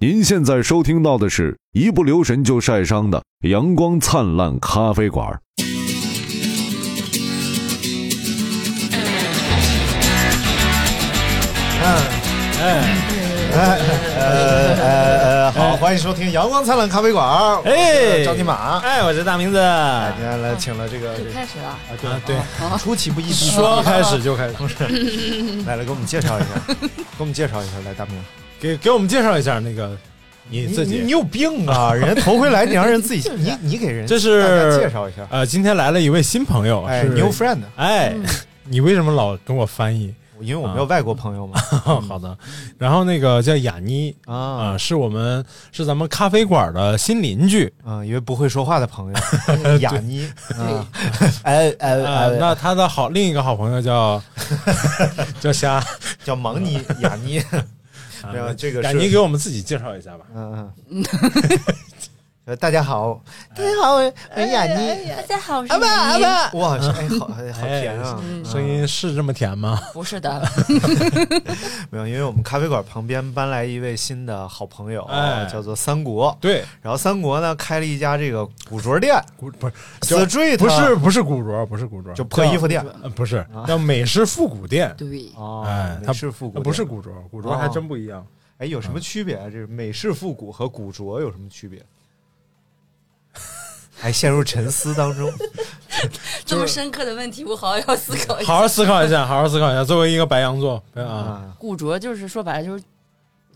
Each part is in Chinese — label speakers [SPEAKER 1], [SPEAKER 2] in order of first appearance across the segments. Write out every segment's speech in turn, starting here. [SPEAKER 1] 您现在收听到的是一不留神就晒伤的《阳光灿烂咖啡馆》。
[SPEAKER 2] 哎呃呃，好，欢迎收听《阳光灿烂咖啡馆》。
[SPEAKER 3] 哎，
[SPEAKER 2] 张金马，
[SPEAKER 3] 哎，我是大明子。
[SPEAKER 2] 哎今天来请了这个
[SPEAKER 4] 就开始了，
[SPEAKER 2] 啊，对对，出其不意，
[SPEAKER 3] 说开始就开始，
[SPEAKER 2] 来来，给我们介绍一下，给我们介绍一下，来，大明，
[SPEAKER 3] 给给我们介绍一下那个你自
[SPEAKER 2] 你你
[SPEAKER 3] 己。
[SPEAKER 2] 有病 啊！人家头回来，你让人自己， 你你给人
[SPEAKER 3] 这是
[SPEAKER 2] 大家介绍一下，
[SPEAKER 3] 呃，今天来了一位新朋友，
[SPEAKER 2] 哎
[SPEAKER 3] 是
[SPEAKER 2] ，new friend，
[SPEAKER 3] 哎，你为什么老跟我翻 译？
[SPEAKER 2] 因为我们有外国朋友嘛，
[SPEAKER 3] 好的，然后那个叫雅妮啊、
[SPEAKER 2] 啊
[SPEAKER 3] 是我们是咱们咖啡馆的新邻居
[SPEAKER 2] 啊，一位不会说话的朋 友，雅妮，啊， 哎哎
[SPEAKER 3] 啊、
[SPEAKER 2] 哎，
[SPEAKER 3] 那他的好另一个好朋友叫叫虾，
[SPEAKER 2] 叫蒙妮，雅妮，没有这个是
[SPEAKER 3] 雅啊妮给我们自己介绍一下吧。
[SPEAKER 2] 嗯嗯。呃 大家好，大家好，我是雅
[SPEAKER 3] 哎
[SPEAKER 2] 妮。
[SPEAKER 4] 哎大家好，我是
[SPEAKER 2] 哎
[SPEAKER 3] 啊
[SPEAKER 2] 阿爸阿
[SPEAKER 4] 妮妮。
[SPEAKER 2] 爸，哇，哎，好，哎好甜啊！
[SPEAKER 3] 声音是这么甜 吗？
[SPEAKER 4] 不 是的，
[SPEAKER 2] 没有，因为我们咖啡馆旁边搬来一位新的好朋友，
[SPEAKER 3] 哎
[SPEAKER 2] 叫做三国。
[SPEAKER 3] 对，
[SPEAKER 2] 然后三国呢开了一家这个古着店
[SPEAKER 3] 古不是叫
[SPEAKER 2] ，Street
[SPEAKER 3] 不是不是古着，不是古着，
[SPEAKER 2] 就破衣服店
[SPEAKER 3] 呃，不是叫美式复古店，
[SPEAKER 4] 对，
[SPEAKER 2] 哦
[SPEAKER 3] 哎，它
[SPEAKER 2] 美式复古
[SPEAKER 3] 它
[SPEAKER 2] 店
[SPEAKER 3] 不是古着，古着还
[SPEAKER 2] 哦
[SPEAKER 3] 真不一样。
[SPEAKER 2] 哎，有什么区别啊？这是美式复古和古着有什么区别？ 还陷入沉思当中，
[SPEAKER 4] 这么深刻的问题，我好好要思考一下。
[SPEAKER 3] 好好思考一下，好好思考一下。作为一个白羊座白啊，
[SPEAKER 2] 啊，
[SPEAKER 4] 古着就是说白了就是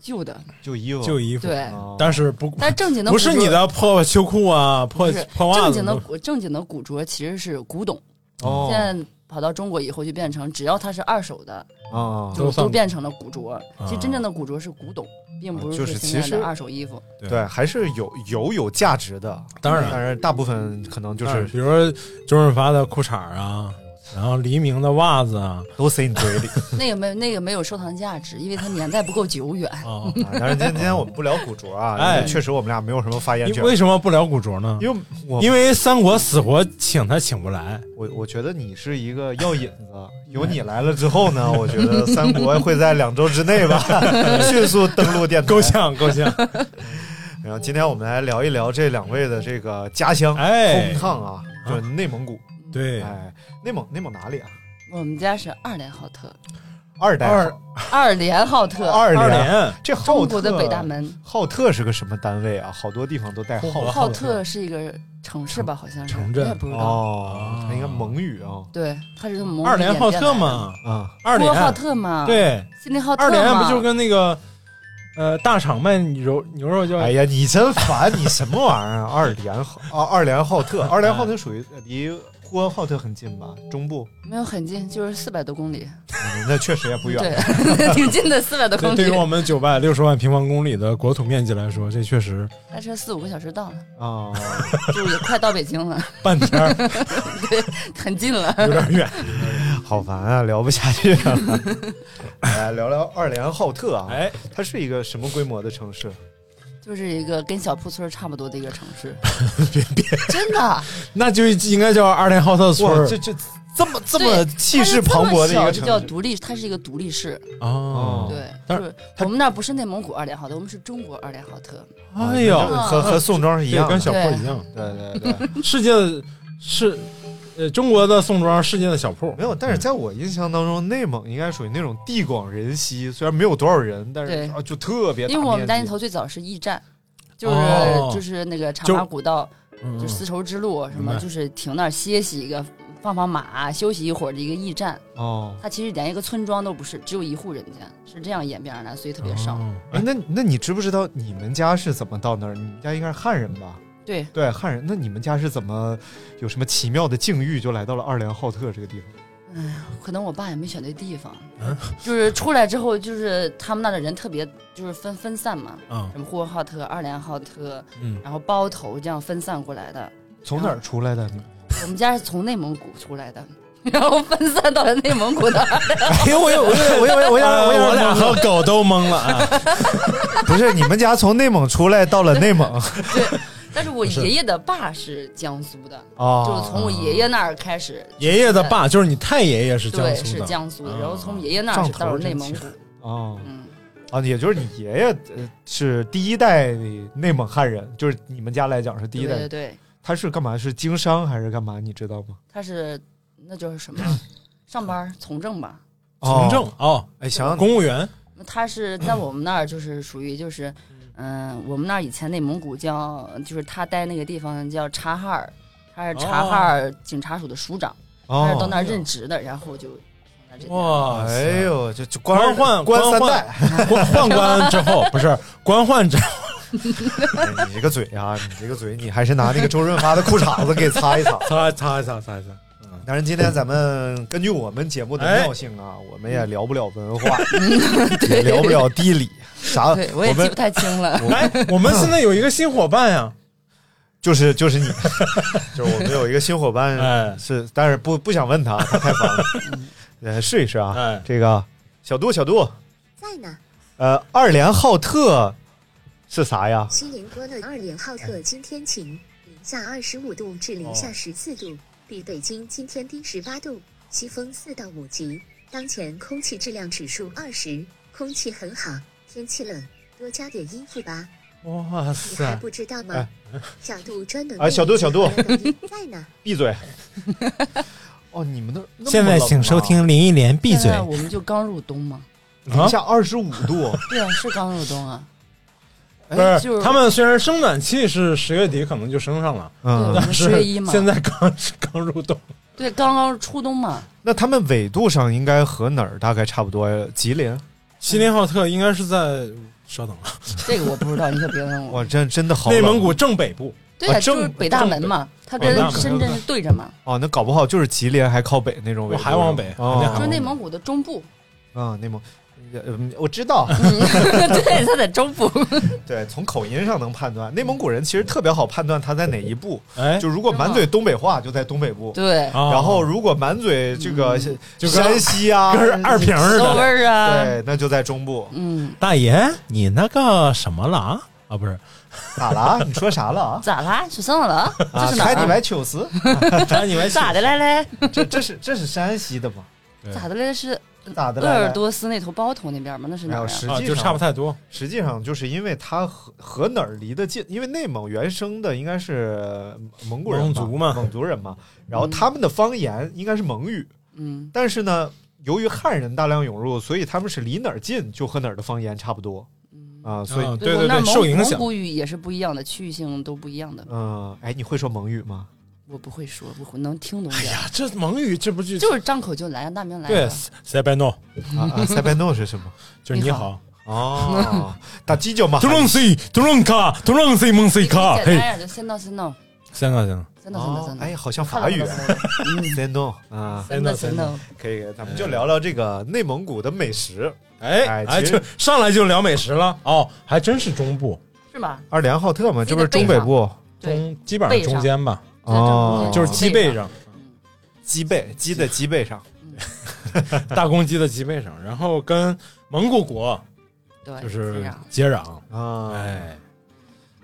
[SPEAKER 4] 旧的，
[SPEAKER 2] 旧衣服，
[SPEAKER 3] 旧衣服，
[SPEAKER 4] 对。
[SPEAKER 2] 哦
[SPEAKER 3] 但是不
[SPEAKER 4] 但正经的
[SPEAKER 3] 不
[SPEAKER 4] 古
[SPEAKER 3] 是
[SPEAKER 4] 着
[SPEAKER 3] 你，的破秋裤啊，破
[SPEAKER 4] 不是
[SPEAKER 3] 破袜
[SPEAKER 4] 正
[SPEAKER 3] 子啊
[SPEAKER 4] 经的
[SPEAKER 3] 都，
[SPEAKER 4] 古正经的古着其实是古董，
[SPEAKER 2] 哦
[SPEAKER 4] 现在跑到中国以后就变成只要它是二手的，
[SPEAKER 2] 哦，
[SPEAKER 3] 都
[SPEAKER 4] 就
[SPEAKER 3] 算啊
[SPEAKER 4] 都变成了古着。其实真正的古着是古董，并不
[SPEAKER 2] 就是是
[SPEAKER 4] 现
[SPEAKER 2] 其
[SPEAKER 4] 在
[SPEAKER 2] 实
[SPEAKER 4] 的二 手衣服。
[SPEAKER 2] 对，还是有有有价值的，
[SPEAKER 3] 当然
[SPEAKER 2] 但是大部分可能就
[SPEAKER 3] 就是
[SPEAKER 2] 是
[SPEAKER 3] 比如说周润发的裤衩啊，然后黎明的袜子啊，
[SPEAKER 2] 都塞你嘴里。
[SPEAKER 4] 那个没那个没有收藏价值，因为它年代不够久远。
[SPEAKER 3] 啊，
[SPEAKER 2] 啊但是今今天我们不聊古着啊，因
[SPEAKER 3] 哎
[SPEAKER 2] 为确实我们俩没有什么发言
[SPEAKER 3] 你
[SPEAKER 2] 权，
[SPEAKER 3] 为什么不聊古着呢？
[SPEAKER 2] 因为我
[SPEAKER 3] 因为三国死活请他请不来，
[SPEAKER 2] 我我觉得你是一个药引子，有你来了之后呢，我觉得三国会在两周之内吧， 迅速登陆电台
[SPEAKER 3] 够。呛够 呛。
[SPEAKER 2] 然后今天我们来聊一聊这两位的这个家乡
[SPEAKER 3] 哎
[SPEAKER 2] hometown，啊，就是内蒙古，
[SPEAKER 3] 对，
[SPEAKER 2] 哎，内蒙内蒙哪里啊？
[SPEAKER 4] 我们家是二连浩特，
[SPEAKER 2] 二代啊
[SPEAKER 3] 二
[SPEAKER 4] 二连浩特，
[SPEAKER 2] 二
[SPEAKER 3] 二
[SPEAKER 2] 连，
[SPEAKER 3] 连
[SPEAKER 2] 这浩
[SPEAKER 4] 中国
[SPEAKER 2] 特
[SPEAKER 4] 的北大。门。
[SPEAKER 2] 浩特是个什么单位啊？好多地方都带浩
[SPEAKER 4] 浩特是一个城市吧，好像是，
[SPEAKER 3] 城镇
[SPEAKER 4] 我也不知道。
[SPEAKER 2] 哦
[SPEAKER 3] 啊，
[SPEAKER 2] 它应该蒙语啊
[SPEAKER 4] 对，他是蒙古
[SPEAKER 3] 二连
[SPEAKER 4] 演
[SPEAKER 3] 浩
[SPEAKER 4] 变
[SPEAKER 3] 特
[SPEAKER 4] 来的？
[SPEAKER 3] 嘛，
[SPEAKER 2] 啊
[SPEAKER 3] 二连
[SPEAKER 4] 呼和浩特嘛，，
[SPEAKER 3] 对。
[SPEAKER 4] 锡林浩特嘛
[SPEAKER 3] 二连不就跟那个呃大厂卖牛肉牛肉叫、
[SPEAKER 2] 哎呀，你真烦！你什么玩意儿啊？ 二连浩啊，二连浩特，二连浩特属于离呼和浩特很近吧？中部，
[SPEAKER 4] 没有很近，就是四百多公里，
[SPEAKER 2] 嗯那确实也不远。
[SPEAKER 4] 对，挺近的，四百多
[SPEAKER 3] 对
[SPEAKER 4] 公
[SPEAKER 3] 对于我
[SPEAKER 4] 里，
[SPEAKER 3] 们九百六十万平方公里的国土面积来说，这确实
[SPEAKER 4] 开车四五个小时到了，
[SPEAKER 2] 啊，
[SPEAKER 4] 就也快到北京了，
[SPEAKER 3] 半天儿
[SPEAKER 4] 很近了。
[SPEAKER 3] 有点 远。
[SPEAKER 2] 好烦啊，聊不下去 了。来哎聊聊二连浩特啊，
[SPEAKER 3] 哎，
[SPEAKER 2] 它是一个什么规模的城市？
[SPEAKER 4] 就是一个跟小铺村差不多的一个城 市，别别，真的，啊
[SPEAKER 3] 那就应该叫二连浩特村
[SPEAKER 2] 哇，
[SPEAKER 3] 儿
[SPEAKER 2] 这这这么 这么
[SPEAKER 4] 对
[SPEAKER 2] 气势磅礴的一
[SPEAKER 4] 它
[SPEAKER 2] 个
[SPEAKER 4] 是这么小就叫
[SPEAKER 2] 城市，
[SPEAKER 4] 独立，它是一个独立市，
[SPEAKER 3] 哦。
[SPEAKER 4] 对，
[SPEAKER 3] 但
[SPEAKER 4] 就是
[SPEAKER 3] 它
[SPEAKER 4] 我们那儿不是内蒙古二连浩特，我们是中国二连浩特，
[SPEAKER 3] 哎
[SPEAKER 2] 就
[SPEAKER 3] 呦，
[SPEAKER 2] 和和宋庄是一
[SPEAKER 3] 对，
[SPEAKER 2] 样的
[SPEAKER 3] 跟。小铺一样。
[SPEAKER 2] 对对 对，
[SPEAKER 3] 世界的是呃中国的宋庄，世界的小铺
[SPEAKER 2] 没。有。但是在我印象当中，内蒙应该属于那种地广人稀，虽然没有多少人，但是
[SPEAKER 4] 对
[SPEAKER 2] 啊就特别大面积。
[SPEAKER 4] 因为我们大年头最早是驿站，就是、
[SPEAKER 3] 哦
[SPEAKER 4] 就是那个茶
[SPEAKER 3] 就
[SPEAKER 4] 马古道，
[SPEAKER 3] 嗯
[SPEAKER 4] 就是丝绸之路什
[SPEAKER 3] 明
[SPEAKER 4] 么，
[SPEAKER 3] 白
[SPEAKER 4] 就是停那儿歇息一个，放放马，啊休息一会儿的一个驿站。
[SPEAKER 2] 哦，
[SPEAKER 4] 它其实连一个村庄都不是，只有一户人家，是这样演变而来，所以特别少。
[SPEAKER 3] 哦
[SPEAKER 2] 哎，那那你知不知道你们家是怎么到那儿？你们家应该是汉人吧？
[SPEAKER 4] 对，
[SPEAKER 2] 对，汉人。那你们家是怎么有什么奇妙的境遇，就来到了二连浩特这个地方？
[SPEAKER 4] 可能我爸也没选对地方，
[SPEAKER 3] 嗯
[SPEAKER 4] 就是出来之后，就是他们那儿的人特别就是分分散嘛，
[SPEAKER 3] 嗯
[SPEAKER 4] 什么呼和浩特、二连浩特，
[SPEAKER 3] 嗯，
[SPEAKER 4] 然后包头这样分散过来的。
[SPEAKER 2] 从哪儿出来 的？你们
[SPEAKER 4] 我们家是从内蒙古出来的。 然后分散到了内蒙古的，
[SPEAKER 2] 哎呦，我有，我有，我有，我有，我
[SPEAKER 3] 呃
[SPEAKER 2] 有，
[SPEAKER 3] 我俩和狗都懵了啊！
[SPEAKER 2] 不是你们家从内蒙出来到了内蒙
[SPEAKER 4] 但是我爷爷的爸是江苏的，
[SPEAKER 2] 啊？
[SPEAKER 4] 就是从我爷爷那儿开始，
[SPEAKER 3] 爷爷的爸哦就是你太爷爷是江
[SPEAKER 4] 对
[SPEAKER 3] 苏
[SPEAKER 4] 是
[SPEAKER 3] 的，
[SPEAKER 4] 江苏的，然后从爷爷那
[SPEAKER 2] 上
[SPEAKER 4] 儿是到
[SPEAKER 2] 头
[SPEAKER 4] 了内
[SPEAKER 2] 真
[SPEAKER 4] 蒙
[SPEAKER 2] 气
[SPEAKER 4] 古，
[SPEAKER 2] 啊
[SPEAKER 4] 嗯，
[SPEAKER 2] 啊，也就是你爷爷呃是第一代内蒙汉人，就是你们家来讲是第一
[SPEAKER 4] 对对
[SPEAKER 2] 代，
[SPEAKER 4] 对，
[SPEAKER 2] 他是干嘛？是经商还是干嘛？你知道吗？
[SPEAKER 4] 他是那就是什么 上班儿从政吧。
[SPEAKER 3] 从政
[SPEAKER 2] 哦，
[SPEAKER 3] 哦，
[SPEAKER 2] 哎，想想
[SPEAKER 3] 公务员
[SPEAKER 4] 那他是在我们那儿就是属于就是，嗯、我们那儿以前内蒙古叫就是他待那个地方叫察哈尔，他是察哈尔警察署的署长，他是到那
[SPEAKER 2] 哦，
[SPEAKER 4] 儿任职的，然后就从那儿这边
[SPEAKER 3] 哇塞，
[SPEAKER 2] 哎呦，就就
[SPEAKER 3] 官宦
[SPEAKER 2] 官三
[SPEAKER 3] 官宦
[SPEAKER 2] 代，
[SPEAKER 3] 官宦官之后不是官宦之
[SPEAKER 2] 哎 你这个嘴啊，你这个嘴，你还是拿那个周润发的裤衩子给擦一擦。
[SPEAKER 3] 擦擦一擦擦一擦，
[SPEAKER 2] 但是今天咱们根据我们节目的
[SPEAKER 3] 哎
[SPEAKER 2] 调性啊，我们也聊不了 文化，也
[SPEAKER 4] 对
[SPEAKER 2] 聊不了地理，啥
[SPEAKER 4] 对我也记
[SPEAKER 2] 们
[SPEAKER 4] 不太清了。
[SPEAKER 3] 来，我们现在有一个新伙伴呀，
[SPEAKER 2] 就是就 是你，就是我们有一个新伙伴
[SPEAKER 3] 哎
[SPEAKER 2] 是，但是不不想问他，他太烦了， 呃，试一试啊，
[SPEAKER 3] 哎，
[SPEAKER 2] 这个小度小度，
[SPEAKER 5] 在呢，
[SPEAKER 2] 呃，二连浩特是啥呀？
[SPEAKER 5] 锡林郭勒二连浩特今天晴，零下二十五度至零下十四度，比北京今天低十八度，西风四到五级，当前空气质量指数二十，空气很好，天气冷，多加点衣服吧。
[SPEAKER 3] 哇
[SPEAKER 5] 你还
[SPEAKER 3] 塞，
[SPEAKER 5] 不知道吗？
[SPEAKER 2] 哎
[SPEAKER 5] 小度专 门
[SPEAKER 2] 哎小度小度
[SPEAKER 5] 在呢，
[SPEAKER 2] 闭 嘴！哦，你们那儿那么
[SPEAKER 3] 现在请收听林忆莲闭嘴
[SPEAKER 4] 现在我们就刚入冬嘛，
[SPEAKER 2] 冷吗零下二十五度，
[SPEAKER 4] 对啊，是刚入冬啊。
[SPEAKER 3] 不是
[SPEAKER 4] 就是
[SPEAKER 3] 他们虽然生暖气是十月底可能就升上了，
[SPEAKER 4] 嗯
[SPEAKER 2] 嗯
[SPEAKER 4] 对，
[SPEAKER 3] 但
[SPEAKER 4] 十
[SPEAKER 3] 是
[SPEAKER 4] 月一嘛
[SPEAKER 3] 现在刚刚入冬，
[SPEAKER 4] 对，刚刚初冬嘛，
[SPEAKER 2] 那他们纬度上应该和哪儿大概差不多呀？吉林？
[SPEAKER 3] 锡林浩特应该是在稍等啊，
[SPEAKER 4] 这个我不知道，你可别问 我。
[SPEAKER 2] 哇，真真的好冷
[SPEAKER 3] 内蒙古啊正北部，
[SPEAKER 4] 对啊，
[SPEAKER 2] 啊
[SPEAKER 4] 就
[SPEAKER 2] 正
[SPEAKER 4] 是北大门嘛，它跟
[SPEAKER 3] 北大门
[SPEAKER 4] 深圳是对着嘛，
[SPEAKER 2] 哦，那搞不好就是吉林还靠北那种纬
[SPEAKER 3] 我
[SPEAKER 2] 度，
[SPEAKER 3] 还往北，还
[SPEAKER 2] 哦
[SPEAKER 3] 得
[SPEAKER 4] 就
[SPEAKER 3] 还
[SPEAKER 4] 是
[SPEAKER 3] 往
[SPEAKER 4] 内
[SPEAKER 3] 北
[SPEAKER 4] 蒙古的中部。
[SPEAKER 2] 啊，内蒙。呃，我知 道，
[SPEAKER 4] 嗯 对，它在中部。
[SPEAKER 3] 啊
[SPEAKER 2] 对，从口音上能判断，内蒙古人其实特别好判断他在哪一步。
[SPEAKER 3] 哎，
[SPEAKER 2] 就如果满嘴东北话，就在东北部；
[SPEAKER 4] 对，
[SPEAKER 3] 啊
[SPEAKER 2] 然后如果满嘴这个
[SPEAKER 3] 嗯就跟
[SPEAKER 2] 山西啊，
[SPEAKER 3] 跟二平似
[SPEAKER 4] 馊味
[SPEAKER 3] 的。
[SPEAKER 4] 儿啊。
[SPEAKER 2] 对，那就在中部。
[SPEAKER 4] 嗯，
[SPEAKER 3] 大爷，你那个什么了啊？啊， 不是，
[SPEAKER 2] 咋啦？你说啥了啊？
[SPEAKER 4] 咋啦？说上了？这
[SPEAKER 2] 啊，
[SPEAKER 4] 是哪
[SPEAKER 2] 开你
[SPEAKER 4] 儿？
[SPEAKER 2] 来糗事！
[SPEAKER 3] 咱以为是
[SPEAKER 4] 咋的来嘞？
[SPEAKER 2] 这这是这是山西的吗？
[SPEAKER 3] 对
[SPEAKER 4] 咋的嘞？是
[SPEAKER 2] 咋的
[SPEAKER 4] 鄂
[SPEAKER 2] 来
[SPEAKER 4] 尔
[SPEAKER 2] 了？
[SPEAKER 4] 多斯那头包头那边吗？那是
[SPEAKER 2] 没
[SPEAKER 4] 哪
[SPEAKER 2] 有
[SPEAKER 4] 儿啊？
[SPEAKER 2] 实
[SPEAKER 3] 啊，
[SPEAKER 2] 际
[SPEAKER 3] 就差
[SPEAKER 2] 上
[SPEAKER 3] 不太多。
[SPEAKER 2] 实际上就是因为它和和哪儿离得近，因为内蒙原生的应该是蒙古人
[SPEAKER 3] 蒙族嘛嗯
[SPEAKER 2] 蒙族人嘛，然后他们的方言应该是蒙语，
[SPEAKER 4] 嗯，
[SPEAKER 2] 但是呢，由于汉人大量涌入，所以他们是离哪儿近就和哪儿的方言差不多啊，所以
[SPEAKER 3] 啊
[SPEAKER 2] 嗯、
[SPEAKER 3] 对
[SPEAKER 4] 我
[SPEAKER 3] 对
[SPEAKER 4] 们那儿
[SPEAKER 3] 对，
[SPEAKER 4] 蒙
[SPEAKER 3] 受影
[SPEAKER 4] 蒙
[SPEAKER 3] 响。
[SPEAKER 4] 古语也是不一样的，区域性都不一样的。
[SPEAKER 2] 哎，你会说蒙语 吗？
[SPEAKER 4] 我不会说，我会能听懂
[SPEAKER 3] 哎
[SPEAKER 4] 点儿，
[SPEAKER 3] 呀，这蒙语这不就哎
[SPEAKER 4] 就是张口就来，大名来
[SPEAKER 3] 对
[SPEAKER 4] 了。
[SPEAKER 3] 塞班诺，
[SPEAKER 2] 啊，啊塞班诺是什么？
[SPEAKER 3] 就是你好，
[SPEAKER 2] 哦，打鸡叫嘛，
[SPEAKER 3] 图隆西图隆卡图隆西蒙西卡，啊
[SPEAKER 4] 简单
[SPEAKER 3] 嘿，
[SPEAKER 4] 点儿就先到先到
[SPEAKER 3] 三个啊人，
[SPEAKER 4] 先到先到
[SPEAKER 2] 哦
[SPEAKER 4] 先，到。
[SPEAKER 2] 哎，好像法语。
[SPEAKER 4] 嗯，
[SPEAKER 2] 塞诺啊，
[SPEAKER 4] 真的真的，
[SPEAKER 2] 可以，咱们就聊聊这个内蒙古的美食。
[SPEAKER 3] 哎
[SPEAKER 2] 哎
[SPEAKER 3] 哎，
[SPEAKER 2] 其实
[SPEAKER 3] 就上来就聊美食了哦，还真是中部，
[SPEAKER 4] 是吧？
[SPEAKER 2] 二连浩特嘛，
[SPEAKER 4] 非
[SPEAKER 2] 这
[SPEAKER 4] 得
[SPEAKER 2] 不是中
[SPEAKER 4] 背
[SPEAKER 2] 北
[SPEAKER 4] 上
[SPEAKER 2] 部
[SPEAKER 4] 对，
[SPEAKER 3] 中基本上中间吧，
[SPEAKER 4] 在中间
[SPEAKER 3] 哦就是鸡背上，
[SPEAKER 4] 嗯
[SPEAKER 2] 鸡背，鸡的鸡背上。
[SPEAKER 3] 大公鸡的鸡背上，然后跟蒙古国
[SPEAKER 4] 对，
[SPEAKER 3] 就是
[SPEAKER 4] 这样
[SPEAKER 3] 哎接壤，
[SPEAKER 2] 啊，
[SPEAKER 3] 哎，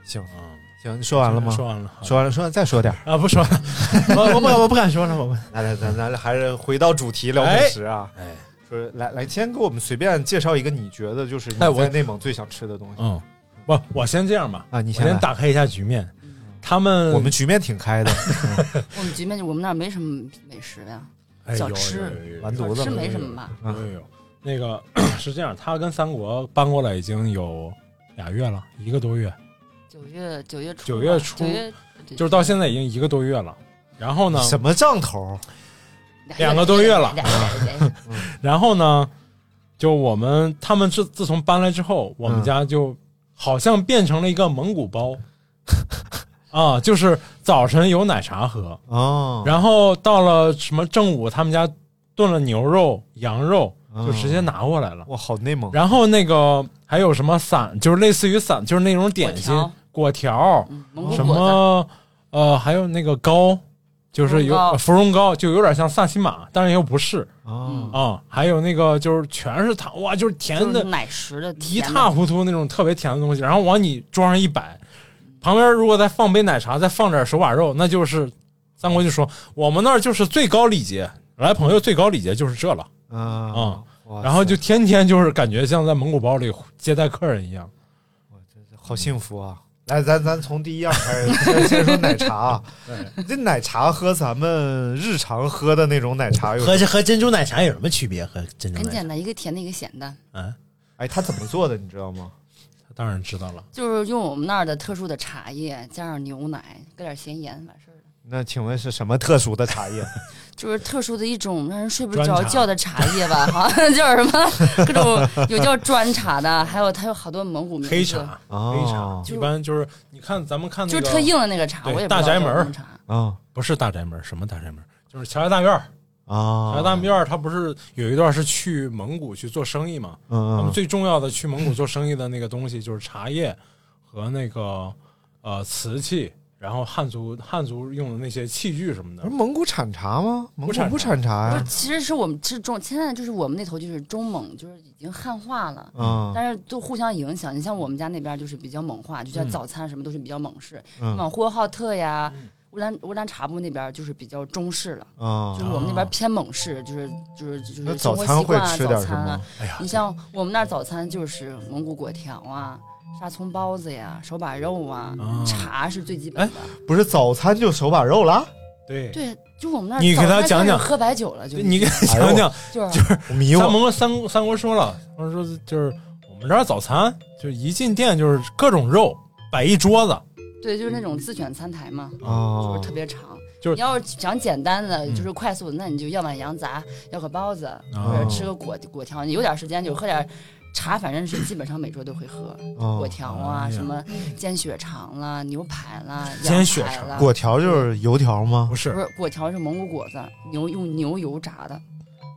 [SPEAKER 2] 行
[SPEAKER 3] 嗯，
[SPEAKER 2] 行，你说完了吗？
[SPEAKER 3] 说完了，
[SPEAKER 2] 说完了，说完再说点儿。
[SPEAKER 3] 啊，不说了， 我我不我不敢说了，我不，
[SPEAKER 2] 来来，咱咱还是回到主题聊美食啊。
[SPEAKER 3] 哎，
[SPEAKER 2] 说来来，先给我们随便介绍一个你觉得就是你
[SPEAKER 3] 哎我
[SPEAKER 2] 在内蒙最想吃的东西
[SPEAKER 3] 嗯，不，我先这样吧，
[SPEAKER 2] 啊。你
[SPEAKER 3] 我
[SPEAKER 2] 先来
[SPEAKER 3] 先，打开一下局面，他们
[SPEAKER 2] 我们局面挺开 的，
[SPEAKER 4] 我们局面就我们那儿没什么美食呀，
[SPEAKER 3] 哎
[SPEAKER 4] 小
[SPEAKER 3] 有
[SPEAKER 4] 吃
[SPEAKER 3] 有有有有
[SPEAKER 2] 完犊
[SPEAKER 4] 小
[SPEAKER 2] 子
[SPEAKER 4] 吃
[SPEAKER 2] 了
[SPEAKER 4] 没什么吧？
[SPEAKER 2] 啊
[SPEAKER 3] 有有有，那个 是这样，他跟三国搬过来已经有俩月了，一个多月，
[SPEAKER 4] 九月九月初吧，
[SPEAKER 3] 九月初
[SPEAKER 4] 九月
[SPEAKER 3] 就是到现在已经一个多月了。然后呢，
[SPEAKER 2] 什么账头？
[SPEAKER 3] 两个多月了
[SPEAKER 4] 俩俩 俩
[SPEAKER 3] 然后呢，就我们他们自自从搬来之后，我们
[SPEAKER 2] 嗯
[SPEAKER 3] 家就好像变成了一个蒙古包，啊，就是早晨有奶茶喝，
[SPEAKER 2] 哦，
[SPEAKER 3] 然后到了什么正午，他们家炖了牛肉、羊肉，
[SPEAKER 2] 嗯
[SPEAKER 3] 就直接拿过来了。
[SPEAKER 2] 哇，好内蒙
[SPEAKER 3] 然后那个还有什么散，就是类似于散，就是那种点心、果条，
[SPEAKER 4] 嗯蒙古
[SPEAKER 3] 什
[SPEAKER 4] 果
[SPEAKER 3] 么呃，还有那个糕，就是
[SPEAKER 4] 芙蓉糕
[SPEAKER 3] 有呃芙蓉糕，就有点像萨琪玛，但是又不是
[SPEAKER 2] 哦
[SPEAKER 4] 嗯
[SPEAKER 3] 啊、还有那个就是全是糖，哇，就是
[SPEAKER 4] 子
[SPEAKER 3] 甜
[SPEAKER 4] 就是
[SPEAKER 3] 的
[SPEAKER 4] 奶食的
[SPEAKER 3] 一
[SPEAKER 4] 甜的
[SPEAKER 3] 塌糊涂那种特别甜的东西，然后往你桌上一摆，旁边如果再放杯奶茶，再放点手把肉，那就是三国就说我们那儿就是最高礼节，来朋友最高礼节就是这了。
[SPEAKER 2] 啊
[SPEAKER 3] 嗯
[SPEAKER 2] 哇
[SPEAKER 3] 然后就
[SPEAKER 2] 塞
[SPEAKER 3] 天天就是感觉像在蒙古包里接待客人一样。
[SPEAKER 2] 好幸福啊！来，咱咱从第一样开始，先先说奶茶 啊。这奶茶和咱们日常喝的那种奶茶有什
[SPEAKER 6] 和
[SPEAKER 2] 么？
[SPEAKER 6] 这和珍珠奶茶有什么区别？和珍珠奶
[SPEAKER 4] 很
[SPEAKER 6] 茶
[SPEAKER 4] 简单，一个甜的，一个咸的，
[SPEAKER 6] 啊，
[SPEAKER 2] 哎，它怎么做的你知道吗？
[SPEAKER 3] 当然知道了，
[SPEAKER 4] 就是用我们那儿的特殊的茶叶，加上牛奶，搁点咸盐，完事儿了。
[SPEAKER 2] 那请问是什么特殊的茶叶？
[SPEAKER 4] 就是特殊的一种让人睡不
[SPEAKER 3] 砖
[SPEAKER 4] 着
[SPEAKER 3] 茶
[SPEAKER 4] 觉的茶叶吧，好 像叫什么各种有叫砖茶的，还有它有好多蒙古名字，
[SPEAKER 3] 黑茶，黑茶
[SPEAKER 2] 哦，
[SPEAKER 3] 一般就是你看咱们看那
[SPEAKER 4] 就
[SPEAKER 3] 个
[SPEAKER 4] 是特硬的那个茶，
[SPEAKER 3] 对
[SPEAKER 4] 我也不知
[SPEAKER 3] 大
[SPEAKER 4] 道
[SPEAKER 3] 宅门
[SPEAKER 4] 叫什么茶。
[SPEAKER 2] 啊
[SPEAKER 3] 不是大宅门，什么大宅门？就是乔家大院儿，乔
[SPEAKER 2] 啊
[SPEAKER 3] 家大院儿，它不是有一段是去蒙古去做生意嘛？他
[SPEAKER 2] 嗯
[SPEAKER 3] 们最重要的去蒙古做生意的那个东西就是茶叶和那个呃瓷器，然后汉族汉族用的那些器具什么
[SPEAKER 2] 不是
[SPEAKER 3] 的。
[SPEAKER 2] 蒙古产茶吗？蒙古不
[SPEAKER 3] 不
[SPEAKER 2] 产
[SPEAKER 3] 产
[SPEAKER 2] 茶
[SPEAKER 4] 不
[SPEAKER 2] 呀
[SPEAKER 4] 是，。其实是我们是中，现在就是我们那头就是中蒙，就是已经汉化了。
[SPEAKER 2] 嗯
[SPEAKER 4] 但是都互相影响，你像我们家那边就是比较蒙化，就像
[SPEAKER 3] 嗯
[SPEAKER 4] 早餐什么都是比较蒙式，
[SPEAKER 2] 嗯
[SPEAKER 4] 往呼和浩特呀、乌兰乌兰察布那边就是比较中式了，就是
[SPEAKER 2] 啊，
[SPEAKER 4] 我们那边偏蒙式，就是就是就
[SPEAKER 2] 那
[SPEAKER 4] 是
[SPEAKER 2] 早
[SPEAKER 4] 生活
[SPEAKER 2] 餐
[SPEAKER 4] 习
[SPEAKER 2] 会
[SPEAKER 4] 惯啊，
[SPEAKER 2] 吃点
[SPEAKER 4] 早
[SPEAKER 2] 什
[SPEAKER 4] 餐啊
[SPEAKER 2] 么，？
[SPEAKER 3] 哎呀
[SPEAKER 4] 你，像我们那儿早餐就是蒙古果条啊、沙葱包子呀、手把肉啊，
[SPEAKER 3] 啊
[SPEAKER 4] 茶是最基本的。
[SPEAKER 2] 不是早餐就手把肉了？
[SPEAKER 3] 对，
[SPEAKER 4] 对，就我们那儿
[SPEAKER 3] 你给他
[SPEAKER 4] 早餐
[SPEAKER 3] 讲
[SPEAKER 4] 开始
[SPEAKER 3] 讲
[SPEAKER 4] 喝白酒了，就
[SPEAKER 3] 你给 他讲讲，
[SPEAKER 4] 就是
[SPEAKER 2] 我迷
[SPEAKER 3] 三
[SPEAKER 2] 哎我
[SPEAKER 3] 国三三国说了，他说就是我们这儿早餐就一进店就是各种肉摆一桌子，
[SPEAKER 4] 对，就是那种自选餐台嘛，就
[SPEAKER 2] 啊
[SPEAKER 4] 是特别长。
[SPEAKER 3] 就是
[SPEAKER 4] 你要是想简单的，
[SPEAKER 3] 嗯
[SPEAKER 4] 就是快速的，那你就要碗羊杂，要个包子，或
[SPEAKER 3] 哎哦
[SPEAKER 2] 啊
[SPEAKER 4] 者吃个果果条。你有点时间就喝点茶，反正是基本上每桌都会喝
[SPEAKER 2] 啊
[SPEAKER 4] 果！条啊，
[SPEAKER 3] 哎呀
[SPEAKER 4] 什么煎血肠啦、牛排啦、
[SPEAKER 3] 煎
[SPEAKER 4] 羊
[SPEAKER 3] 血
[SPEAKER 4] 排
[SPEAKER 3] 肠
[SPEAKER 4] 啦
[SPEAKER 2] 果条就是油条吗
[SPEAKER 3] 不？
[SPEAKER 4] 不
[SPEAKER 3] 是
[SPEAKER 4] 是果条是蒙古果子，牛用牛油炸的，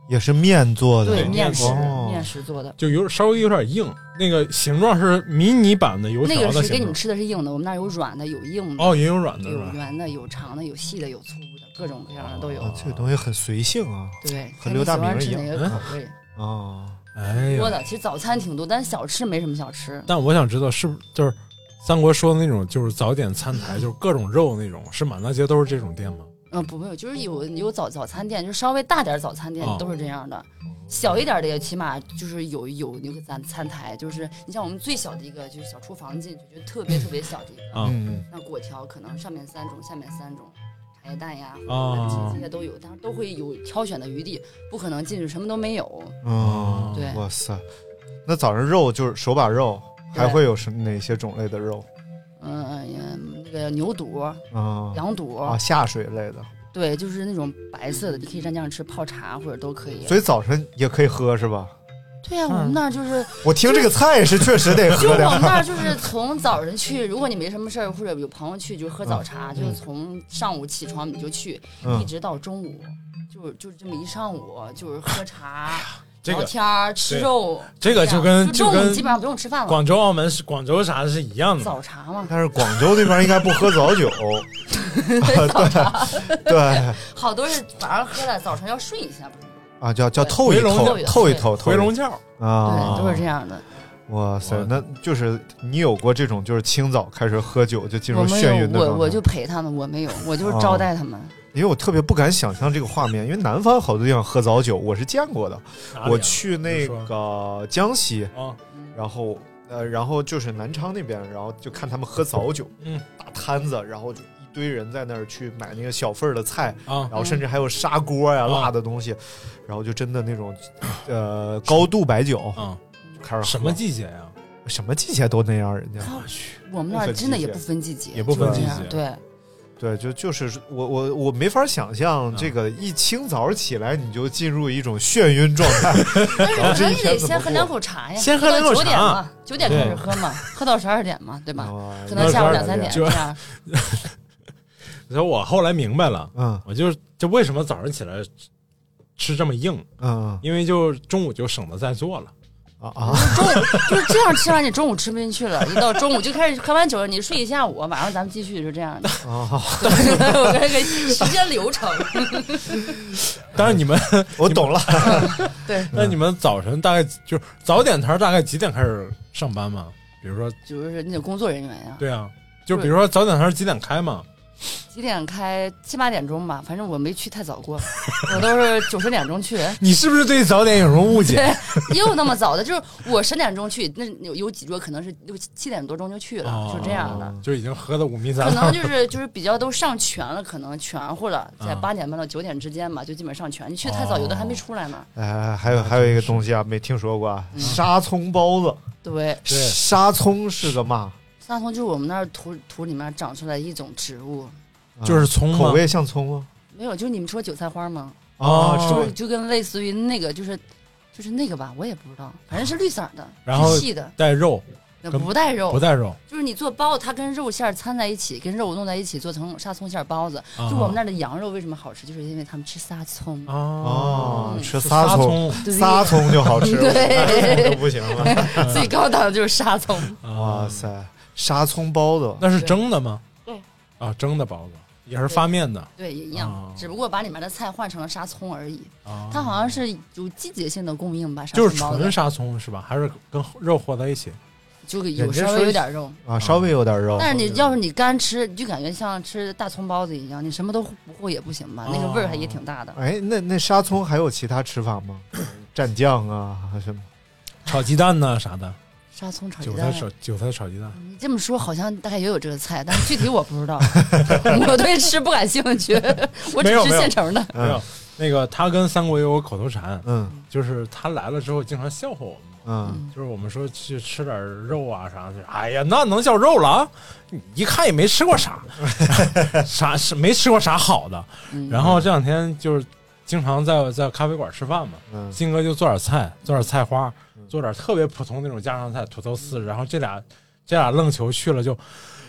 [SPEAKER 2] 也是面做的。
[SPEAKER 4] 对，
[SPEAKER 3] 面
[SPEAKER 4] 面食、
[SPEAKER 2] 哦
[SPEAKER 4] 面食做的。
[SPEAKER 3] 就有稍微有点硬，那个形状是迷你版的油
[SPEAKER 4] 那
[SPEAKER 3] 条的
[SPEAKER 4] 个是给
[SPEAKER 3] 形
[SPEAKER 4] 你们
[SPEAKER 3] 状。
[SPEAKER 4] 吃的是硬的，我们那儿有软的，有硬的，
[SPEAKER 3] 哦，也有软的是
[SPEAKER 4] 有
[SPEAKER 3] 吧？
[SPEAKER 4] 圆的，有长的，有细的，有粗的，各种各样的都有。
[SPEAKER 2] 啊这个东西很随性啊
[SPEAKER 4] 对，
[SPEAKER 2] 和
[SPEAKER 4] 看你
[SPEAKER 2] 刘大
[SPEAKER 4] 喜欢
[SPEAKER 2] 明一
[SPEAKER 4] 吃
[SPEAKER 2] 样
[SPEAKER 4] 哪个口味
[SPEAKER 2] 啊！
[SPEAKER 3] 哎
[SPEAKER 4] 多
[SPEAKER 3] 呀，
[SPEAKER 4] 的？其实早餐挺多，但小吃没什么小吃。
[SPEAKER 3] 但我想知道是不是就是三国说的那种，就是早点餐台，就是各种肉那种，是满大街都是这种店吗？
[SPEAKER 4] 嗯，不会，就是有有早早餐店，就稍微大点儿早餐店
[SPEAKER 3] 哦
[SPEAKER 4] 都是这样的，小一点儿的也起码就是有有那个咱餐台，就是你像我们最小的一个就是小厨房进去就特别特别小的一个，
[SPEAKER 3] 啊
[SPEAKER 2] 嗯，
[SPEAKER 4] 那果条可能上面三种，下面三种，茶叶蛋呀、
[SPEAKER 3] 啊
[SPEAKER 4] 这些都有，但是都会有挑选的余地，不可能进去什么都没有。
[SPEAKER 2] 嗯，
[SPEAKER 4] 对
[SPEAKER 2] 哇塞，那早上肉就是手把肉，
[SPEAKER 4] 对
[SPEAKER 2] 还会有什么哪些种类的肉？
[SPEAKER 4] 嗯，嗯那个牛肚、
[SPEAKER 2] 啊
[SPEAKER 4] 羊肚，
[SPEAKER 2] 啊，下水类的，
[SPEAKER 4] 对，就是那种白色的，你可以蘸酱吃泡茶或者都可以。
[SPEAKER 2] 所以早晨也可以喝是吧？
[SPEAKER 4] 对呀、我们那儿就是，
[SPEAKER 2] 我听这个菜是确实得
[SPEAKER 4] 就
[SPEAKER 2] 嗯喝
[SPEAKER 4] 我
[SPEAKER 2] 点
[SPEAKER 4] 们
[SPEAKER 2] 儿。
[SPEAKER 4] 那儿就是从早晨去，如果你没什么事儿或者有朋友去，就喝早茶，就是从上午起床你就去，一
[SPEAKER 2] 嗯，
[SPEAKER 4] 直到中午，就就是这么一上午，就是喝茶、
[SPEAKER 3] 这
[SPEAKER 4] 聊
[SPEAKER 3] 个
[SPEAKER 4] 天儿、吃
[SPEAKER 3] 对
[SPEAKER 4] 肉。
[SPEAKER 3] 这个
[SPEAKER 4] 这
[SPEAKER 3] 就
[SPEAKER 4] 样
[SPEAKER 3] 跟
[SPEAKER 4] 就中午
[SPEAKER 3] 跟
[SPEAKER 4] 基本上不用吃饭了，
[SPEAKER 3] 广州、澳门是广州啥是一样的嘛，
[SPEAKER 4] 早茶嘛。
[SPEAKER 2] 但是广州那边应该不喝早 酒，啊对对
[SPEAKER 4] 好多是晚上喝了，早晨要睡一下，
[SPEAKER 2] 啊，叫叫透一
[SPEAKER 3] 回笼
[SPEAKER 2] 透
[SPEAKER 4] 觉，
[SPEAKER 2] 透一透，透
[SPEAKER 3] 回
[SPEAKER 2] 一
[SPEAKER 3] 笼觉儿。
[SPEAKER 2] 透啊，
[SPEAKER 4] 对，都是这样的。
[SPEAKER 2] 哇塞
[SPEAKER 3] 我，
[SPEAKER 2] 那就是你有过这种，就是清早开始喝酒就进入
[SPEAKER 4] 我没
[SPEAKER 2] 眩
[SPEAKER 4] 有
[SPEAKER 2] 晕，的状态啊
[SPEAKER 4] 我我就陪他们，我没有，我就是招待他们。
[SPEAKER 2] 因为我特别不敢想象这个画面，因为南方好多地方喝早酒我是见过的，
[SPEAKER 3] 哪里啊
[SPEAKER 2] 我去那个江西，
[SPEAKER 3] 啊，
[SPEAKER 4] 嗯
[SPEAKER 2] 然后呃，然后就是南昌那边，然后就看他们喝早酒，
[SPEAKER 3] 嗯
[SPEAKER 2] 大摊子，然后就一堆人在那儿去买那个小份儿的菜，
[SPEAKER 3] 啊，
[SPEAKER 2] 然后甚至还有砂锅呀、
[SPEAKER 3] 嗯
[SPEAKER 2] 辣的东西，然后就真的那种呃高度白酒
[SPEAKER 3] 啊，
[SPEAKER 2] 就开始喝
[SPEAKER 3] 什么季节呀？
[SPEAKER 2] 什么季节都那样，人家。
[SPEAKER 4] 我去，我们那儿真的也不分季节，
[SPEAKER 3] 也不分
[SPEAKER 2] 季节
[SPEAKER 4] 就是这样对，
[SPEAKER 2] 对，就就是我我我没法想象这个一清早起来你就进入一种眩晕状态，
[SPEAKER 4] 但是
[SPEAKER 2] 这
[SPEAKER 4] 咱
[SPEAKER 2] 一
[SPEAKER 4] 也
[SPEAKER 2] 天
[SPEAKER 4] 得
[SPEAKER 2] 怎么
[SPEAKER 4] 先喝
[SPEAKER 2] 过
[SPEAKER 4] 两口茶呀，
[SPEAKER 3] 先喝两口
[SPEAKER 4] 喝到九点
[SPEAKER 3] 茶
[SPEAKER 4] 嘛，九点开始喝嘛，喝到十二点嘛，对吧？
[SPEAKER 2] 哇
[SPEAKER 4] 可能下午两三点
[SPEAKER 3] 就
[SPEAKER 4] 这样。
[SPEAKER 3] 所以我后来明白了，
[SPEAKER 2] 嗯
[SPEAKER 3] 我就就为什么早上起来吃这么硬，
[SPEAKER 2] 嗯
[SPEAKER 3] 因为就中午就省得再做了。
[SPEAKER 2] 啊啊！
[SPEAKER 4] 中午 就是这样吃完，你中午吃不进去了，一到中午就开始喝完酒了，你睡一下午，晚上咱们继续，就这样的。
[SPEAKER 2] 啊
[SPEAKER 4] 我这个时间流程，
[SPEAKER 3] 但是你 们，
[SPEAKER 2] 我懂了，
[SPEAKER 4] 对，
[SPEAKER 3] 那你们早晨大概就是早点摊儿大概几点开始上班嘛？比如说，
[SPEAKER 4] 就是你得工作人员呀，
[SPEAKER 3] 对啊，就比如说早点摊儿几点开嘛？
[SPEAKER 4] 几点开？七八点钟吧，反正我没去太早过， 我都是九十点钟去，
[SPEAKER 6] 你是不是对早点有什么误 解？
[SPEAKER 4] 也有那么早的，就是我十点钟去，那有有几桌可能是六七七点多钟就去了，
[SPEAKER 3] 哦
[SPEAKER 4] 就这样 的。
[SPEAKER 3] 就已经喝的五迷三
[SPEAKER 4] 可
[SPEAKER 3] 道
[SPEAKER 4] 能。就是就是比较都上全了，可能全乎了，在八点半到九点之间吧，就基本上全。你去
[SPEAKER 3] 哦
[SPEAKER 4] 太早，有的还没出来呢。
[SPEAKER 2] 哎，还有还有一个东西啊，没听说过啊，
[SPEAKER 4] 嗯
[SPEAKER 2] 沙葱包子。
[SPEAKER 4] 对，
[SPEAKER 3] 对
[SPEAKER 2] 沙葱是个嘛？
[SPEAKER 4] 沙葱就是我们那儿土土里面长出来一种植物，
[SPEAKER 3] 就是葱吗
[SPEAKER 2] 啊口味像葱吗？
[SPEAKER 4] 没有，就是你们说韭菜花吗？
[SPEAKER 3] 哦
[SPEAKER 2] 啊，
[SPEAKER 4] 就是是就跟类似于那个，就是就是那个吧，我也不知道，反正是绿色儿的，
[SPEAKER 3] 然后
[SPEAKER 4] 是细的，
[SPEAKER 3] 带肉，
[SPEAKER 4] 那
[SPEAKER 3] 跟
[SPEAKER 4] 不带肉
[SPEAKER 3] 不，带肉。
[SPEAKER 4] 就是你做包，它跟肉馅儿掺在一起，跟肉弄在一起做成沙葱馅儿包子。
[SPEAKER 3] 啊
[SPEAKER 4] 就我们那儿的羊肉为什么好吃，就是因为他们吃沙葱。
[SPEAKER 3] 哦
[SPEAKER 2] 哦，
[SPEAKER 4] 嗯
[SPEAKER 2] 吃
[SPEAKER 3] 沙
[SPEAKER 2] 沙葱，
[SPEAKER 4] 对
[SPEAKER 2] 沙葱就好吃，
[SPEAKER 4] 对
[SPEAKER 2] 都不行了。
[SPEAKER 4] 最高档的就是沙葱，
[SPEAKER 2] 哇
[SPEAKER 3] 哇塞，
[SPEAKER 2] 塞，沙葱包子，
[SPEAKER 3] 啊那是蒸的吗？
[SPEAKER 4] 对，
[SPEAKER 3] 啊，蒸的包子也是发面的
[SPEAKER 4] 对，也一样，
[SPEAKER 3] 哦
[SPEAKER 4] 只不过把里面的菜换成了沙葱而已。
[SPEAKER 3] 啊，
[SPEAKER 4] 它好像是有季节性的供应吧，沙
[SPEAKER 3] 就是
[SPEAKER 4] 葱包子
[SPEAKER 3] 纯沙葱是吧？还是跟肉和在一起？
[SPEAKER 4] 就
[SPEAKER 2] 人
[SPEAKER 4] 有
[SPEAKER 2] 家
[SPEAKER 4] 稍
[SPEAKER 2] 说
[SPEAKER 4] 微有点肉。
[SPEAKER 2] 啊，稍微有点
[SPEAKER 3] 哦
[SPEAKER 2] 肉。
[SPEAKER 4] 但是你要是你干吃，你就感觉像吃大葱包子一样，你什么都不会也不行吧？那个味
[SPEAKER 3] 啊
[SPEAKER 4] 儿还也挺大的。
[SPEAKER 2] 哎，那那沙葱还有其他吃法吗？蘸酱啊，还是什么？
[SPEAKER 3] 炒鸡蛋呢啥的，
[SPEAKER 4] 沙葱炒鸡
[SPEAKER 3] 韭
[SPEAKER 4] 蛋啊
[SPEAKER 3] 菜，炒韭菜炒鸡蛋。
[SPEAKER 4] 你这么说好像大概也有这个菜，但是具体我不知 道，我对吃不感兴 趣，我只
[SPEAKER 3] 没有
[SPEAKER 4] 吃
[SPEAKER 3] 没有
[SPEAKER 4] 现成的。
[SPEAKER 3] 没有
[SPEAKER 2] 嗯，
[SPEAKER 3] 啊那个他跟三国也有口头禅，
[SPEAKER 2] 嗯
[SPEAKER 3] 就是他来了之后经常笑话我们，
[SPEAKER 2] 嗯，
[SPEAKER 3] 就是我们说去吃点肉啊啥的，哎呀，那能叫肉了啊？你一看也没吃过 啥，啥是没吃过啥好的。
[SPEAKER 4] 嗯，
[SPEAKER 3] 然后这两天就是经常在在咖啡馆吃饭嘛，
[SPEAKER 2] 嗯
[SPEAKER 3] 金哥就做点菜，做点菜花，做点特别普通那种家常菜，土豆丝。然后这俩这俩愣球去了就，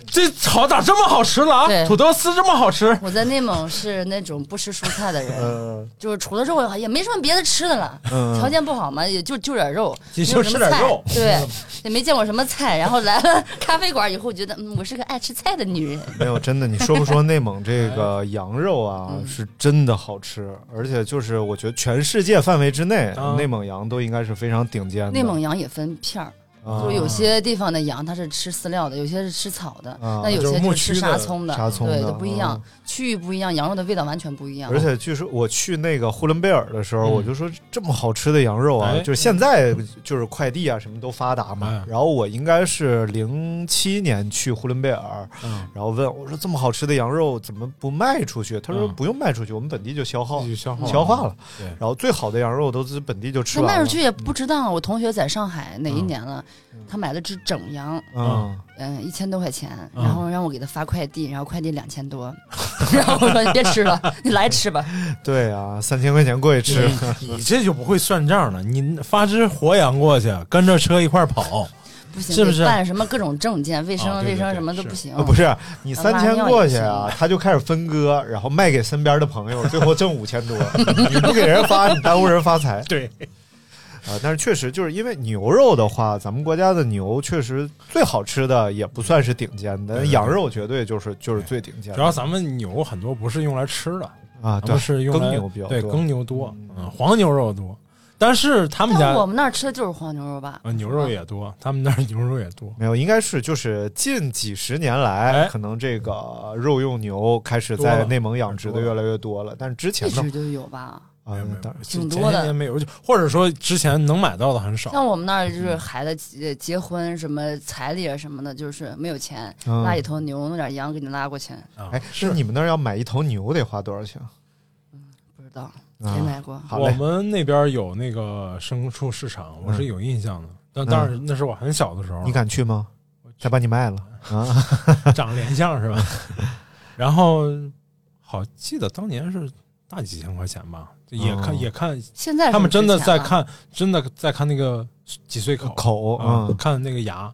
[SPEAKER 3] 这炒咋这么好吃了啊？
[SPEAKER 4] 对
[SPEAKER 3] 土豆丝这么好吃，
[SPEAKER 4] 我在内蒙是那种不吃蔬菜的人，
[SPEAKER 2] 嗯
[SPEAKER 4] 就是除了肉也没什么别的吃的了。
[SPEAKER 2] 嗯，
[SPEAKER 4] 条件不好嘛，也就就点肉，
[SPEAKER 3] 也
[SPEAKER 4] 没
[SPEAKER 3] 就
[SPEAKER 4] 有
[SPEAKER 3] 吃
[SPEAKER 4] 什
[SPEAKER 3] 点
[SPEAKER 4] 么菜
[SPEAKER 3] 肉，
[SPEAKER 4] 对，也没见过什么菜。然后来了 咖啡馆以后，觉得嗯，我是个爱吃菜的女人。
[SPEAKER 2] 没有，真的，你说不说内蒙这 个羊肉啊，
[SPEAKER 4] 嗯
[SPEAKER 2] 是真的好吃，而且就是我觉得全世界范围之内，
[SPEAKER 3] 啊
[SPEAKER 2] 内蒙羊都应该是非常顶尖的。
[SPEAKER 4] 嗯内蒙羊也分片儿，
[SPEAKER 2] 啊
[SPEAKER 4] 就有些地方的羊它是吃饲料的，有些是吃草的，
[SPEAKER 2] 啊
[SPEAKER 4] 那有些
[SPEAKER 3] 就是牧
[SPEAKER 4] 是
[SPEAKER 3] 区
[SPEAKER 4] 吃
[SPEAKER 3] 的
[SPEAKER 4] 沙葱的，啊
[SPEAKER 2] 沙葱
[SPEAKER 4] 对，
[SPEAKER 2] 的
[SPEAKER 4] 都不一样，区域不一样，羊肉的味道完全不一样。
[SPEAKER 2] 而且据说我去那个呼伦贝尔的时候，
[SPEAKER 3] 嗯
[SPEAKER 2] 我就说这么好吃的羊肉啊
[SPEAKER 3] 哎，
[SPEAKER 2] 就是现在就是快递啊什么都发达嘛
[SPEAKER 3] 哎。
[SPEAKER 2] 然后我应该是零七年去呼伦贝尔，
[SPEAKER 3] 嗯，
[SPEAKER 2] 然后问我说这么好吃的羊肉怎么不卖出去？他说
[SPEAKER 3] 嗯
[SPEAKER 2] 不用卖出去，我们本地就消耗
[SPEAKER 3] 继续嗯消化
[SPEAKER 2] 消化了
[SPEAKER 3] 对。
[SPEAKER 2] 然后最好的羊肉都是本地就吃
[SPEAKER 4] 那
[SPEAKER 2] 完了。
[SPEAKER 4] 卖出去也不值
[SPEAKER 3] 嗯
[SPEAKER 4] 当。我同学在上海哪一年了，他买了只整羊，
[SPEAKER 2] 嗯，
[SPEAKER 4] 嗯，一千多块钱，
[SPEAKER 3] 嗯
[SPEAKER 4] 然后让我给他发快递，然后快递两千多， 然后我说你别吃了，你来吃吧。
[SPEAKER 2] 对啊，三千块钱过去吃，
[SPEAKER 3] 你这就不会算账了。你发只活羊过去，跟着车一块儿跑，
[SPEAKER 4] 不行，
[SPEAKER 3] 是不是
[SPEAKER 4] 得办什么各种证件、卫生、
[SPEAKER 3] 啊对对
[SPEAKER 4] 卫生
[SPEAKER 3] 对
[SPEAKER 4] 什么都
[SPEAKER 3] 是
[SPEAKER 4] 不行。
[SPEAKER 2] 啊，不是你三千过去
[SPEAKER 4] 拉尿也
[SPEAKER 2] 啊，他就开始分割，然后卖给身边的朋友，最后挣 五千多。你不给人发，你耽误人发财
[SPEAKER 3] 对，
[SPEAKER 2] 啊！但是确实就是因为牛肉的话，咱们国家的牛确实最好吃的也不算是顶尖的，
[SPEAKER 3] 对对
[SPEAKER 2] 羊肉绝对就是就是最顶尖
[SPEAKER 3] 主要
[SPEAKER 2] 的
[SPEAKER 3] 咱们牛很多不是用来吃的，咱
[SPEAKER 2] 啊！对
[SPEAKER 3] 们，是用来
[SPEAKER 2] 耕牛比较
[SPEAKER 3] 对
[SPEAKER 2] 多
[SPEAKER 3] 耕牛多
[SPEAKER 2] 嗯，
[SPEAKER 3] 嗯，黄牛肉多，但是他们家
[SPEAKER 4] 但我们那儿吃的就是黄牛肉吧？
[SPEAKER 3] 呃牛肉也多，他们那儿牛肉也 多。
[SPEAKER 2] 没有，应该是就是近几十年来，
[SPEAKER 3] 哎
[SPEAKER 2] 可能这个肉用牛开始
[SPEAKER 3] 多了
[SPEAKER 2] 在内蒙养殖的越来越多了，但是之前
[SPEAKER 4] 一
[SPEAKER 2] 的
[SPEAKER 4] 直就有吧。
[SPEAKER 2] 啊
[SPEAKER 3] 没有没有，
[SPEAKER 2] 当然
[SPEAKER 4] 挺
[SPEAKER 3] 前
[SPEAKER 4] 多的
[SPEAKER 3] 些年没有，就或者说之前能买到的很少。
[SPEAKER 4] 像我们那儿
[SPEAKER 3] 嗯
[SPEAKER 4] 就是孩子结结婚什么彩礼啊什么的，就是没有钱，
[SPEAKER 2] 嗯
[SPEAKER 4] 拉一头牛，弄点羊给你拉过去，
[SPEAKER 3] 啊
[SPEAKER 2] 哎，
[SPEAKER 3] 是
[SPEAKER 2] 那你们那儿要买一头牛得花多少钱？
[SPEAKER 4] 不知道
[SPEAKER 2] 啊
[SPEAKER 4] 没
[SPEAKER 3] 嗯
[SPEAKER 4] 买过。
[SPEAKER 2] 好
[SPEAKER 3] 我
[SPEAKER 2] 嘞，
[SPEAKER 3] 们那边有那个牲畜市场，我是有印象的，但当然那是我很小的时候，
[SPEAKER 2] 嗯你敢去吗？再把你卖了啊！
[SPEAKER 3] 长脸相是吧？ 然后好记得当年是大几千块钱吧，就也看、
[SPEAKER 2] 哦
[SPEAKER 3] 也看，
[SPEAKER 4] 现在是
[SPEAKER 3] 他们真的
[SPEAKER 4] 不值钱
[SPEAKER 3] 在
[SPEAKER 4] 了，
[SPEAKER 3] 看，真的在看那个几岁口
[SPEAKER 2] 口
[SPEAKER 3] 啊、
[SPEAKER 2] 嗯
[SPEAKER 3] 看那个牙，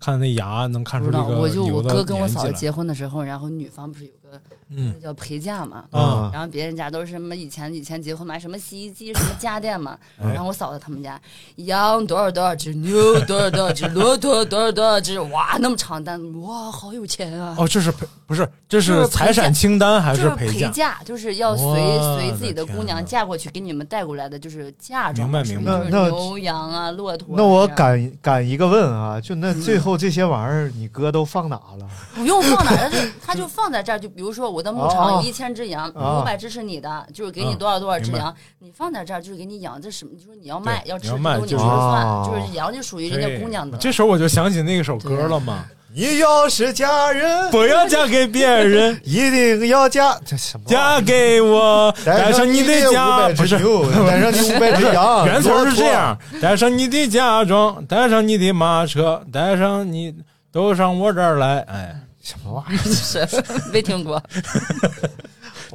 [SPEAKER 3] 看那牙能看
[SPEAKER 4] 不
[SPEAKER 3] 出
[SPEAKER 4] 知
[SPEAKER 3] 这
[SPEAKER 4] 道。
[SPEAKER 3] 个
[SPEAKER 4] 我就
[SPEAKER 3] 牛
[SPEAKER 4] 我
[SPEAKER 3] 的
[SPEAKER 4] 哥跟我
[SPEAKER 3] 年纪
[SPEAKER 4] 嫂子
[SPEAKER 3] 来
[SPEAKER 4] 结婚的时候，然后女方不是有个
[SPEAKER 3] 嗯
[SPEAKER 4] 那叫陪嫁嘛，
[SPEAKER 3] 啊
[SPEAKER 4] 然后别人家都是什么以前以前结婚买什么洗衣机什么家电嘛，
[SPEAKER 3] 哎
[SPEAKER 4] 然后我嫂子他们家羊多少多少只，牛多少多少只，骆驼多少多少只，哇那么长单，哇好有钱啊！
[SPEAKER 3] 哦，这是陪不是这
[SPEAKER 4] 就是是陪
[SPEAKER 3] 财产
[SPEAKER 4] 嫁
[SPEAKER 3] 清单还
[SPEAKER 4] 就是
[SPEAKER 3] 陪
[SPEAKER 4] 陪
[SPEAKER 3] 嫁？
[SPEAKER 4] 嫁，就是要随
[SPEAKER 3] 我
[SPEAKER 4] 随
[SPEAKER 3] 的
[SPEAKER 4] 自己的姑
[SPEAKER 3] 天
[SPEAKER 4] 娘
[SPEAKER 3] 呐
[SPEAKER 4] 嫁过去，给你们带过来的就是嫁妆，
[SPEAKER 3] 明白
[SPEAKER 4] 属于
[SPEAKER 3] 明
[SPEAKER 2] 白
[SPEAKER 4] 就是
[SPEAKER 2] 那
[SPEAKER 4] 牛羊啊、骆驼啊这样。
[SPEAKER 2] 那我敢敢一个问啊，就那最后这些玩意儿，你哥都放哪了？
[SPEAKER 4] 不用放哪儿，他就他就放在这儿，就比如说我的牧场
[SPEAKER 2] 哦
[SPEAKER 4] 有一千只羊，
[SPEAKER 2] 哦
[SPEAKER 4] 五百只是你的，就是给你
[SPEAKER 3] 嗯
[SPEAKER 4] 多少多少只
[SPEAKER 3] 明白
[SPEAKER 4] 羊，你放在这儿就是给你养，这是什么？你说你要卖
[SPEAKER 3] 对
[SPEAKER 4] 要吃，
[SPEAKER 3] 你要
[SPEAKER 4] 这
[SPEAKER 3] 卖
[SPEAKER 4] 都你
[SPEAKER 3] 就
[SPEAKER 4] 说
[SPEAKER 3] 是
[SPEAKER 4] 了算，
[SPEAKER 2] 哦
[SPEAKER 4] 就是羊就属于人家姑娘的。
[SPEAKER 3] 这时候我就想起那首歌了 嘛，
[SPEAKER 2] 你要是嫁人，
[SPEAKER 3] 不要嫁给别 人，
[SPEAKER 2] 一定要嫁这什么玩意
[SPEAKER 3] 嫁
[SPEAKER 2] 儿？
[SPEAKER 3] 给我，带上你的
[SPEAKER 2] 五
[SPEAKER 3] 家，
[SPEAKER 2] 百
[SPEAKER 3] 不
[SPEAKER 2] 只
[SPEAKER 3] 是。
[SPEAKER 2] 牛，带上你五百只 羊。
[SPEAKER 3] 原词儿是这样：带上你的嫁妆，带上你的马车，带上你都上我这儿来。哎，
[SPEAKER 2] 什么 玩意儿？
[SPEAKER 4] 是 没听过，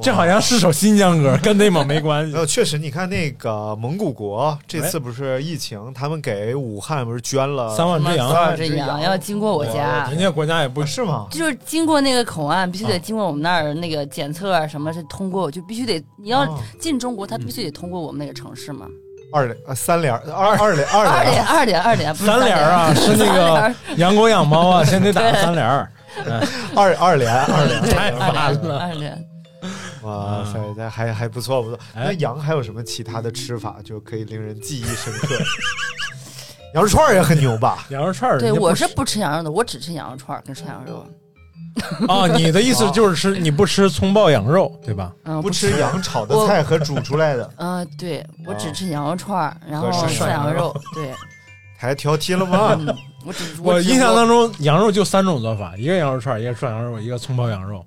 [SPEAKER 3] 这好像是首新疆歌，跟内蒙没关系
[SPEAKER 2] 没。有，哦确实，你看那个蒙古国这次不是疫情，他们给武汉不是捐了
[SPEAKER 3] 三万只
[SPEAKER 4] 什
[SPEAKER 3] 羊
[SPEAKER 4] 么
[SPEAKER 2] 哎三万
[SPEAKER 4] 这
[SPEAKER 2] 只
[SPEAKER 4] 羊
[SPEAKER 2] 羊
[SPEAKER 4] 要经过我家
[SPEAKER 3] 人。家国家也不
[SPEAKER 2] 不啊是吗？
[SPEAKER 4] 就是经过那个口岸，必须得经过我们那儿那个检测啊，什么是通过，就必须得你要
[SPEAKER 2] 哦
[SPEAKER 4] 进中国，它必须得通过我们那个城市嘛。
[SPEAKER 2] 二两呃三两二二两二
[SPEAKER 4] 二啊
[SPEAKER 2] 两
[SPEAKER 4] 点二点二点，不是
[SPEAKER 3] 啊三联
[SPEAKER 4] 联
[SPEAKER 3] 儿啊，是那个养狗养猫啊，先得打三联儿。
[SPEAKER 2] 二二连二两。
[SPEAKER 4] 对
[SPEAKER 3] 太 烦
[SPEAKER 4] 二联
[SPEAKER 3] 了
[SPEAKER 4] 二联。
[SPEAKER 2] 哇塞，那还还不错不错。
[SPEAKER 3] 哎
[SPEAKER 2] 那羊还有什么其他的吃法就可以令人记忆深刻？ 羊肉串儿也很牛吧？
[SPEAKER 3] 羊肉串儿，
[SPEAKER 4] 对，
[SPEAKER 3] 人家不
[SPEAKER 4] 我是不吃羊肉的，我只吃羊肉串儿跟涮羊肉。
[SPEAKER 3] 啊，你的意思就是吃你不吃葱爆羊肉对吧？
[SPEAKER 4] 嗯，
[SPEAKER 2] 不
[SPEAKER 4] 不
[SPEAKER 2] 吃。羊炒的菜和煮出来的，
[SPEAKER 4] 嗯，对我
[SPEAKER 3] 哦
[SPEAKER 4] 只吃羊肉串儿，然后
[SPEAKER 2] 和
[SPEAKER 4] 涮
[SPEAKER 2] 涮
[SPEAKER 4] 羊
[SPEAKER 2] 羊
[SPEAKER 4] 肉。对，
[SPEAKER 2] 还挑剔了吗？
[SPEAKER 4] 嗯，我只
[SPEAKER 3] 我
[SPEAKER 4] 只
[SPEAKER 3] 印象当中羊肉就三种做法，一个羊肉串儿，一个涮羊肉，一个葱爆羊肉。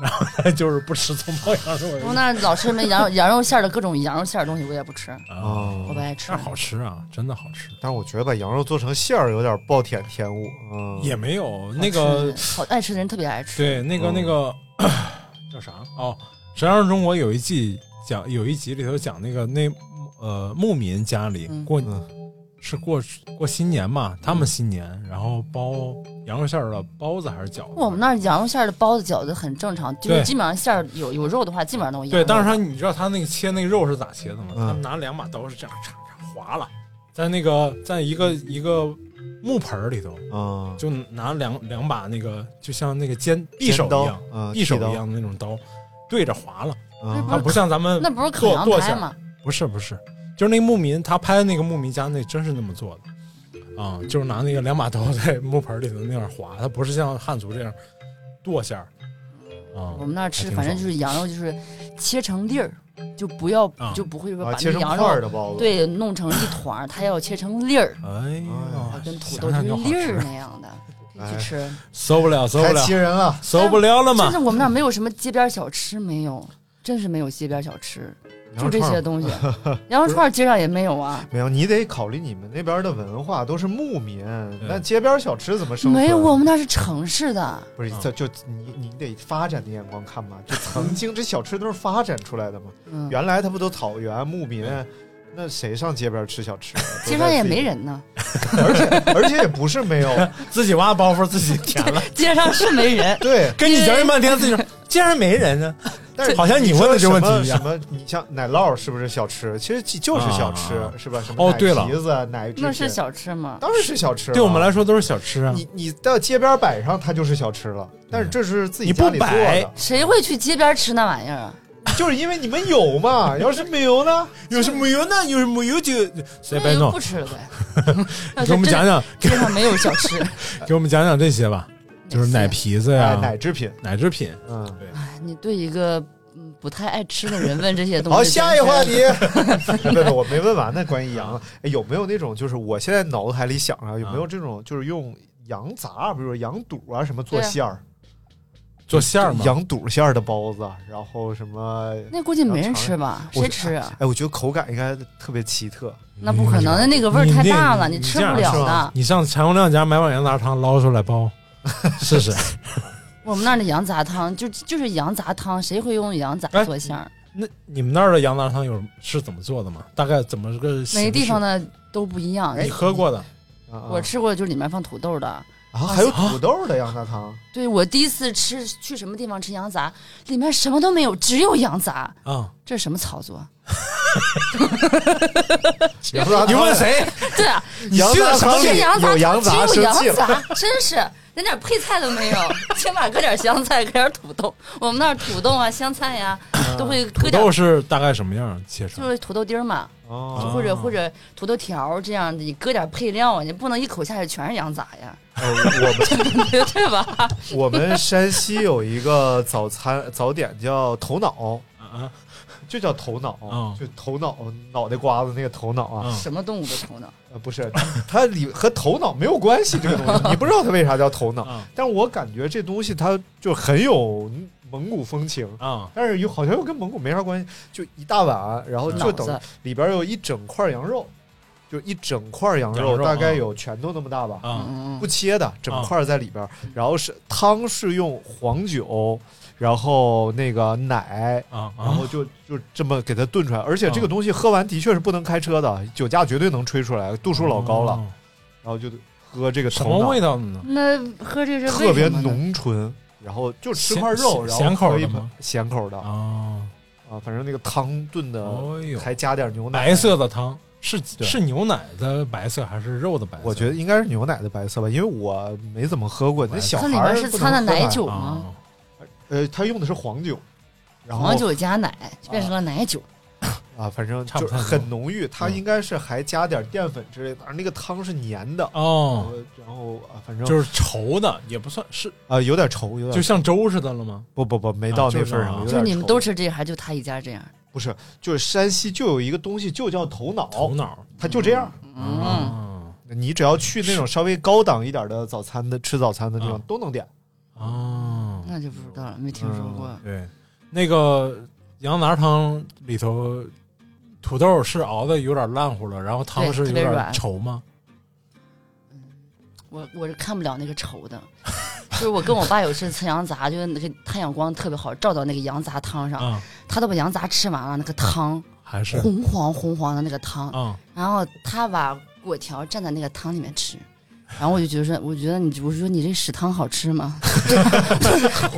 [SPEAKER 3] 然后就是不吃葱爆羊肉
[SPEAKER 4] 我那老吃什么羊肉羊肉馅儿的各种羊肉馅儿的东西，我也不吃，
[SPEAKER 3] 啊，
[SPEAKER 4] 我
[SPEAKER 2] 哦
[SPEAKER 4] 不，爱吃
[SPEAKER 3] 这。好吃啊，真的好吃。
[SPEAKER 2] 但是我觉得把羊肉做成馅儿有点暴殄天物。嗯，
[SPEAKER 3] 也没有那个
[SPEAKER 4] 吃好爱吃的人特别爱吃。
[SPEAKER 3] 对那个
[SPEAKER 2] 嗯
[SPEAKER 3] 那 个叫啥哦，《舌上中国》有一季讲有一集里头讲那个那呃牧民家里
[SPEAKER 4] 嗯
[SPEAKER 3] 过
[SPEAKER 2] 嗯
[SPEAKER 3] 是过过新年嘛，他们新年然后包羊肉馅儿的包子还是饺子？
[SPEAKER 4] 我们那儿羊肉馅儿的包子、饺子很正常，就是
[SPEAKER 3] 对
[SPEAKER 4] 基本上馅儿有有肉的话，基本上都有羊
[SPEAKER 3] 对，
[SPEAKER 4] 肉。
[SPEAKER 3] 但是他你知道他那个切那个肉是咋切的吗？
[SPEAKER 2] 嗯
[SPEAKER 3] 他们拿两把刀是这样叉叉划了，在那个在一个一个木盆儿里头，
[SPEAKER 2] 嗯，
[SPEAKER 3] 就拿两两把那个就像那个尖匕首
[SPEAKER 2] 尖刀
[SPEAKER 3] 一样，
[SPEAKER 2] 嗯，
[SPEAKER 3] 匕首
[SPEAKER 2] 剃刀
[SPEAKER 3] 一，样的那种刀，对着划了。
[SPEAKER 2] 嗯
[SPEAKER 3] 它不像咱们
[SPEAKER 4] 那不是烤羊
[SPEAKER 3] 剁剁
[SPEAKER 4] 排
[SPEAKER 3] 馅儿
[SPEAKER 4] 吗？
[SPEAKER 3] 不是不是，就是那牧民他拍的那个牧民家那真是那么做的，啊、就是拿那个两把刀在木盆里头那样划，他不是像汉族这样剁馅儿，啊、
[SPEAKER 4] 我们那儿吃
[SPEAKER 3] 还挺
[SPEAKER 4] 反正
[SPEAKER 3] 爽
[SPEAKER 4] 就是羊肉，就是切成粒儿，就不要
[SPEAKER 3] 啊
[SPEAKER 4] 就不会说
[SPEAKER 2] 啊，
[SPEAKER 4] 把
[SPEAKER 2] 切
[SPEAKER 4] 那
[SPEAKER 2] 成
[SPEAKER 4] 羊
[SPEAKER 2] 块
[SPEAKER 4] 肉
[SPEAKER 2] 儿的包子。，
[SPEAKER 4] 对弄成一团儿，它要切成粒 儿，
[SPEAKER 3] 哎呀，
[SPEAKER 4] 跟土豆
[SPEAKER 3] 想想
[SPEAKER 4] 就是
[SPEAKER 3] 就好
[SPEAKER 4] 粒儿啊
[SPEAKER 3] 吃，
[SPEAKER 4] 那 样的，可以
[SPEAKER 2] 哎
[SPEAKER 4] 去吃。
[SPEAKER 3] 受不了受不
[SPEAKER 2] 太
[SPEAKER 3] 了
[SPEAKER 2] 气人了。
[SPEAKER 3] 受不了了
[SPEAKER 4] 真
[SPEAKER 3] 嘛
[SPEAKER 4] 是！我们那儿没有什么街边小吃，没有，真是没有街边小吃，就这 些东西。羊肉串儿街上也没有啊，
[SPEAKER 2] 没有，你得考虑你们那边的文化，都是牧民，
[SPEAKER 3] 嗯
[SPEAKER 2] 那街边小吃怎么生存？
[SPEAKER 4] 没有，我们那儿是城市的。
[SPEAKER 2] 不是，
[SPEAKER 3] 啊
[SPEAKER 2] 这就你你得发展的眼光看吧，就曾经这小吃都是发展出来的嘛。
[SPEAKER 4] 嗯，
[SPEAKER 2] 原来它不都草原牧民，那谁上街边吃小 吃？
[SPEAKER 4] 街上也没
[SPEAKER 2] 人。
[SPEAKER 4] 人呢，
[SPEAKER 2] 而且而且也不是没 有，。
[SPEAKER 3] 自己挖包袱自己填了，
[SPEAKER 4] 街上是没人
[SPEAKER 2] 对，
[SPEAKER 3] 跟你矫情半天，自己说竟然没人呢，
[SPEAKER 2] 但是
[SPEAKER 3] 好像你问的这问题一样
[SPEAKER 2] 什么？什么你像奶酪是不是小吃？其实就是小吃，
[SPEAKER 3] 啊
[SPEAKER 2] 是吧？什么
[SPEAKER 3] 哦
[SPEAKER 2] 奶
[SPEAKER 3] 对了
[SPEAKER 2] 皮子、啊奶制
[SPEAKER 4] 那是
[SPEAKER 2] 品，
[SPEAKER 4] 小吃吗？
[SPEAKER 2] 当然是小吃。
[SPEAKER 3] 对我们来，说都是小吃啊。
[SPEAKER 2] 你你到街边摆上，它就是小吃了。但是这是自己
[SPEAKER 3] 嗯你不
[SPEAKER 2] 家里做
[SPEAKER 3] 摆
[SPEAKER 2] 的，
[SPEAKER 4] 谁会去街边吃那玩意儿啊？
[SPEAKER 2] 就是因为你们有嘛。要是没有呢？
[SPEAKER 3] 有什么有呢？有什么有就随
[SPEAKER 4] 那
[SPEAKER 3] 便
[SPEAKER 4] 就
[SPEAKER 3] 弄
[SPEAKER 4] 不。吃了呗。 啊
[SPEAKER 3] 给我们讲讲，
[SPEAKER 4] 街上没有小吃，
[SPEAKER 3] 给我们讲讲这些吧， 就是奶皮子
[SPEAKER 2] 哎
[SPEAKER 3] 呀，，
[SPEAKER 2] 奶制品，
[SPEAKER 3] 奶制品。
[SPEAKER 2] 嗯。
[SPEAKER 4] 哎。你对一个嗯不太爱吃的人问这些东西，
[SPEAKER 2] 好，下一
[SPEAKER 4] 真是
[SPEAKER 2] 话题。 哎别别别，我没问完呢，关于羊了。哎有没有那种就是我现在脑子海里想啊，有没
[SPEAKER 3] 嗯
[SPEAKER 2] 有这种就是用羊杂，比如说羊肚啊什么做
[SPEAKER 4] 对啊
[SPEAKER 2] 馅儿？
[SPEAKER 3] 做馅儿嘛，
[SPEAKER 2] 羊肚馅儿的包子，然后什么？
[SPEAKER 4] 那估计没人吃吧？
[SPEAKER 2] 我
[SPEAKER 4] 谁吃啊？
[SPEAKER 2] 哎，我觉得口感应该特别奇特。
[SPEAKER 4] 那不可能，那那个味儿
[SPEAKER 3] 你
[SPEAKER 4] 太
[SPEAKER 3] 那
[SPEAKER 4] 大了，你
[SPEAKER 3] 你
[SPEAKER 4] 吃
[SPEAKER 3] 这样
[SPEAKER 4] 不了
[SPEAKER 2] 是吧
[SPEAKER 4] 的。
[SPEAKER 3] 你上柴洪亮家买碗羊杂汤捞出来 包，试试。
[SPEAKER 4] 我们那儿的羊杂汤就就是羊杂汤，谁会用羊杂
[SPEAKER 3] 哎
[SPEAKER 4] 做馅儿？
[SPEAKER 3] 那你们那儿的羊杂汤有是怎么做的吗？大概怎么个形式
[SPEAKER 4] 每个地方的都不一样。
[SPEAKER 3] 你喝过的？
[SPEAKER 2] 啊啊
[SPEAKER 4] 我吃过，就是里面放土豆的。
[SPEAKER 2] 啊，还有土豆的羊杂汤，
[SPEAKER 4] 对我第一次吃去什么地方吃羊杂，里面什么都没有，只有羊杂，
[SPEAKER 3] 啊？
[SPEAKER 4] 这是什么操作？
[SPEAKER 2] 羊杂汤
[SPEAKER 3] 你问？谁？
[SPEAKER 4] 对啊，
[SPEAKER 2] 羊杂
[SPEAKER 4] 吃
[SPEAKER 2] 汤里
[SPEAKER 4] 羊杂
[SPEAKER 2] 有羊杂，
[SPEAKER 4] 只有
[SPEAKER 2] 生
[SPEAKER 4] 啊羊
[SPEAKER 2] 气了。
[SPEAKER 4] 杂，真是连点配菜都没有，起码搁点香菜，搁点土豆。我们那儿土豆啊、香菜呀、都会搁
[SPEAKER 3] 土
[SPEAKER 4] 点，
[SPEAKER 3] 豆是大概什么样切成
[SPEAKER 4] 就？是土豆丁儿嘛，就
[SPEAKER 2] 哦，
[SPEAKER 4] 或者
[SPEAKER 3] 啊
[SPEAKER 4] 或者土豆条儿这样的，你搁点配料啊，你不能一口下去全是羊杂呀，
[SPEAKER 2] 呃我们
[SPEAKER 4] 对吧？
[SPEAKER 2] 我们山西有一个早餐早点叫头脑，
[SPEAKER 3] 啊
[SPEAKER 2] 就叫头脑，
[SPEAKER 3] 嗯
[SPEAKER 2] 就头脑脑袋瓜子那个头脑啊，
[SPEAKER 3] 啊
[SPEAKER 4] 什么动物的头脑？
[SPEAKER 2] 呃不是，它里和头脑没有关系，这个东西你不知道它为啥叫头脑，
[SPEAKER 3] 啊
[SPEAKER 2] 但是我感觉这东西它就很有蒙古风情。
[SPEAKER 3] 啊！
[SPEAKER 2] 但是又好像又跟蒙古没啥关系，就一大碗，然后
[SPEAKER 4] 脑
[SPEAKER 2] 就等
[SPEAKER 4] 子
[SPEAKER 2] 里边有一整块羊肉，就一整块羊肉，
[SPEAKER 3] 羊肉
[SPEAKER 2] 大概
[SPEAKER 3] 嗯
[SPEAKER 2] 有拳头那么大吧，
[SPEAKER 3] 啊
[SPEAKER 4] 嗯，
[SPEAKER 2] 不切的，整块在里边。然后是汤是用黄酒，然后那个奶，
[SPEAKER 3] 啊嗯
[SPEAKER 2] 然后就就这么给它炖出来。而且这个东西喝完的确是不能开车的，酒驾绝对能吹出来，度数老高了。，然后就喝这个
[SPEAKER 3] 哦什
[SPEAKER 2] 头
[SPEAKER 3] 么
[SPEAKER 2] 脑
[SPEAKER 3] 味道呢？
[SPEAKER 4] 那喝这是为
[SPEAKER 2] 特别
[SPEAKER 4] 什么呢，
[SPEAKER 2] 浓醇。然后就吃
[SPEAKER 3] 咸
[SPEAKER 2] 块肉，
[SPEAKER 3] 咸
[SPEAKER 2] 然
[SPEAKER 3] 咸
[SPEAKER 2] 后
[SPEAKER 3] 口
[SPEAKER 2] 喝
[SPEAKER 3] 的
[SPEAKER 2] 一盆
[SPEAKER 3] 吗
[SPEAKER 2] 咸口的
[SPEAKER 3] 啊，
[SPEAKER 2] 啊，反正那个汤炖的
[SPEAKER 3] 哦呦，
[SPEAKER 2] 还加点牛奶，
[SPEAKER 3] 白色的汤是
[SPEAKER 2] 呃对
[SPEAKER 3] 是牛奶的白色还是肉的白色？
[SPEAKER 2] 我觉得应该是牛奶的白色吧，因为我没怎么喝过。那小孩
[SPEAKER 4] 它里面
[SPEAKER 2] 儿
[SPEAKER 4] 是
[SPEAKER 2] 不能
[SPEAKER 4] 掺了
[SPEAKER 2] 喝
[SPEAKER 4] 奶酒吗？
[SPEAKER 3] 啊，
[SPEAKER 2] 呃，他用的是黄酒，然后
[SPEAKER 4] 黄酒加奶就变成了奶酒，
[SPEAKER 2] 啊，反正
[SPEAKER 3] 差
[SPEAKER 2] 就
[SPEAKER 3] 不
[SPEAKER 2] 是
[SPEAKER 3] 太多
[SPEAKER 2] 很浓郁。它
[SPEAKER 3] 嗯
[SPEAKER 2] 应该是还加点淀粉之类的，而那个汤是粘的。
[SPEAKER 3] 哦，
[SPEAKER 2] 呃然后啊，反正
[SPEAKER 3] 就是稠的，也不算是，
[SPEAKER 2] 啊，有点稠，有点
[SPEAKER 3] 就像粥似的了吗？
[SPEAKER 2] 不不不，没
[SPEAKER 3] 啊
[SPEAKER 2] 到
[SPEAKER 3] 就
[SPEAKER 2] 那
[SPEAKER 3] 是
[SPEAKER 2] 份儿
[SPEAKER 3] 这样
[SPEAKER 2] 上。
[SPEAKER 3] 啊
[SPEAKER 2] 有
[SPEAKER 4] 就
[SPEAKER 2] 点
[SPEAKER 4] 是你们
[SPEAKER 2] 稠
[SPEAKER 4] 都吃这个，还就他一家这样。
[SPEAKER 2] 不是？就是山西就有一个东西，就叫头
[SPEAKER 3] 头
[SPEAKER 2] 脑，
[SPEAKER 3] 脑，
[SPEAKER 2] 它就这样。
[SPEAKER 4] 哦嗯，
[SPEAKER 2] 你只要去那种稍微高档一点的早餐的吃早餐的地方
[SPEAKER 3] 啊
[SPEAKER 2] 都能点。
[SPEAKER 3] 哦，
[SPEAKER 4] 那就不知道了，没听说过。
[SPEAKER 3] 对，那个羊杂汤里头，土豆是熬的有点烂糊了，然后汤
[SPEAKER 4] 对
[SPEAKER 3] 是有
[SPEAKER 4] 特别
[SPEAKER 3] 点
[SPEAKER 4] 软
[SPEAKER 3] 稠吗？
[SPEAKER 2] 嗯
[SPEAKER 4] 嗯我我是看不了那个稠的， 就是我跟我爸有次吃羊杂，就是那个太阳光特别好，照到那个羊杂汤
[SPEAKER 2] 嗯
[SPEAKER 4] 上，
[SPEAKER 3] 啊，
[SPEAKER 4] 他都把羊杂吃完了，那个汤
[SPEAKER 3] 还是
[SPEAKER 4] 红黄红黄的那个汤，
[SPEAKER 3] 啊
[SPEAKER 4] 然后他把果条蘸在那个汤里面吃。然后我就觉得，我觉得你，我说你这屎汤好 吃吗？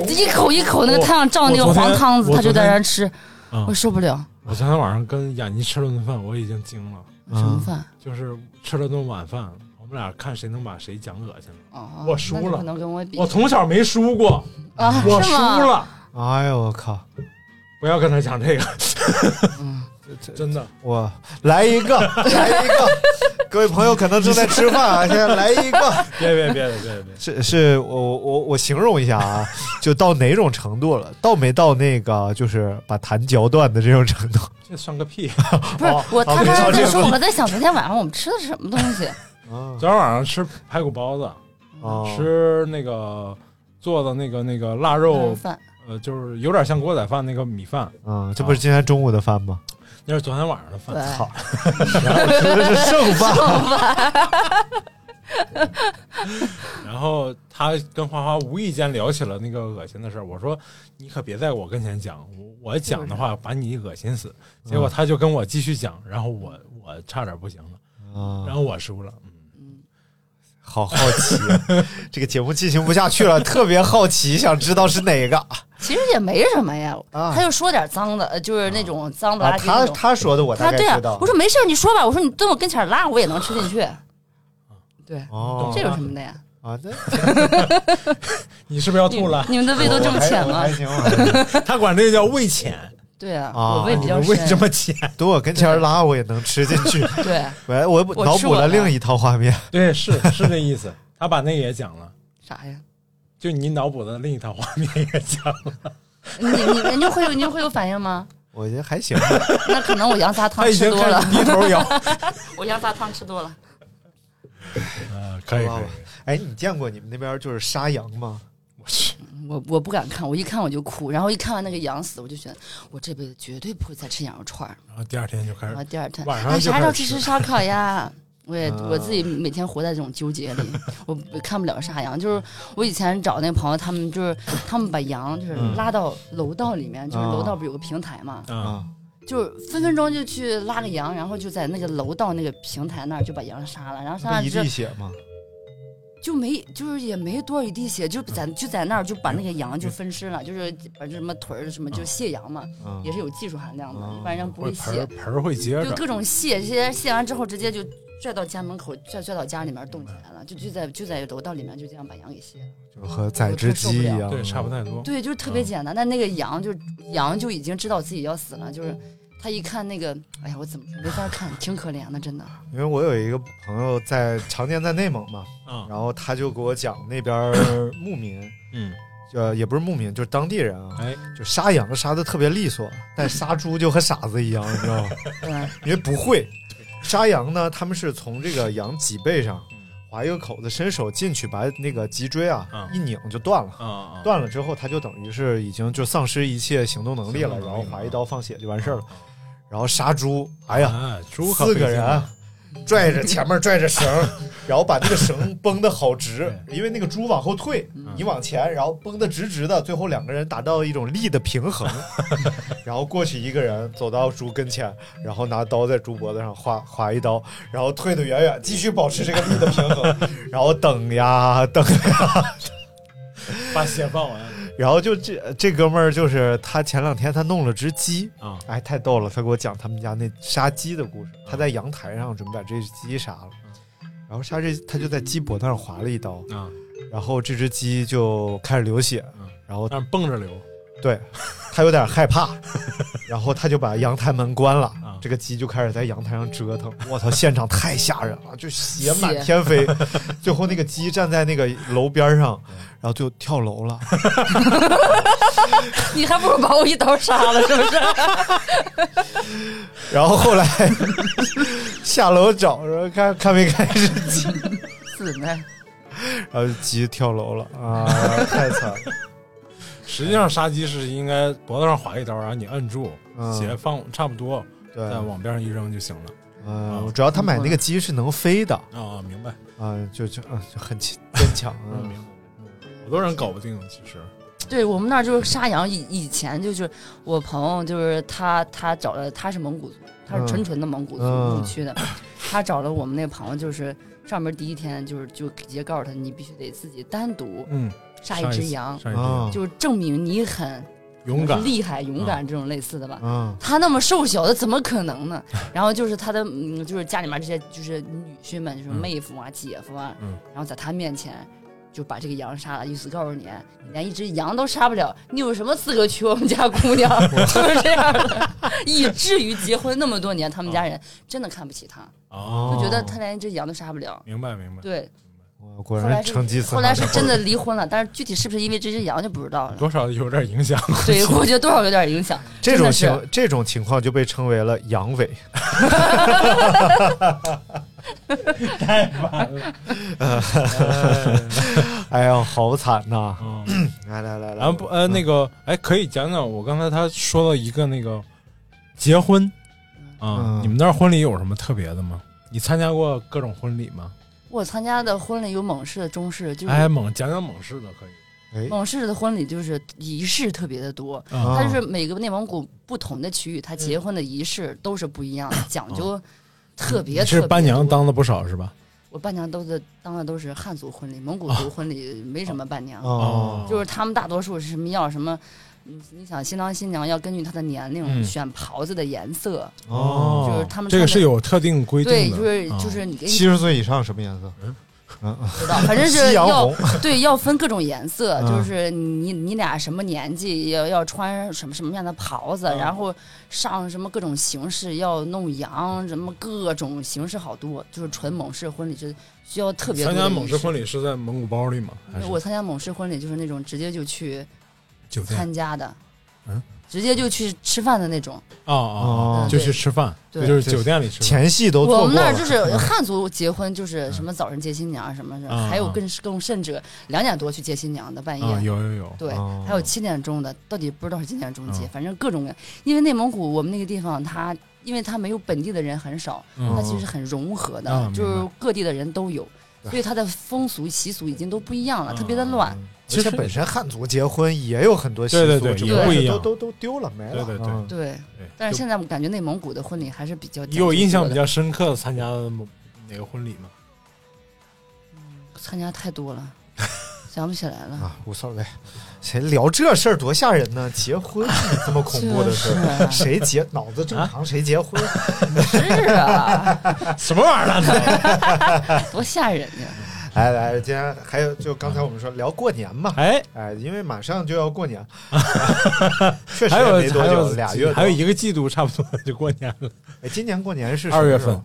[SPEAKER 4] 一口一口那个太阳照那个
[SPEAKER 3] 我昨天
[SPEAKER 4] 黄汤子，
[SPEAKER 3] 我
[SPEAKER 4] 他
[SPEAKER 3] 昨
[SPEAKER 4] 就
[SPEAKER 3] 天
[SPEAKER 4] 在那儿吃，
[SPEAKER 3] 啊
[SPEAKER 4] 我！受不了。
[SPEAKER 3] 我昨天晚上跟雅妮吃了顿饭，我已经惊了，
[SPEAKER 4] 什么饭？
[SPEAKER 3] 就是吃了顿晚饭，我们俩看谁能把谁讲恶心了。
[SPEAKER 4] 哦，
[SPEAKER 3] 我输
[SPEAKER 4] 那你
[SPEAKER 3] 了
[SPEAKER 4] 可能跟我比
[SPEAKER 3] 我从小没输过，
[SPEAKER 4] 啊，
[SPEAKER 3] 我
[SPEAKER 4] 是
[SPEAKER 3] 输
[SPEAKER 4] 吗？
[SPEAKER 3] 了。
[SPEAKER 2] 哎呦我靠！
[SPEAKER 3] 不要跟他讲这个，
[SPEAKER 4] 嗯
[SPEAKER 3] 真的。
[SPEAKER 2] 我来一个，来 一个，各位朋友可能正在吃饭啊，现在来一个，
[SPEAKER 3] 别别别别别！
[SPEAKER 2] 是是我我我形容一下啊， 就到哪种程度了，到没到那个就是把痰嚼断的这种程度？
[SPEAKER 3] 这算个屁！
[SPEAKER 4] 不是
[SPEAKER 2] 哦
[SPEAKER 4] 我，
[SPEAKER 2] 哦
[SPEAKER 4] 他
[SPEAKER 2] 没
[SPEAKER 4] 刚才
[SPEAKER 2] 到这
[SPEAKER 4] 在
[SPEAKER 2] 个
[SPEAKER 4] 说，我在想昨天晚上我们吃的是什么东 西。
[SPEAKER 2] 啊
[SPEAKER 3] 昨天晚上吃排骨包子，
[SPEAKER 2] 哦
[SPEAKER 3] 吃那个做的那个那个腊
[SPEAKER 4] 嗯
[SPEAKER 3] 肉，
[SPEAKER 4] 饭
[SPEAKER 3] 呃，就是有点像锅仔饭那个米饭，
[SPEAKER 2] 嗯，这不是今天中午的饭 吗？
[SPEAKER 3] 那是昨天晚上的饭。
[SPEAKER 4] 对
[SPEAKER 2] 操，吃的啊是剩饭，
[SPEAKER 3] 然后他跟花花无意间聊起了那个恶心的事儿，我说你可别在我跟前讲，我我讲的话把你恶心死。结果他就跟我继续讲，然后我我差点不行了，
[SPEAKER 2] 啊
[SPEAKER 3] 然后我输了。
[SPEAKER 2] 好好奇，啊这个节目进行不下去了，特别好奇，想知道是哪 个
[SPEAKER 4] 其实也没什么呀，
[SPEAKER 2] 啊
[SPEAKER 4] 他就说点脏的，呃就是那种脏不
[SPEAKER 2] 啊？
[SPEAKER 4] 拉几
[SPEAKER 2] 他
[SPEAKER 4] 那种。
[SPEAKER 2] 他说的我大
[SPEAKER 4] 他
[SPEAKER 2] 概
[SPEAKER 4] 对啊
[SPEAKER 2] 知道，，
[SPEAKER 4] 我说没事儿，你说吧。我说你蹲我跟前儿拉，我也能吃进去。对，
[SPEAKER 2] 哦
[SPEAKER 4] 这有什么的呀？
[SPEAKER 2] 啊？那
[SPEAKER 3] 你是不是要
[SPEAKER 4] 你
[SPEAKER 3] 哦吐了？哦
[SPEAKER 4] 你们的胃都这么浅
[SPEAKER 2] 我
[SPEAKER 4] 吗
[SPEAKER 2] 还？行，啊我还 行。
[SPEAKER 3] 他管这叫胃浅，
[SPEAKER 4] 对啊，
[SPEAKER 2] 啊
[SPEAKER 4] 我胃
[SPEAKER 3] 哦
[SPEAKER 4] 比
[SPEAKER 3] 你
[SPEAKER 4] 较
[SPEAKER 3] 的胃这
[SPEAKER 4] 深。
[SPEAKER 3] 么浅。
[SPEAKER 2] 蹲我跟前儿拉我也能吃进 去。
[SPEAKER 4] 对，
[SPEAKER 2] 喂，我
[SPEAKER 4] 我
[SPEAKER 2] 脑
[SPEAKER 4] 吃
[SPEAKER 2] 补
[SPEAKER 4] 我
[SPEAKER 2] 了
[SPEAKER 4] 的
[SPEAKER 2] 另一套画面。
[SPEAKER 3] 对，是是这意思。 他把那个也讲了，
[SPEAKER 4] 啥呀？
[SPEAKER 3] 就你脑补的另一套画面也讲了。
[SPEAKER 4] 你你人家会有人家会有反应吗？
[SPEAKER 2] 我觉得还行，啊
[SPEAKER 4] 那可能我羊杂 汤
[SPEAKER 3] 他已
[SPEAKER 4] 吃
[SPEAKER 3] 经
[SPEAKER 4] 多
[SPEAKER 3] 开
[SPEAKER 4] 了
[SPEAKER 3] 始，低头摇。
[SPEAKER 4] 我羊杂汤吃多了。
[SPEAKER 3] 呃，可以
[SPEAKER 2] 好
[SPEAKER 3] 可
[SPEAKER 2] 吧
[SPEAKER 3] 以。
[SPEAKER 2] 哎，你见过你们那边就是杀羊吗？
[SPEAKER 3] 我去，
[SPEAKER 4] 我我不敢看，我一看我就哭，然后一看完那个羊死，我就觉得我这辈子绝对不会再吃羊肉串儿。
[SPEAKER 3] 然后第二天就开
[SPEAKER 4] 然后
[SPEAKER 3] 始
[SPEAKER 4] 第二天，
[SPEAKER 3] 晚上
[SPEAKER 4] 哎，
[SPEAKER 3] 就
[SPEAKER 4] 啥
[SPEAKER 3] 开
[SPEAKER 4] 时候
[SPEAKER 3] 始
[SPEAKER 4] 去
[SPEAKER 3] 吃
[SPEAKER 4] 吃烧 烤呀？我也
[SPEAKER 2] 啊
[SPEAKER 4] 我自己每天活在这种纠结里，我我看不了杀羊。就是我以前找那朋友，他们就是他们把羊就是
[SPEAKER 2] 嗯
[SPEAKER 4] 拉到楼道里面，就是
[SPEAKER 2] 啊
[SPEAKER 4] 楼道不是有个平台嘛，
[SPEAKER 3] 啊，
[SPEAKER 4] 就是分分钟就去拉个羊，然后就在那个楼道那个平台那儿就把羊杀了，然后杀
[SPEAKER 2] 那
[SPEAKER 4] 了
[SPEAKER 2] 一
[SPEAKER 4] 之后
[SPEAKER 2] 滴血吗？
[SPEAKER 4] 就没就是也没多少一滴血，就咱就在那儿就把那个羊就分尸了，就是把什么腿儿什么就卸羊嘛，
[SPEAKER 2] 嗯
[SPEAKER 4] 也是有技术含量的，
[SPEAKER 2] 嗯
[SPEAKER 4] 一般人不
[SPEAKER 3] 啊会
[SPEAKER 4] 会
[SPEAKER 3] 盆儿
[SPEAKER 4] 卸，
[SPEAKER 3] 盆儿会接
[SPEAKER 4] 就
[SPEAKER 3] 着，
[SPEAKER 4] 各种卸卸卸完之后直接就拽到家门口，拽拽到家里面冻起来了，就就在就在楼道里面就这样把羊给卸了。
[SPEAKER 2] 就和宰只鸡一样，
[SPEAKER 3] 对，差不
[SPEAKER 2] 多。
[SPEAKER 3] 太多。
[SPEAKER 4] 对，就是特别简单。但那个羊就羊就已经知道自己要死了，就是他一看那个，哎呀，我怎么说没法看，挺可怜的，真的。
[SPEAKER 2] 因为我有一个朋友在常年在内蒙嘛，
[SPEAKER 3] 啊，
[SPEAKER 2] 然后他就给我讲那边儿 牧民，
[SPEAKER 3] 嗯，
[SPEAKER 2] 呃，也不是牧民，就是当地人啊，
[SPEAKER 3] 哎，
[SPEAKER 2] 就杀羊杀的特别利索，但杀猪就和傻子一样，你知 道吗？
[SPEAKER 4] 嗯，
[SPEAKER 2] 因为不会杀羊呢，他们是从这个羊脊背上
[SPEAKER 3] 嗯
[SPEAKER 2] 划一个口子，伸手进去把那个脊椎啊
[SPEAKER 3] 啊
[SPEAKER 2] 一拧就断了。
[SPEAKER 3] 啊啊，
[SPEAKER 2] 断了之后，他就等于是已经就丧失一切行动能力了，
[SPEAKER 3] 行动
[SPEAKER 2] 然
[SPEAKER 3] 能力
[SPEAKER 2] 后划一刀放血就完事儿了。
[SPEAKER 3] 啊
[SPEAKER 2] 然后杀猪，哎呀，
[SPEAKER 3] 啊，猪可
[SPEAKER 2] 四
[SPEAKER 3] 费
[SPEAKER 2] 个
[SPEAKER 3] 劲
[SPEAKER 2] 人
[SPEAKER 3] 了
[SPEAKER 2] 拽着前面拽着 绳儿，然后把那个绳绷得好直，因为那个猪往后退，
[SPEAKER 3] 嗯
[SPEAKER 2] 你往前，然后绷得直直的，最后两个人达到一种力的 平衡，然后过去一个人走到猪跟前，然后拿刀在猪脖子上划划一刀，然后退得远远，继续保持这个力的平衡， 然后等呀等
[SPEAKER 3] 把血放完
[SPEAKER 2] 然后就这这哥们儿就是他前两天他弄了只鸡，
[SPEAKER 3] 啊，
[SPEAKER 2] 哎，太逗了！他给我讲他们家那杀鸡的故事。他在阳台上准备把这只鸡杀了，然后杀这他就在鸡脖子上划了一刀，
[SPEAKER 3] 啊，
[SPEAKER 2] 然后这只鸡就开始流血
[SPEAKER 3] 嗯，
[SPEAKER 2] 然后
[SPEAKER 3] 但是蹦着流
[SPEAKER 2] 对他有点害怕， 然后他就把阳台门关了
[SPEAKER 3] 啊，
[SPEAKER 2] 这个鸡就开始在阳台上折腾。我操，现场太吓人了，就血满
[SPEAKER 4] 血
[SPEAKER 2] 天飞。最后那个鸡站在那个楼边上，
[SPEAKER 3] 啊
[SPEAKER 2] 然后就跳楼了。
[SPEAKER 4] 你还不如把我一刀杀了，是不是？
[SPEAKER 2] 然后后来 下楼找说看看没看是鸡，
[SPEAKER 4] 死呗！
[SPEAKER 2] 然后鸡跳楼了啊，太惨了。
[SPEAKER 3] 实际上杀鸡是应该脖子上划一刀，然后你摁住，
[SPEAKER 2] 嗯
[SPEAKER 3] 血放差不多，
[SPEAKER 2] 对，
[SPEAKER 3] 再往边上一扔就行了。
[SPEAKER 2] 嗯，主要他买那个鸡是能飞的
[SPEAKER 3] 啊，明白，
[SPEAKER 2] 啊，就就啊就很坚坚强
[SPEAKER 3] 嗯，
[SPEAKER 2] 啊。
[SPEAKER 3] 明白。好多人搞不定，其实
[SPEAKER 4] 对我们那儿就是杀羊，以以前就是我朋友，就是他他找了他是蒙古族，他是纯纯的蒙古族
[SPEAKER 2] 嗯
[SPEAKER 4] 牧区的，他找了我们那朋友，就是上门第一天就是就直接告诉他，你必须得自己单独
[SPEAKER 3] 嗯，
[SPEAKER 4] 杀
[SPEAKER 3] 杀
[SPEAKER 4] 一
[SPEAKER 3] 一
[SPEAKER 4] 只
[SPEAKER 3] 次
[SPEAKER 4] 羊，
[SPEAKER 3] 上一
[SPEAKER 2] 啊
[SPEAKER 3] 次
[SPEAKER 4] 就是证明你很
[SPEAKER 3] 勇敢，
[SPEAKER 4] 厉害、
[SPEAKER 3] 嗯
[SPEAKER 4] 勇敢这种类似的吧。
[SPEAKER 2] 嗯
[SPEAKER 4] 他那么瘦小的，怎么可 能呢？然后就是他的，嗯，就是家里面这些就是女婿们，就是
[SPEAKER 3] 嗯
[SPEAKER 4] 妹夫啊、姐夫啊，
[SPEAKER 3] 嗯
[SPEAKER 4] 然后在他面前就把这个羊杀了，意思告诉你，你连一只羊都杀不了，你有什么资格娶我们家姑 娘？就是这样的，以至于结婚那么多年，他们家人真的看不起他，
[SPEAKER 3] 哦
[SPEAKER 4] 就觉得他连一只羊都杀不了。
[SPEAKER 3] 明白明白，
[SPEAKER 4] 对，
[SPEAKER 2] 我果
[SPEAKER 4] 后来
[SPEAKER 2] 然
[SPEAKER 4] 是
[SPEAKER 2] 成吉思汗。
[SPEAKER 4] 后来是真的离婚了，但是具体是不是因为这只羊就不知道了。
[SPEAKER 3] 多少有点影响。
[SPEAKER 4] 对，我觉得多少有点影响。
[SPEAKER 2] 这种
[SPEAKER 4] 真的
[SPEAKER 2] 情这种情况就被称为了 阳痿。 哎呀，好惨呐！
[SPEAKER 3] 嗯，
[SPEAKER 2] 来来来
[SPEAKER 3] 然后
[SPEAKER 2] 来，
[SPEAKER 3] 不呃那个哎，可以讲讲我刚才他说了一个那个结婚啊，
[SPEAKER 2] 嗯
[SPEAKER 3] 你们那儿婚礼有什么特别的吗？你参加过各种婚礼吗？
[SPEAKER 4] 我参加的婚礼有蒙氏的、中式，就是
[SPEAKER 3] 哎，猛讲讲猛士的可以。
[SPEAKER 2] 哎，
[SPEAKER 4] 蒙氏的婚礼就是仪式特别的多，
[SPEAKER 2] 啊
[SPEAKER 4] 它哦就是每个内蒙古不同的区域，它结婚的仪式都是不一样的，讲究特别
[SPEAKER 3] 哦你
[SPEAKER 4] 特别
[SPEAKER 3] 是
[SPEAKER 4] 多。
[SPEAKER 3] 伴娘当了不少是吧？
[SPEAKER 4] 我伴娘都是当的都是汉族婚礼，蒙
[SPEAKER 3] 哦
[SPEAKER 4] 古族婚礼没什么伴娘，
[SPEAKER 2] 哦，
[SPEAKER 4] 就是他们大多数是什么要什么。嗯你想新郎新娘要根据他的年龄、
[SPEAKER 3] 嗯
[SPEAKER 4] 选袍子的颜色，
[SPEAKER 2] 哦
[SPEAKER 4] 就是他们
[SPEAKER 3] 这个是
[SPEAKER 4] 穿的
[SPEAKER 3] 有特定规定
[SPEAKER 4] 对，
[SPEAKER 3] 的，
[SPEAKER 4] 就是
[SPEAKER 3] 啊
[SPEAKER 4] 就是你给你
[SPEAKER 2] 七十岁以上什么颜色？
[SPEAKER 4] 知道，反正是
[SPEAKER 2] 夕阳
[SPEAKER 4] 要
[SPEAKER 2] 红。
[SPEAKER 4] 对，要分各种颜色，
[SPEAKER 2] 嗯
[SPEAKER 4] 就是你你俩什么年纪要要穿什么什么样的袍
[SPEAKER 3] 嗯
[SPEAKER 4] 子，然后上什么各种形式，要弄羊，什么各种形式好多，就是纯蒙氏婚礼，就是需要特别多
[SPEAKER 3] 参
[SPEAKER 4] 的
[SPEAKER 3] 加蒙
[SPEAKER 4] 仪
[SPEAKER 3] 氏
[SPEAKER 4] 式
[SPEAKER 3] 婚。礼是在蒙古包里吗？还是
[SPEAKER 4] 我参加蒙氏婚礼就是那种直接就去
[SPEAKER 3] 酒店？
[SPEAKER 4] 参加的，
[SPEAKER 3] 嗯，
[SPEAKER 4] 直接就去吃饭的那种。
[SPEAKER 3] 哦哦
[SPEAKER 2] 哦，
[SPEAKER 3] 就去吃饭，
[SPEAKER 4] 嗯对
[SPEAKER 3] 就是酒店里吃饭。
[SPEAKER 2] 前戏都做
[SPEAKER 4] 我
[SPEAKER 2] 过
[SPEAKER 4] 们那儿
[SPEAKER 2] 了
[SPEAKER 4] 就，是汉族结婚就是什么早晨接新娘什么的，
[SPEAKER 3] 嗯
[SPEAKER 4] 还有
[SPEAKER 3] 嗯
[SPEAKER 4] 更更甚者两点多去接新娘的半夜。
[SPEAKER 3] 啊，有有有，
[SPEAKER 4] 对，
[SPEAKER 2] 哦
[SPEAKER 4] 还有七点钟的，到底不知道是几点钟结，
[SPEAKER 3] 嗯
[SPEAKER 4] 反正各种各样。因为内蒙古我们那个地方，它因为它没有本地的人很少，
[SPEAKER 3] 嗯
[SPEAKER 4] 它其实很融合的，
[SPEAKER 3] 啊
[SPEAKER 4] 就是
[SPEAKER 3] 明
[SPEAKER 4] 各地的人都有，所以它的风俗习俗已经都不一样了，
[SPEAKER 3] 嗯
[SPEAKER 4] 特别的乱。
[SPEAKER 2] 其实本身汉族结婚也有很多习
[SPEAKER 3] 对
[SPEAKER 2] 俗，
[SPEAKER 3] 对对
[SPEAKER 2] 只不过
[SPEAKER 4] 也
[SPEAKER 2] 是
[SPEAKER 3] 不一样
[SPEAKER 2] 都都都丢了没
[SPEAKER 3] 对
[SPEAKER 2] 了。
[SPEAKER 3] 对对
[SPEAKER 2] 嗯
[SPEAKER 4] 对，
[SPEAKER 3] 对
[SPEAKER 4] 但是
[SPEAKER 3] 就
[SPEAKER 4] 现在我感觉内蒙古的婚礼还是比较讲
[SPEAKER 3] 你有
[SPEAKER 4] 究
[SPEAKER 3] 印象比
[SPEAKER 4] 多的
[SPEAKER 3] 较深刻的参加的某哪个婚礼吗？
[SPEAKER 4] 参加太多了，想不起来
[SPEAKER 3] 哦
[SPEAKER 4] 了。
[SPEAKER 2] 啊，无所谓。谁聊这事儿多吓人呢？结婚这么恐怖的事 儿，
[SPEAKER 4] 这是
[SPEAKER 2] 谁结脑子
[SPEAKER 3] 啊
[SPEAKER 2] 正常谁结婚？
[SPEAKER 4] 是啊，
[SPEAKER 3] 什么玩意儿呢？
[SPEAKER 4] 多吓人呀！
[SPEAKER 2] 来哎来，今天还有就刚才我们说聊过年嘛，
[SPEAKER 3] 哎，
[SPEAKER 2] 哎，因为马上就要 过年，确实
[SPEAKER 3] 还
[SPEAKER 2] 也
[SPEAKER 3] 有
[SPEAKER 2] 没多
[SPEAKER 3] 还
[SPEAKER 2] 久，
[SPEAKER 3] 有
[SPEAKER 2] 俩月多
[SPEAKER 3] 还有一个季度差不多 就过年了。
[SPEAKER 2] 哎，今年过年是
[SPEAKER 3] 二月
[SPEAKER 2] 什么时候
[SPEAKER 3] 份，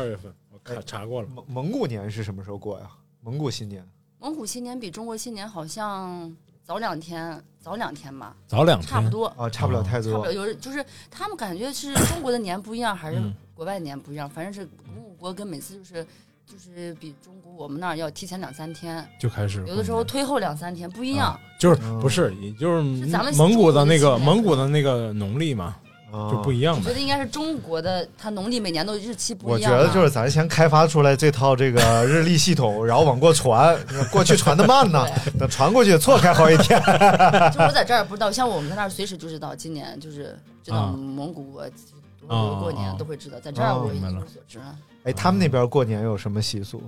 [SPEAKER 3] 二月份我看查过了，
[SPEAKER 2] 蒙蒙古年是什么时候过呀？蒙古新年
[SPEAKER 4] 蒙古新年比中国新年好像早两天，早两天吧，
[SPEAKER 3] 早两
[SPEAKER 4] 差不
[SPEAKER 3] 天。
[SPEAKER 4] 多。
[SPEAKER 2] 啊，差不了太
[SPEAKER 4] 差不
[SPEAKER 2] 多
[SPEAKER 4] 多，。有人就是他们感觉是中国的年不一样，还是
[SPEAKER 3] 嗯
[SPEAKER 4] 国外年不一样，反正是蒙古国跟每次就是就是比中国我们那儿要提前两三天，
[SPEAKER 3] 就开始过年，
[SPEAKER 4] 有的时候推后两三天不一样
[SPEAKER 3] 啊。就是
[SPEAKER 2] 嗯
[SPEAKER 3] 不是，也就是
[SPEAKER 4] 是咱们
[SPEAKER 3] 蒙古的那
[SPEAKER 4] 中
[SPEAKER 3] 个
[SPEAKER 4] 国的
[SPEAKER 3] 蒙古的那个农历嘛，
[SPEAKER 2] 啊
[SPEAKER 3] 就不一样
[SPEAKER 4] 我觉
[SPEAKER 3] 呗。
[SPEAKER 4] 得应该是中国的，它农历每年都日期不
[SPEAKER 2] 我
[SPEAKER 4] 一
[SPEAKER 2] 觉
[SPEAKER 4] 样啊吧。
[SPEAKER 2] 得就是咱先开发出来这套这个日历系统，然后往过传， 过去传的慢呢，等传过去错开好几天。
[SPEAKER 4] 对，就我在这儿不知道，像我们在那儿随时就知道，今年就是知道
[SPEAKER 3] 啊
[SPEAKER 4] 蒙古国就是多
[SPEAKER 3] 啊啊
[SPEAKER 4] 多过年都会知道，在这儿
[SPEAKER 2] 哦
[SPEAKER 4] 我一
[SPEAKER 3] 明白
[SPEAKER 4] 无
[SPEAKER 3] 了
[SPEAKER 4] 所知。
[SPEAKER 2] 哎，他们那边过年有什么习俗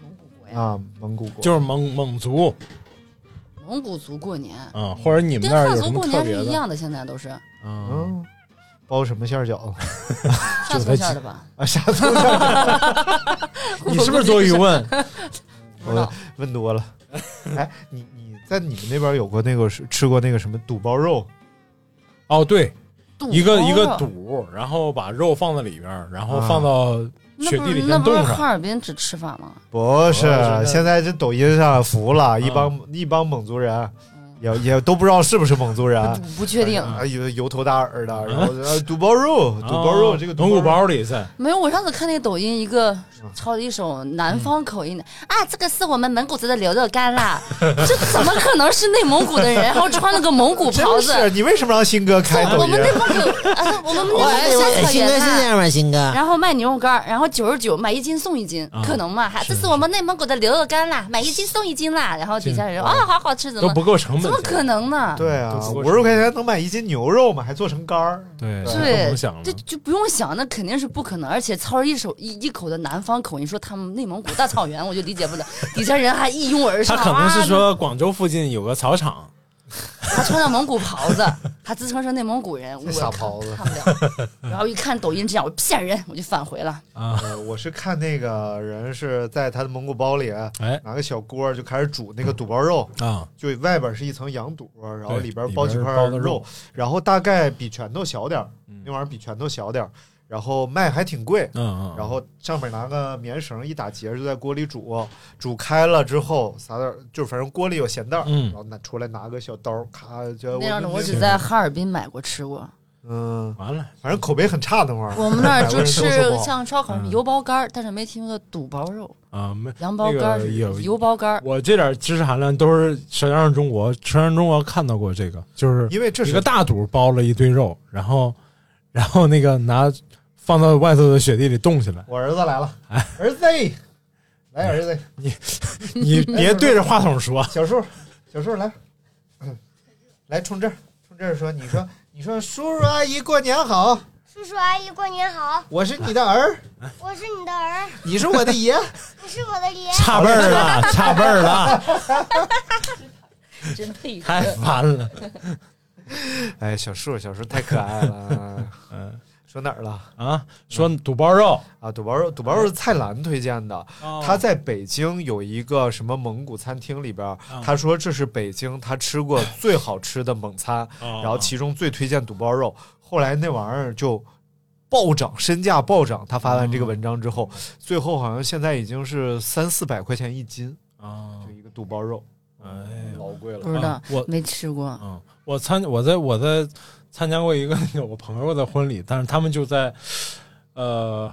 [SPEAKER 4] 蒙古国呀，
[SPEAKER 2] 啊？蒙古国
[SPEAKER 3] 就是蒙蒙族
[SPEAKER 4] 蒙古族过年
[SPEAKER 3] 啊，或者你们
[SPEAKER 4] 跟
[SPEAKER 3] 那儿
[SPEAKER 4] 汉
[SPEAKER 3] 有
[SPEAKER 4] 族
[SPEAKER 3] 什么
[SPEAKER 4] 过
[SPEAKER 3] 特
[SPEAKER 4] 年
[SPEAKER 3] 别
[SPEAKER 4] 是一
[SPEAKER 3] 的？
[SPEAKER 4] 样的，现在都是
[SPEAKER 3] 嗯，
[SPEAKER 2] 嗯，包什么馅儿饺子
[SPEAKER 3] 韭
[SPEAKER 4] 上从
[SPEAKER 3] 菜
[SPEAKER 4] 馅儿
[SPEAKER 3] 鸡
[SPEAKER 4] 的吧？
[SPEAKER 2] 啊？啥都馅儿饺子
[SPEAKER 3] 你是不是多余问？
[SPEAKER 4] 不知道
[SPEAKER 2] 问多 了。哎，你你在你们那边有过那个是吃过那个什么肚包肉？
[SPEAKER 3] 哦， 对，
[SPEAKER 4] 肚
[SPEAKER 3] 一个
[SPEAKER 4] 包
[SPEAKER 3] 一个
[SPEAKER 4] 肉
[SPEAKER 3] 肚，然后把肉放在里边儿，然后
[SPEAKER 2] 啊
[SPEAKER 3] 放到雪地里先
[SPEAKER 4] 那不是那
[SPEAKER 3] 冻
[SPEAKER 4] 不是哈
[SPEAKER 3] 上。
[SPEAKER 4] 尔滨只吃法吗？
[SPEAKER 2] 不是
[SPEAKER 3] 哦真，的
[SPEAKER 2] 现在这抖音上服了一帮一帮蒙族人，也也都不知道是不是蒙族 人。
[SPEAKER 4] 嗯不不确定。
[SPEAKER 2] 啊，有油头大耳的，然后呃肚包肉，肚包肉
[SPEAKER 3] 啊
[SPEAKER 2] 这个肚
[SPEAKER 3] 蒙古
[SPEAKER 2] 肉
[SPEAKER 3] 包里在，
[SPEAKER 4] 没有，我上次看那个抖音，一个
[SPEAKER 3] 嗯
[SPEAKER 4] 抄了一首南方口音的、啊，这个是我们蒙古族的牛肉干啦，这怎么可能是内蒙古的人？然后穿了个蒙古袍
[SPEAKER 2] 真
[SPEAKER 4] 子，啊
[SPEAKER 2] 是，你为什么让新哥开抖
[SPEAKER 4] 我
[SPEAKER 2] 音啊
[SPEAKER 4] 们？内蒙古，啊、我们内蒙
[SPEAKER 7] 我
[SPEAKER 4] 古下草
[SPEAKER 7] 新哥
[SPEAKER 4] 原
[SPEAKER 7] 是这
[SPEAKER 4] 呐。
[SPEAKER 7] 样吗？新哥，
[SPEAKER 4] 然后卖牛肉干儿，然后九十九买一斤送一斤，
[SPEAKER 3] 啊
[SPEAKER 4] 可能吗？还这是我们内蒙古的牛肉干啦，买一斤送一斤啦。然后底下人说
[SPEAKER 3] 这
[SPEAKER 4] 啊，好好吃，怎
[SPEAKER 3] 都
[SPEAKER 4] 么
[SPEAKER 3] 不够成本
[SPEAKER 4] 怎
[SPEAKER 3] 钱。
[SPEAKER 4] 么可能呢？
[SPEAKER 2] 对啊
[SPEAKER 3] 都，不过
[SPEAKER 2] 五十块钱能买一斤牛肉吗？还做成干儿，
[SPEAKER 3] 对，
[SPEAKER 2] 对
[SPEAKER 3] 更甭想了
[SPEAKER 4] 这。就不用想，那肯定是不可能。而且操着一手一一口的南方口音说他们内蒙古大草原，我就理解不了。底下人还一拥而
[SPEAKER 3] 他
[SPEAKER 4] 上，
[SPEAKER 3] 可能是
[SPEAKER 4] 啊
[SPEAKER 3] 说广州附近有个草场，
[SPEAKER 4] 他穿着蒙古袍子， 他自称是内蒙古人，我
[SPEAKER 2] 傻
[SPEAKER 4] 看
[SPEAKER 2] 狍子
[SPEAKER 4] 看不了。 然后一看抖音这样，我骗人，我就返回了。
[SPEAKER 3] 啊
[SPEAKER 2] 呃，我是看那个人是在他的蒙古包里啊
[SPEAKER 3] 哎
[SPEAKER 2] 拿个小锅儿就开始煮那个肚包肉，
[SPEAKER 3] 啊，
[SPEAKER 2] 就外边是一层羊肚，然后
[SPEAKER 3] 对
[SPEAKER 2] 里边
[SPEAKER 3] 里
[SPEAKER 2] 包
[SPEAKER 3] 边
[SPEAKER 2] 几块
[SPEAKER 3] 包的
[SPEAKER 2] 肉
[SPEAKER 3] 肉，
[SPEAKER 2] 然后大概比拳头小点儿，
[SPEAKER 3] 嗯
[SPEAKER 2] 那玩意儿比拳头小点儿，然后卖还挺贵。
[SPEAKER 3] 嗯嗯，
[SPEAKER 2] 然后上面拿个棉绳一打结，就在锅里煮，煮开了之后撒点儿，就反正锅里有咸蛋儿，
[SPEAKER 3] 嗯
[SPEAKER 2] 然后拿出来拿个小刀，咔就
[SPEAKER 4] 那样呃的我
[SPEAKER 2] 就
[SPEAKER 4] 只在哈尔滨买过吃过，
[SPEAKER 2] 嗯，
[SPEAKER 3] 完了，
[SPEAKER 2] 反正口碑很差那玩意儿。
[SPEAKER 4] 我们那儿就
[SPEAKER 2] 百味人都
[SPEAKER 4] 吃
[SPEAKER 2] 说不好
[SPEAKER 4] 像烧烤什么
[SPEAKER 3] 嗯
[SPEAKER 4] 油包干儿，但是没听过肚包肉、
[SPEAKER 3] 啊，没
[SPEAKER 4] 羊包干
[SPEAKER 3] 那
[SPEAKER 4] 儿
[SPEAKER 3] 个、有
[SPEAKER 4] 油包干儿。
[SPEAKER 3] 我这点知识含量都是《舌尖上的中国》，《舌尖上的中国》看到过这个，就是
[SPEAKER 2] 因为这
[SPEAKER 3] 一
[SPEAKER 2] 是
[SPEAKER 3] 个大肚包了一堆肉，然后然后那个拿放到外头的雪地里冻起 来。
[SPEAKER 2] 我儿子来了，儿子，哎来儿子，
[SPEAKER 3] 你别对着话筒说，
[SPEAKER 2] 小树，小树来， 来冲这儿，冲这儿说，你说，你说，叔叔阿姨过年好，
[SPEAKER 8] 叔叔阿姨过年好，
[SPEAKER 2] 我是你的儿，
[SPEAKER 8] 我是你的儿，
[SPEAKER 2] 你是我的爷，
[SPEAKER 8] 你是我的爷。
[SPEAKER 3] 差辈儿了，差辈儿了，
[SPEAKER 4] 真配合。
[SPEAKER 3] 太烦了。
[SPEAKER 2] 哎，小树，小树太可爱了，
[SPEAKER 3] 嗯
[SPEAKER 2] 说哪儿了
[SPEAKER 3] 啊，说肚包肉，
[SPEAKER 2] 啊？肚包肉，肚包肉是蔡澜
[SPEAKER 3] 嗯
[SPEAKER 2] 推荐的，
[SPEAKER 3] 哦
[SPEAKER 2] 他在北京有一个什么蒙古餐厅里边儿，
[SPEAKER 3] 嗯
[SPEAKER 2] 他说这是北京他吃过最好吃的蒙餐，然
[SPEAKER 3] 然
[SPEAKER 2] 后其中最推荐肚包肉。后来那玩意儿就暴涨，身价暴涨。他发完
[SPEAKER 3] 哦
[SPEAKER 2] 这个文章之后，最后好像现在已经是三四百块钱一斤，
[SPEAKER 3] 啊
[SPEAKER 2] 就，一个肚包肉，嗯
[SPEAKER 3] 哎呀
[SPEAKER 2] 老贵了。
[SPEAKER 4] 不知道
[SPEAKER 3] 啊，我
[SPEAKER 4] 没吃过。
[SPEAKER 3] 嗯，我参我在我在参加过一个那个我朋友的婚礼，但是他们就在呃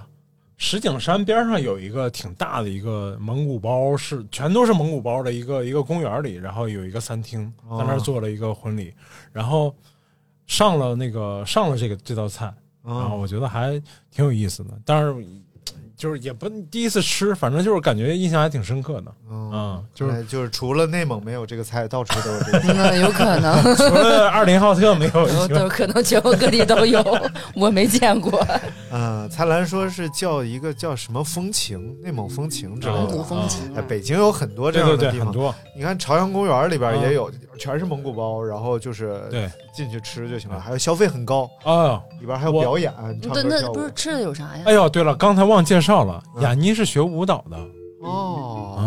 [SPEAKER 3] 石景山边上有一个挺大的一个蒙古包，是全都是蒙古包的一个一个公园里，然后有一个餐厅，
[SPEAKER 2] 哦
[SPEAKER 3] 在那儿做了一个婚礼，然后上了那个上了这个这道菜，然后
[SPEAKER 2] 嗯，
[SPEAKER 3] 我觉得还挺有意思的，但是。就是也不第一次吃，反正就是感觉印象还挺深刻的。嗯，就是
[SPEAKER 2] 哎就是除了内蒙没有这个菜，到处都有这 个菜。
[SPEAKER 4] 嗯，有可能，
[SPEAKER 3] 除了二零浩特没 有以
[SPEAKER 4] 有
[SPEAKER 3] 外，
[SPEAKER 4] 都可能全国各地都有，我没见过
[SPEAKER 2] 嗯，蔡澜说是叫一个叫什么风情，内蒙风情之类
[SPEAKER 3] 蒙
[SPEAKER 4] 蒙古
[SPEAKER 2] 的。
[SPEAKER 4] 风情
[SPEAKER 2] 哎，
[SPEAKER 4] 啊。
[SPEAKER 2] 北京有很多这
[SPEAKER 3] 对
[SPEAKER 2] 样
[SPEAKER 3] 对
[SPEAKER 2] 的
[SPEAKER 3] 对，
[SPEAKER 2] 地
[SPEAKER 3] 很
[SPEAKER 2] 方，
[SPEAKER 3] 多
[SPEAKER 2] 你看朝阳公园里边
[SPEAKER 3] 嗯
[SPEAKER 2] 也有，全是蒙古包，然后就是
[SPEAKER 3] 对
[SPEAKER 2] 进去吃就行了，还有消费很高，
[SPEAKER 3] 啊。
[SPEAKER 2] 里边还有
[SPEAKER 3] 我
[SPEAKER 2] 表演，唱
[SPEAKER 4] 对，
[SPEAKER 2] 歌
[SPEAKER 4] 那
[SPEAKER 2] 跳舞
[SPEAKER 4] 不是吃的有啥呀
[SPEAKER 3] 哎？呦，对了，刚才忘介绍了，
[SPEAKER 2] 嗯
[SPEAKER 3] 雅妮是学舞蹈的
[SPEAKER 2] 哦，
[SPEAKER 3] 啊，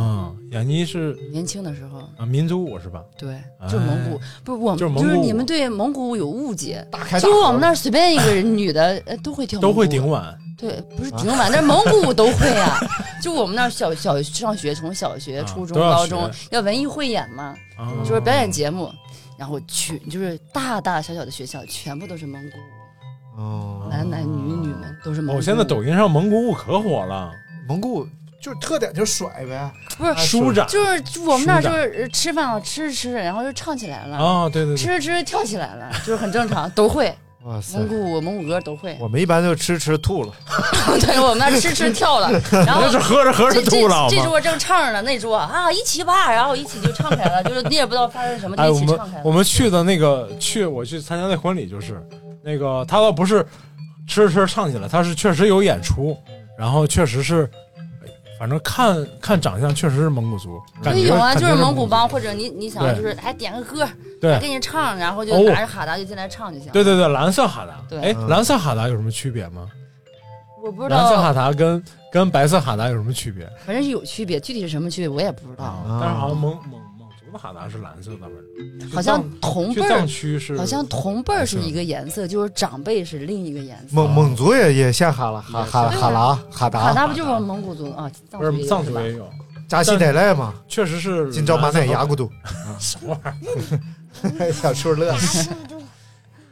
[SPEAKER 3] 雅妮是
[SPEAKER 4] 年轻的时候，
[SPEAKER 3] 啊民族舞是吧？
[SPEAKER 4] 对，就是蒙古，不是我们，
[SPEAKER 3] 哎就是蒙
[SPEAKER 4] 是
[SPEAKER 3] 古
[SPEAKER 4] 你们对蒙古有误解。
[SPEAKER 2] 大开
[SPEAKER 4] 其
[SPEAKER 2] 大
[SPEAKER 4] 实
[SPEAKER 2] 合
[SPEAKER 4] 我们那儿随便一个人女的呃都会跳，
[SPEAKER 3] 都会顶。啊碗，
[SPEAKER 4] 对，不是顶碗，但是蒙古舞都会 啊。就我们那儿小小上学，从小学、
[SPEAKER 3] 啊
[SPEAKER 4] 初中、
[SPEAKER 3] 都要
[SPEAKER 4] 高
[SPEAKER 3] 学
[SPEAKER 4] 中要文艺汇演嘛，
[SPEAKER 3] 啊
[SPEAKER 4] 就是表演节目，然后去就是大大小小的学校全部都是蒙古舞，
[SPEAKER 2] 哦，
[SPEAKER 4] 男男女女们都是蒙古舞。
[SPEAKER 3] 哦，现在抖音上蒙古舞可火了，
[SPEAKER 2] 蒙古就是特点就是甩呗，
[SPEAKER 4] 不是
[SPEAKER 3] 舒展
[SPEAKER 4] 嗯就是我们那儿
[SPEAKER 3] 舒
[SPEAKER 4] 就
[SPEAKER 3] 展
[SPEAKER 4] 是吃饭啊，吃着吃着，然后就唱起来了，
[SPEAKER 3] 啊，对对
[SPEAKER 4] 吃
[SPEAKER 3] 对，
[SPEAKER 4] 着吃着跳起来了，就是很正常， 都会
[SPEAKER 2] 哇塞
[SPEAKER 4] 蒙，古舞、蒙古歌都会。
[SPEAKER 2] 我们一般就吃吃吐了，
[SPEAKER 4] 对，我们那儿吃吃 跳了，然后
[SPEAKER 3] 那是喝着喝着
[SPEAKER 4] 这
[SPEAKER 3] 吐
[SPEAKER 4] 这
[SPEAKER 3] 了好
[SPEAKER 4] 这
[SPEAKER 3] 吗？
[SPEAKER 4] 桌正唱着呢，那桌啊一起吧，然后一起就唱开了，就是你也不知道发生什么，
[SPEAKER 3] 哎，
[SPEAKER 4] 就
[SPEAKER 3] 我
[SPEAKER 4] 一起唱
[SPEAKER 3] 们
[SPEAKER 4] 开
[SPEAKER 3] 我
[SPEAKER 4] 了。
[SPEAKER 3] 们去的那个去我去参加那婚礼就是那个他倒不是吃着吃着唱起来，他是确实有演出，然后确实是。反正看看长相，确实是蒙古族，感
[SPEAKER 4] 就
[SPEAKER 3] 觉
[SPEAKER 4] 有啊，
[SPEAKER 3] 肯
[SPEAKER 4] 就
[SPEAKER 3] 定
[SPEAKER 4] 是
[SPEAKER 3] 是
[SPEAKER 4] 蒙古
[SPEAKER 3] 古
[SPEAKER 4] 帮，
[SPEAKER 3] 族
[SPEAKER 4] 或者你你想就是还点个歌，
[SPEAKER 3] 对
[SPEAKER 4] 给你唱，然后就
[SPEAKER 3] 哦
[SPEAKER 4] 拿着哈达就进来唱就行。
[SPEAKER 3] 对，对对，蓝色哈达。
[SPEAKER 4] 对
[SPEAKER 3] 哎，
[SPEAKER 2] 嗯
[SPEAKER 3] 蓝色哈达有什么区别吗？
[SPEAKER 4] 我不知
[SPEAKER 3] 蓝色哈
[SPEAKER 4] 道，
[SPEAKER 3] 达跟跟白色哈达有什么区
[SPEAKER 2] 啊
[SPEAKER 3] 别？
[SPEAKER 4] 反正是有区别，具体是什么区别我也不知道，
[SPEAKER 3] 啊但是好像蒙蒙蒙族的哈达是蓝色的，反正
[SPEAKER 4] 好像同
[SPEAKER 3] 去
[SPEAKER 4] 辈
[SPEAKER 3] 藏去藏
[SPEAKER 4] 儿。
[SPEAKER 3] 区是
[SPEAKER 4] 好像同辈儿是一个颜色，就是长辈是另一个颜色。
[SPEAKER 2] 蒙蒙族也也下哈拉哈哈
[SPEAKER 4] 对啊
[SPEAKER 2] 哈拉哈
[SPEAKER 4] 卡
[SPEAKER 2] 达
[SPEAKER 4] 达不就是蒙古族啊？藏
[SPEAKER 3] 不是藏
[SPEAKER 4] 族
[SPEAKER 3] 族
[SPEAKER 4] 也有
[SPEAKER 3] 也
[SPEAKER 4] 吧
[SPEAKER 3] 有，
[SPEAKER 2] 扎西得赖嘛，
[SPEAKER 3] 确实是
[SPEAKER 2] 今朝满载牙
[SPEAKER 3] 蓝色
[SPEAKER 2] 骨肚，
[SPEAKER 3] 什么玩意儿？
[SPEAKER 2] 小树乐，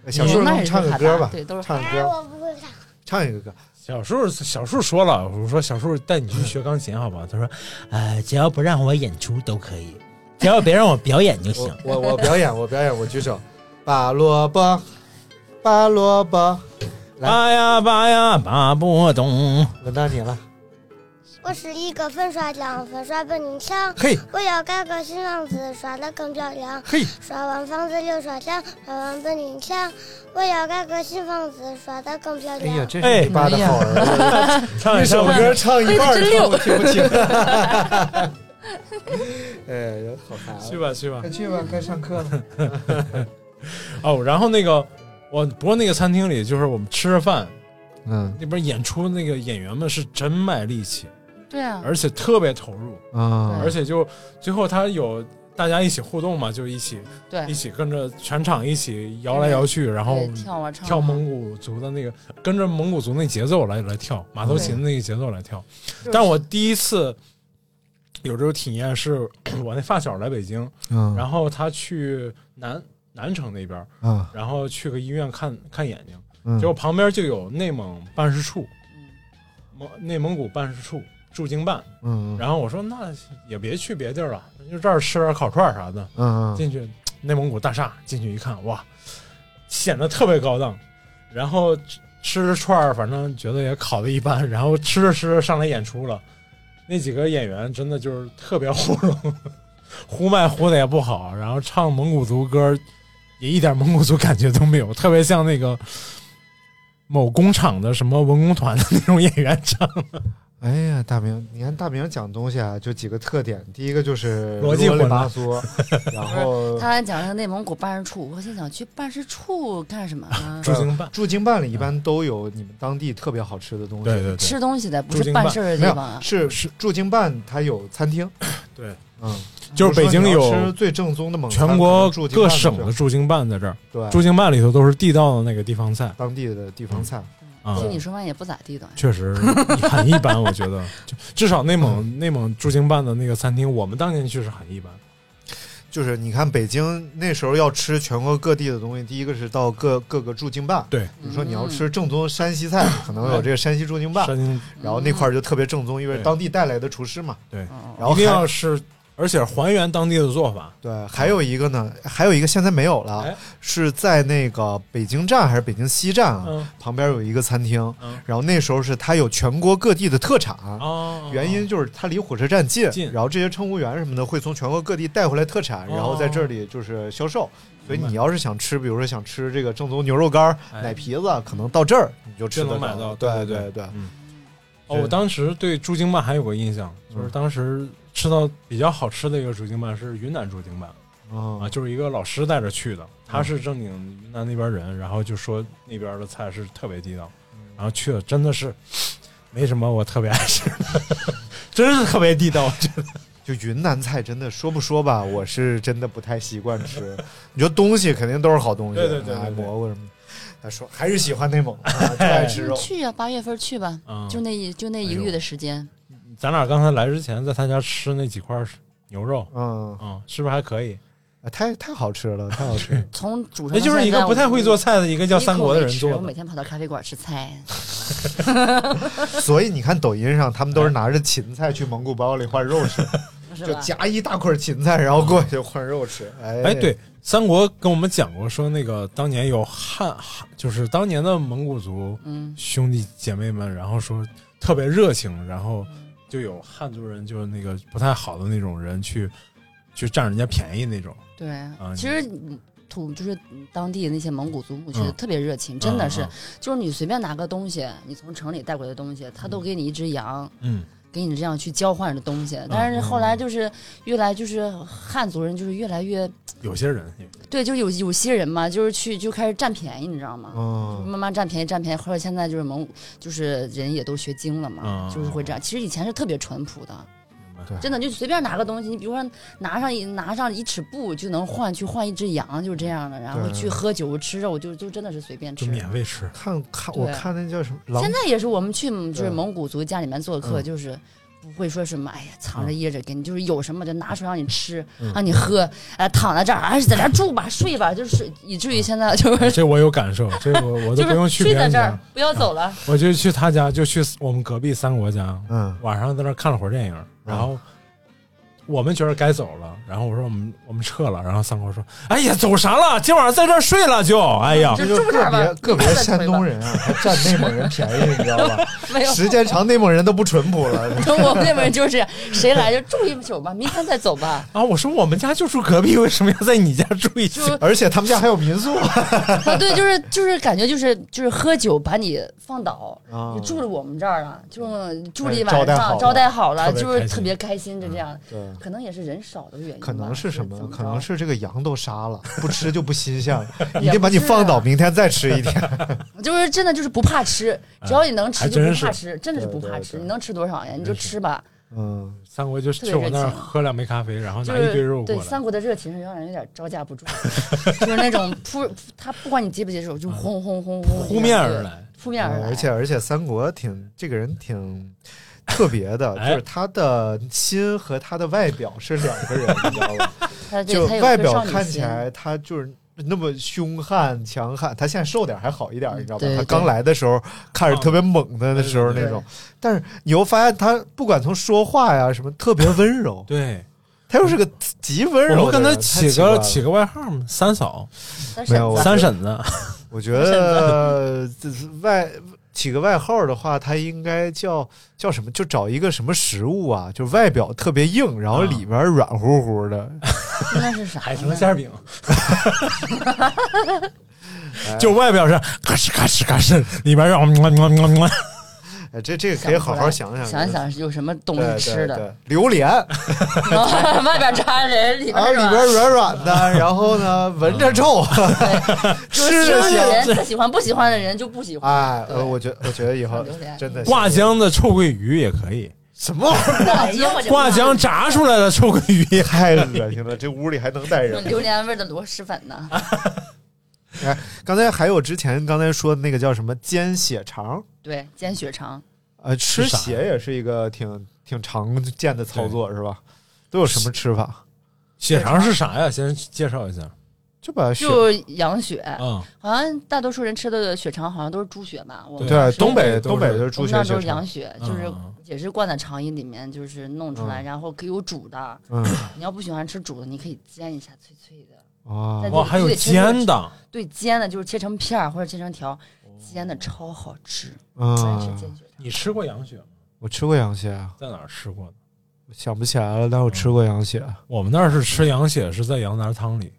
[SPEAKER 2] 小
[SPEAKER 4] 对
[SPEAKER 2] 树
[SPEAKER 4] 嗯那
[SPEAKER 2] 能
[SPEAKER 4] 也是
[SPEAKER 2] 唱个
[SPEAKER 4] 卡
[SPEAKER 2] 歌
[SPEAKER 4] 达
[SPEAKER 2] 吧，
[SPEAKER 4] 对，都是哈
[SPEAKER 2] 唱个
[SPEAKER 8] 哎，
[SPEAKER 2] 歌，
[SPEAKER 8] 我不会唱。
[SPEAKER 2] 唱一个歌，
[SPEAKER 3] 小树小树说了，我说小树带你去学钢琴好吧？他说，呃，只要不让我演出都可以，只要别让我表演就
[SPEAKER 2] 我我我表演我表演我举手，拔萝卜，拔萝卜，来
[SPEAKER 3] 拔呀拔呀拔不动，
[SPEAKER 2] 轮到你了，
[SPEAKER 8] 我使一个粉刷匠，粉刷本领强。
[SPEAKER 2] 嘿
[SPEAKER 8] 我要改个新房子，刷得更漂亮。
[SPEAKER 2] 嘿，
[SPEAKER 8] 刷完房子又刷墙，刷完本领强。我要改个新房子，刷得更漂
[SPEAKER 2] 哎
[SPEAKER 8] 亮。
[SPEAKER 2] 呀，真是你爸的好儿子。
[SPEAKER 3] 唱
[SPEAKER 2] 一
[SPEAKER 3] 一
[SPEAKER 2] 首
[SPEAKER 3] 首歌。
[SPEAKER 2] 歌唱一半儿
[SPEAKER 4] 背得真溜
[SPEAKER 2] 都听不清。 哎，好烦
[SPEAKER 3] 去
[SPEAKER 2] 啊！
[SPEAKER 3] 吧去吧
[SPEAKER 2] 快去吧，该上课了。
[SPEAKER 3] 哦，然后那个我不过那个餐厅里就是我们吃着饭，
[SPEAKER 2] 嗯
[SPEAKER 3] 那边演出那个演员们是真卖力气，
[SPEAKER 4] 对啊，
[SPEAKER 3] 而且特别投入，
[SPEAKER 2] 啊
[SPEAKER 3] 而且就最后他有大家一起互动嘛，就一起
[SPEAKER 4] 对
[SPEAKER 3] 一起跟着全场一起摇来摇去，然后
[SPEAKER 4] 对跳啊唱啊
[SPEAKER 3] 跳蒙古族的那个，跟着蒙古族那节奏来来跳，马头琴那个节奏来跳。但我第一次有这种体验是我那发小来北京，
[SPEAKER 2] 嗯
[SPEAKER 3] 然后他去南南城那边，
[SPEAKER 2] 啊
[SPEAKER 3] 然后去个医院看看眼睛。
[SPEAKER 2] 嗯
[SPEAKER 3] 结果旁边就有内蒙办事处，
[SPEAKER 4] 嗯
[SPEAKER 3] 嗯蒙内蒙古办事处驻京办。
[SPEAKER 2] 嗯
[SPEAKER 3] 然后我说那也别去别地儿了，就这儿吃点烤串儿啥的。
[SPEAKER 2] 嗯
[SPEAKER 3] 进去内蒙古大厦，进去一看，哇，显得特别高档。然后吃吃着串儿，反正觉得也烤的一般。然后吃着吃着上来演出了，那几个演员真的就是特别糊弄，呼麦呼的也不好，然后唱蒙古族歌也一点蒙古族感觉都没有，特别像那个某工厂的什么文工团的那种演员唱。
[SPEAKER 2] 哎呀，大明，你看大明讲东西啊，就几个特点。第一个就是
[SPEAKER 3] 逻辑
[SPEAKER 2] 啰
[SPEAKER 3] 混乱
[SPEAKER 2] 里八嗦， 然后
[SPEAKER 4] 他还讲是内蒙古办事处，我心想去办事处干什么啊呢？
[SPEAKER 3] 驻京办，
[SPEAKER 2] 驻京办里一般都有你们当地特别好吃的东西。
[SPEAKER 3] 对对对
[SPEAKER 4] 吃东西的，不
[SPEAKER 3] 驻
[SPEAKER 4] 是
[SPEAKER 3] 京
[SPEAKER 4] 办
[SPEAKER 3] 办
[SPEAKER 4] 事儿的
[SPEAKER 2] 没
[SPEAKER 4] 地
[SPEAKER 2] 有
[SPEAKER 4] 方啊。
[SPEAKER 2] 是是驻京办，它有餐厅。
[SPEAKER 3] 对，
[SPEAKER 2] 嗯，
[SPEAKER 3] 就是北京
[SPEAKER 2] 比如
[SPEAKER 3] 有
[SPEAKER 2] 说你要吃最正宗的蒙餐，
[SPEAKER 3] 全国
[SPEAKER 2] 可能驻京
[SPEAKER 3] 各
[SPEAKER 2] 办是
[SPEAKER 3] 省
[SPEAKER 2] 最
[SPEAKER 3] 的驻京办在这儿，
[SPEAKER 2] 好对
[SPEAKER 3] 驻京办里头都是地道的那个地方菜
[SPEAKER 2] 当地的地方菜。
[SPEAKER 3] 啊。
[SPEAKER 4] 听你说完也不咋地的，
[SPEAKER 3] 确实很一般，我觉得，就至少内蒙、
[SPEAKER 2] 嗯
[SPEAKER 3] 内蒙驻京办的那个餐厅，我们当年去是很一般。
[SPEAKER 2] 就是你看北京那时候要吃全国各地的东西，第一个是到各各个驻京办，
[SPEAKER 3] 对，
[SPEAKER 2] 比如说你要吃正宗山西菜，可能有这个山西驻京办，
[SPEAKER 3] 嗯山东
[SPEAKER 2] 然后那块儿就特别正宗，因为
[SPEAKER 3] 对
[SPEAKER 2] 当地带来的厨师嘛。
[SPEAKER 3] 对，
[SPEAKER 4] 嗯，
[SPEAKER 2] 然后
[SPEAKER 3] 一定
[SPEAKER 2] 还
[SPEAKER 3] 要是，而且还原当地的做法。
[SPEAKER 2] 对，还有一个呢，还有一个现在没有了，
[SPEAKER 3] 哎
[SPEAKER 2] 是在那个北京站还是北京西站啊？
[SPEAKER 3] 嗯
[SPEAKER 2] 旁边有一个餐厅，
[SPEAKER 3] 嗯
[SPEAKER 2] 然后那时候是它有全国各地的特产。
[SPEAKER 3] 啊，
[SPEAKER 2] 原因就是它离火车站近，
[SPEAKER 3] 近
[SPEAKER 2] 然后这些乘务员什么的会从全国各地带回来特产，
[SPEAKER 3] 哦
[SPEAKER 2] 然后在这里就是销售。所以
[SPEAKER 3] 明白
[SPEAKER 2] 你要是想吃，比如说想吃这个正宗牛肉干、
[SPEAKER 3] 哎
[SPEAKER 2] 奶皮子，可能到这儿你就吃
[SPEAKER 3] 就能
[SPEAKER 2] 得
[SPEAKER 3] 买到
[SPEAKER 2] 对
[SPEAKER 3] 对对
[SPEAKER 2] 对对，
[SPEAKER 3] 哦，我当时对猪经拌还有个印象，就是
[SPEAKER 2] 嗯
[SPEAKER 3] 当时吃到比较好吃的一个猪经拌是云南猪经拌啊，
[SPEAKER 2] 嗯，
[SPEAKER 3] 就是一个老师带着去的，
[SPEAKER 4] 嗯
[SPEAKER 3] 他是正经云南那边人，然后就说那边的菜是特别地道，
[SPEAKER 4] 嗯
[SPEAKER 3] 然后去了真的是没什么我特别爱吃的， 真是特别地道，真的
[SPEAKER 2] 就云南菜真的说不说吧，我是真的不太习惯吃。你说东西肯定都是好东西，
[SPEAKER 3] 对对对对
[SPEAKER 2] 哎
[SPEAKER 3] 对
[SPEAKER 2] 蘑菇什么的。他说还是喜欢内蒙，啊，特
[SPEAKER 3] 哎
[SPEAKER 2] 爱吃肉。
[SPEAKER 4] 去啊，八月份去吧，
[SPEAKER 3] 嗯
[SPEAKER 4] 就那一就那一个月的时间，
[SPEAKER 3] 咱俩刚才来之前在他家吃那几块牛肉，
[SPEAKER 2] 嗯，
[SPEAKER 3] 嗯，是不是还可以？
[SPEAKER 2] 啊太太好吃了，太好吃了。
[SPEAKER 4] 从煮上
[SPEAKER 3] 那就是一个不太会做菜的一个叫
[SPEAKER 4] 到现在
[SPEAKER 3] 三
[SPEAKER 4] 我
[SPEAKER 3] 国的人做
[SPEAKER 4] 一口没吃我
[SPEAKER 3] 的
[SPEAKER 4] 每天跑到咖啡馆吃菜，
[SPEAKER 2] 所以你看抖音上，他们都是拿着芹菜去蒙古包里换肉吃，
[SPEAKER 4] 是
[SPEAKER 2] 就
[SPEAKER 4] 吧？
[SPEAKER 2] 夹一大块芹菜，然后过去换肉 吃。哎
[SPEAKER 3] 哎，对，三国跟我们讲过，说那个当年有汉，汉就是当年的蒙古族
[SPEAKER 4] 嗯，
[SPEAKER 3] 兄弟姐妹们，然后说特别热情，然后就有汉族人，就是那个不太好的那种人去去占人家便宜那种。
[SPEAKER 4] 对，
[SPEAKER 3] 啊
[SPEAKER 4] 其实。土就是当地那些蒙古族牧区
[SPEAKER 3] 嗯
[SPEAKER 4] 特别热情，真的是
[SPEAKER 3] 嗯，
[SPEAKER 4] 就是你随便拿个东西，你从城里带过来的东西，他都给你一只羊，
[SPEAKER 3] 嗯，
[SPEAKER 4] 给你这样去交换的东
[SPEAKER 3] 啊
[SPEAKER 4] 西。但是后来就是越来就是汉族人就是越来越
[SPEAKER 3] 有些人
[SPEAKER 4] 对，就有有些人嘛，就是去就开始占便宜，你知道
[SPEAKER 3] 哦
[SPEAKER 4] 吗？
[SPEAKER 2] 嗯，
[SPEAKER 4] 慢慢占便宜，占便宜，或者现在就是蒙，就是人也都学精了嘛，
[SPEAKER 3] 嗯
[SPEAKER 4] 就是会这样。其实以前是特别淳朴的，
[SPEAKER 2] 对
[SPEAKER 4] 真的就随便拿个东西，你比如说拿上一拿上一尺布就能换去换一只羊，就是这样的。然后
[SPEAKER 2] 对
[SPEAKER 4] 去喝酒吃肉，就就真的是随便
[SPEAKER 3] 就
[SPEAKER 4] 吃。
[SPEAKER 3] 免费吃，
[SPEAKER 2] 看看
[SPEAKER 4] 对
[SPEAKER 2] 我看那叫什么狼
[SPEAKER 4] 现在也是我们去就
[SPEAKER 2] 对
[SPEAKER 4] 是蒙古族家里面做客，
[SPEAKER 2] 嗯
[SPEAKER 4] 就是不会说什么哎呀
[SPEAKER 3] 嗯
[SPEAKER 4] 藏着掖着给你，就是有什么就拿出来让你吃，
[SPEAKER 2] 嗯
[SPEAKER 4] 让你喝，哎躺在这儿，哎在这儿住吧睡吧，就是睡以至于现在就是
[SPEAKER 3] 这我有感受，这我嗯我都
[SPEAKER 4] 就
[SPEAKER 3] 不用
[SPEAKER 4] 是
[SPEAKER 3] 去
[SPEAKER 4] 睡
[SPEAKER 3] 别
[SPEAKER 4] 在
[SPEAKER 3] 人
[SPEAKER 4] 这
[SPEAKER 3] 家
[SPEAKER 4] 儿，，不要走 了。
[SPEAKER 3] 我就去他家，就去我们隔壁三国家，
[SPEAKER 2] 嗯
[SPEAKER 3] 晚上在那儿看了会儿电影，然后我们觉得该走了，然后我说我们我们撤了，然后三国说：“哎呀，走啥了？今晚上在这儿睡了就。”哎呀，
[SPEAKER 2] 这就
[SPEAKER 4] 住这
[SPEAKER 2] 个
[SPEAKER 4] 儿吧
[SPEAKER 2] 别个别
[SPEAKER 4] 你看着
[SPEAKER 2] 山
[SPEAKER 4] 腿吧
[SPEAKER 2] 东人啊，还占内蒙人便 宜，你知道吧？
[SPEAKER 4] 没有，
[SPEAKER 2] 时间长，内蒙人都不淳朴了。
[SPEAKER 4] 我们那边就是谁来就住一宿吧，明天再走吧。
[SPEAKER 3] 啊，我说我们家就住隔壁，为什么要在你家住一宿
[SPEAKER 4] 就？
[SPEAKER 2] 而且他们家还有民宿，
[SPEAKER 4] 啊，对，就是就是感觉就是就是喝酒把你放倒，
[SPEAKER 2] 啊哎
[SPEAKER 4] 你住了我们这儿了，就住了一
[SPEAKER 2] 招
[SPEAKER 4] 晚
[SPEAKER 2] 待好
[SPEAKER 4] 上，
[SPEAKER 2] 了
[SPEAKER 4] 招待好了，
[SPEAKER 3] 特别开
[SPEAKER 4] 就是
[SPEAKER 3] 心
[SPEAKER 4] 特别开心，就这样。
[SPEAKER 2] 对，
[SPEAKER 4] 可能也是人少的原因吧，
[SPEAKER 2] 嗯可能是什
[SPEAKER 4] 就
[SPEAKER 2] 么
[SPEAKER 4] 怎？么
[SPEAKER 2] 可能
[SPEAKER 4] 着
[SPEAKER 2] 是这个羊都杀了，不吃就不新鲜了，一
[SPEAKER 4] 也
[SPEAKER 2] 定
[SPEAKER 4] 不
[SPEAKER 2] 把
[SPEAKER 4] 啊
[SPEAKER 2] 你
[SPEAKER 4] 是
[SPEAKER 2] 放倒，明天再吃一 天。
[SPEAKER 4] 就是真的就是不怕吃，
[SPEAKER 2] 哎
[SPEAKER 4] 只要你能吃
[SPEAKER 3] 还
[SPEAKER 4] 就
[SPEAKER 3] 真
[SPEAKER 4] 不
[SPEAKER 3] 是
[SPEAKER 4] 怕吃，真的是不怕
[SPEAKER 2] 对对
[SPEAKER 4] 吃，
[SPEAKER 2] 对
[SPEAKER 4] 你能吃多少呀？你就吃吧，
[SPEAKER 2] 嗯，
[SPEAKER 3] 三国就去我那儿喝两杯咖啡，然后
[SPEAKER 4] 就
[SPEAKER 3] 拿一堆
[SPEAKER 4] 是
[SPEAKER 3] 肉
[SPEAKER 4] 对
[SPEAKER 3] 过来
[SPEAKER 4] 三。国的热情是让人有点招架不住， 就是那种扑，他不管你接不接受，就轰轰轰轰
[SPEAKER 3] 扑面而，来，
[SPEAKER 4] 对扑面而
[SPEAKER 2] 哦
[SPEAKER 4] 来，
[SPEAKER 2] 而且而且三国挺这个人挺特别的，
[SPEAKER 3] 哎
[SPEAKER 2] 就是他的心和他的外表是两个人，你知道吧？
[SPEAKER 4] 他对
[SPEAKER 2] 就
[SPEAKER 4] 他有
[SPEAKER 2] 外
[SPEAKER 4] 一个
[SPEAKER 2] 表
[SPEAKER 4] 少女
[SPEAKER 2] 看
[SPEAKER 4] 心
[SPEAKER 2] 起来他就是。那么凶悍强悍，他现在瘦点还好一点，你知道吧
[SPEAKER 4] 嗯对？
[SPEAKER 2] 他
[SPEAKER 4] 对
[SPEAKER 2] 刚来的时候看着特别猛的那时候
[SPEAKER 3] 嗯对
[SPEAKER 2] 那种，但是你又发现他不管从说话呀什么特别温柔，
[SPEAKER 3] 对，
[SPEAKER 2] 他又是个极温
[SPEAKER 3] 我
[SPEAKER 2] 柔
[SPEAKER 3] 们
[SPEAKER 2] 的
[SPEAKER 3] 跟
[SPEAKER 2] 人。
[SPEAKER 3] 他
[SPEAKER 2] 太
[SPEAKER 3] 起
[SPEAKER 2] 奇怪
[SPEAKER 3] 个
[SPEAKER 2] 了
[SPEAKER 3] 起个外号嘛，三嫂、
[SPEAKER 4] 但
[SPEAKER 2] 没有
[SPEAKER 4] 是
[SPEAKER 2] 我
[SPEAKER 3] 三婶子，
[SPEAKER 2] 我觉得这是外起个外号的话，他应该叫叫什么？就找一个什么食物啊，就外表特别硬，然后
[SPEAKER 3] 啊
[SPEAKER 2] 里边软乎乎 的。
[SPEAKER 4] 那是啥呢？
[SPEAKER 3] 海城馅饼， 就外表是嘎吱嘎吱嘎吱，里边让嗯么么么么，
[SPEAKER 2] 哎，这这个
[SPEAKER 4] 想
[SPEAKER 2] 可以
[SPEAKER 4] 不
[SPEAKER 2] 好
[SPEAKER 4] 来
[SPEAKER 2] 好想想。
[SPEAKER 4] 想一想有什么东
[SPEAKER 2] 对
[SPEAKER 4] 西
[SPEAKER 2] 对
[SPEAKER 4] 吃的，
[SPEAKER 2] 对榴莲啊，
[SPEAKER 4] 然后外边扎人，里边
[SPEAKER 2] 里
[SPEAKER 4] 是吧
[SPEAKER 2] 边软软的， 嗯然后呢闻着臭，吃
[SPEAKER 4] 喜
[SPEAKER 2] 着
[SPEAKER 4] 欢的
[SPEAKER 2] 香。
[SPEAKER 4] 人他喜欢，不喜欢的人就不喜 欢。
[SPEAKER 2] 哎，
[SPEAKER 4] 对
[SPEAKER 2] 呃，我觉得我觉得以后
[SPEAKER 4] 榴莲
[SPEAKER 2] 真的
[SPEAKER 3] 挂浆的臭鳜鱼也可以，
[SPEAKER 2] 什么玩意儿
[SPEAKER 4] 哎呀，我这
[SPEAKER 3] 挂浆炸出来的臭鳜鱼也
[SPEAKER 2] 太恶心了，这屋里还能带人吗？
[SPEAKER 4] 嗯 榴莲味儿的螺蛳粉呢？
[SPEAKER 2] 刚才还有之前刚才说的那个叫什么煎血肠，
[SPEAKER 4] 对，煎血肠，
[SPEAKER 2] 呃，吃
[SPEAKER 3] 是啥
[SPEAKER 2] 血也是一个挺挺常见的操作，是吧？都有什么吃法？
[SPEAKER 3] 血肠是啥呀？先介绍一下。
[SPEAKER 2] 就把雪
[SPEAKER 4] 就羊血，
[SPEAKER 3] 嗯，
[SPEAKER 4] 好像大多数人吃的血肠好像都是猪血吧？我们
[SPEAKER 3] 对
[SPEAKER 4] 那
[SPEAKER 2] 对啊
[SPEAKER 4] 儿是
[SPEAKER 2] 东北
[SPEAKER 3] 都是
[SPEAKER 2] 东北就是
[SPEAKER 4] 我
[SPEAKER 2] 猪
[SPEAKER 4] 们
[SPEAKER 2] 血
[SPEAKER 4] 那儿
[SPEAKER 2] 血
[SPEAKER 4] 都是羊
[SPEAKER 2] 肠，
[SPEAKER 4] 血，就是
[SPEAKER 3] 嗯
[SPEAKER 4] 也是灌在肠衣里面，就是弄出来，然后可以有煮的。
[SPEAKER 2] 嗯
[SPEAKER 4] 你要不喜欢吃煮的，你可以煎一下，脆脆的。
[SPEAKER 2] 啊
[SPEAKER 4] 但，
[SPEAKER 3] 哇，哦还有煎的，
[SPEAKER 4] 对，煎的就是切成片儿或者切成条，
[SPEAKER 2] 哦
[SPEAKER 4] 煎的超好吃。全是
[SPEAKER 2] 嗯，
[SPEAKER 4] 煎血肠。
[SPEAKER 3] 你吃过羊血吗？
[SPEAKER 2] 我吃过羊血，啊，
[SPEAKER 3] 在哪儿吃过的？
[SPEAKER 2] 想不起来了，但我吃过羊血，啊
[SPEAKER 3] 我们那儿是吃羊血，是在羊杂汤里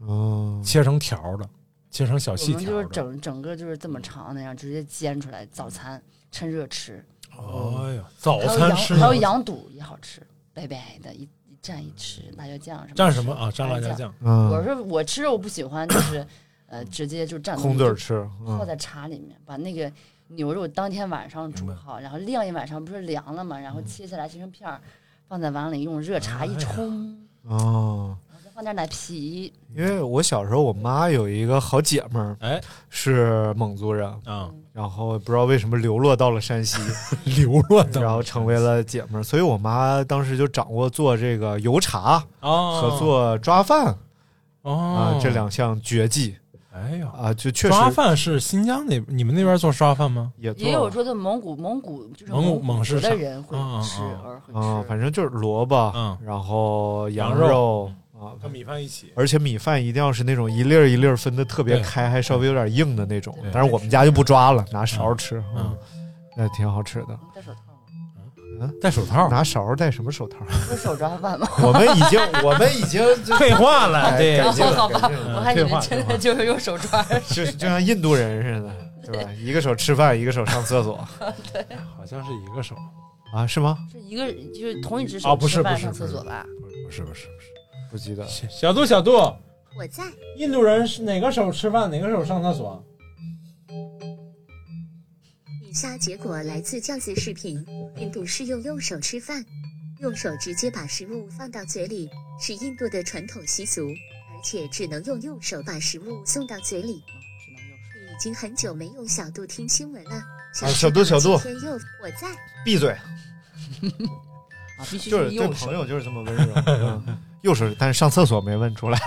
[SPEAKER 2] 嗯，
[SPEAKER 3] 切成条的，切成小细
[SPEAKER 4] 我们
[SPEAKER 3] 条
[SPEAKER 4] 就是
[SPEAKER 3] 的。
[SPEAKER 4] 整整个就是这么长那样，直接煎出来，早餐趁热吃。
[SPEAKER 3] 哎呀，早
[SPEAKER 4] 还有
[SPEAKER 3] 餐
[SPEAKER 4] 羊
[SPEAKER 3] 吃
[SPEAKER 4] 还有
[SPEAKER 3] 羊
[SPEAKER 4] 羊肚也好吃，白白的一一蘸一吃，辣椒酱什么的
[SPEAKER 3] 蘸什么啊？蘸辣椒。酱。
[SPEAKER 4] 我
[SPEAKER 2] 嗯，
[SPEAKER 4] 说我吃肉不喜欢，就是呃直接就蘸
[SPEAKER 2] 空嘴儿吃，
[SPEAKER 4] 泡
[SPEAKER 2] 嗯
[SPEAKER 4] 在茶里面，把那个牛肉当天晚上煮好，然后晾一晚上，不是凉了嘛，然
[SPEAKER 3] 嗯
[SPEAKER 4] 后切下来切成片儿，放在碗里用热茶
[SPEAKER 3] 哎
[SPEAKER 4] 一冲，
[SPEAKER 2] 哦。
[SPEAKER 4] 然后再放点奶皮，
[SPEAKER 2] 因为我小时候，我妈有一个好姐们儿
[SPEAKER 3] 哎，
[SPEAKER 2] 是蒙族人，
[SPEAKER 3] 啊，
[SPEAKER 2] 然后不知道为什么流落到了 山西，
[SPEAKER 3] 流落的，
[SPEAKER 2] 然后成为了姐们儿，所以我妈当时就掌握做这个油茶
[SPEAKER 3] 啊
[SPEAKER 2] 和做抓饭
[SPEAKER 3] 哦
[SPEAKER 2] 啊这。两项绝技
[SPEAKER 3] 哎呀，
[SPEAKER 2] 啊，就确实
[SPEAKER 3] 抓饭是新疆那你们那边做抓饭吗？
[SPEAKER 2] 也
[SPEAKER 4] 也有
[SPEAKER 2] 做
[SPEAKER 4] 说的蒙古蒙古就是
[SPEAKER 3] 蒙古
[SPEAKER 4] 古
[SPEAKER 3] 蒙
[SPEAKER 4] 族
[SPEAKER 3] 氏
[SPEAKER 4] 的
[SPEAKER 3] 茶
[SPEAKER 4] 人会
[SPEAKER 3] 嗯嗯
[SPEAKER 4] 吃
[SPEAKER 3] 嗯
[SPEAKER 4] 而会
[SPEAKER 2] 啊，
[SPEAKER 4] 吃，
[SPEAKER 2] 反正就是萝卜
[SPEAKER 3] 嗯，
[SPEAKER 2] 然后羊
[SPEAKER 3] 羊
[SPEAKER 2] 肉啊，
[SPEAKER 3] 和米饭一起。
[SPEAKER 2] 而且米饭一定要是那种一粒儿一粒儿分的特别
[SPEAKER 3] 对
[SPEAKER 2] 开，还稍微有点硬的那种
[SPEAKER 3] 对。
[SPEAKER 2] 但是我们家就不抓了，拿勺吃，
[SPEAKER 3] 嗯
[SPEAKER 2] 嗯，那挺好吃的。
[SPEAKER 4] 戴手套吗？
[SPEAKER 3] 戴手套，
[SPEAKER 2] 拿勺戴什么手套？
[SPEAKER 4] 不是手抓饭吗？
[SPEAKER 2] 我们已经，我们已经 就
[SPEAKER 3] 退化了，
[SPEAKER 2] 哎
[SPEAKER 3] 对
[SPEAKER 2] 改进了
[SPEAKER 4] 啊好吧
[SPEAKER 2] 改进了
[SPEAKER 4] 我还以
[SPEAKER 3] 退
[SPEAKER 4] 为
[SPEAKER 3] 化
[SPEAKER 4] 真
[SPEAKER 3] 退
[SPEAKER 4] 的
[SPEAKER 3] 化
[SPEAKER 4] 就是用手抓。
[SPEAKER 2] 就就像印度人似的，对吧？一个手吃饭，一个手上厕 所
[SPEAKER 3] 好像是一个手，
[SPEAKER 2] 啊？是吗？
[SPEAKER 4] 是一个就是同一只
[SPEAKER 3] 哦
[SPEAKER 4] 手
[SPEAKER 3] 不是
[SPEAKER 4] 吃饭
[SPEAKER 3] 不是
[SPEAKER 4] 上
[SPEAKER 3] 不
[SPEAKER 4] 厕
[SPEAKER 3] 是
[SPEAKER 4] 所吧？
[SPEAKER 3] 不是不是不是。
[SPEAKER 2] 不记得。
[SPEAKER 3] 小度小度，
[SPEAKER 5] 我在，
[SPEAKER 3] 印度人是哪个手吃饭，哪个手上厕所？
[SPEAKER 5] 以下结果来自教学视频：印度是用右手吃饭，用手直接把食物放到嘴里，是印度的传统习俗，而且只能用右手把食物送到嘴里。已经很久没用小度听新闻了，
[SPEAKER 2] 啊小度小度
[SPEAKER 5] 今天又我在。
[SPEAKER 2] 闭嘴，
[SPEAKER 4] 啊，必须
[SPEAKER 2] 就是对
[SPEAKER 4] 右手
[SPEAKER 2] 朋。友就是这么温 柔。嗯右手，但是上厕所没问出来。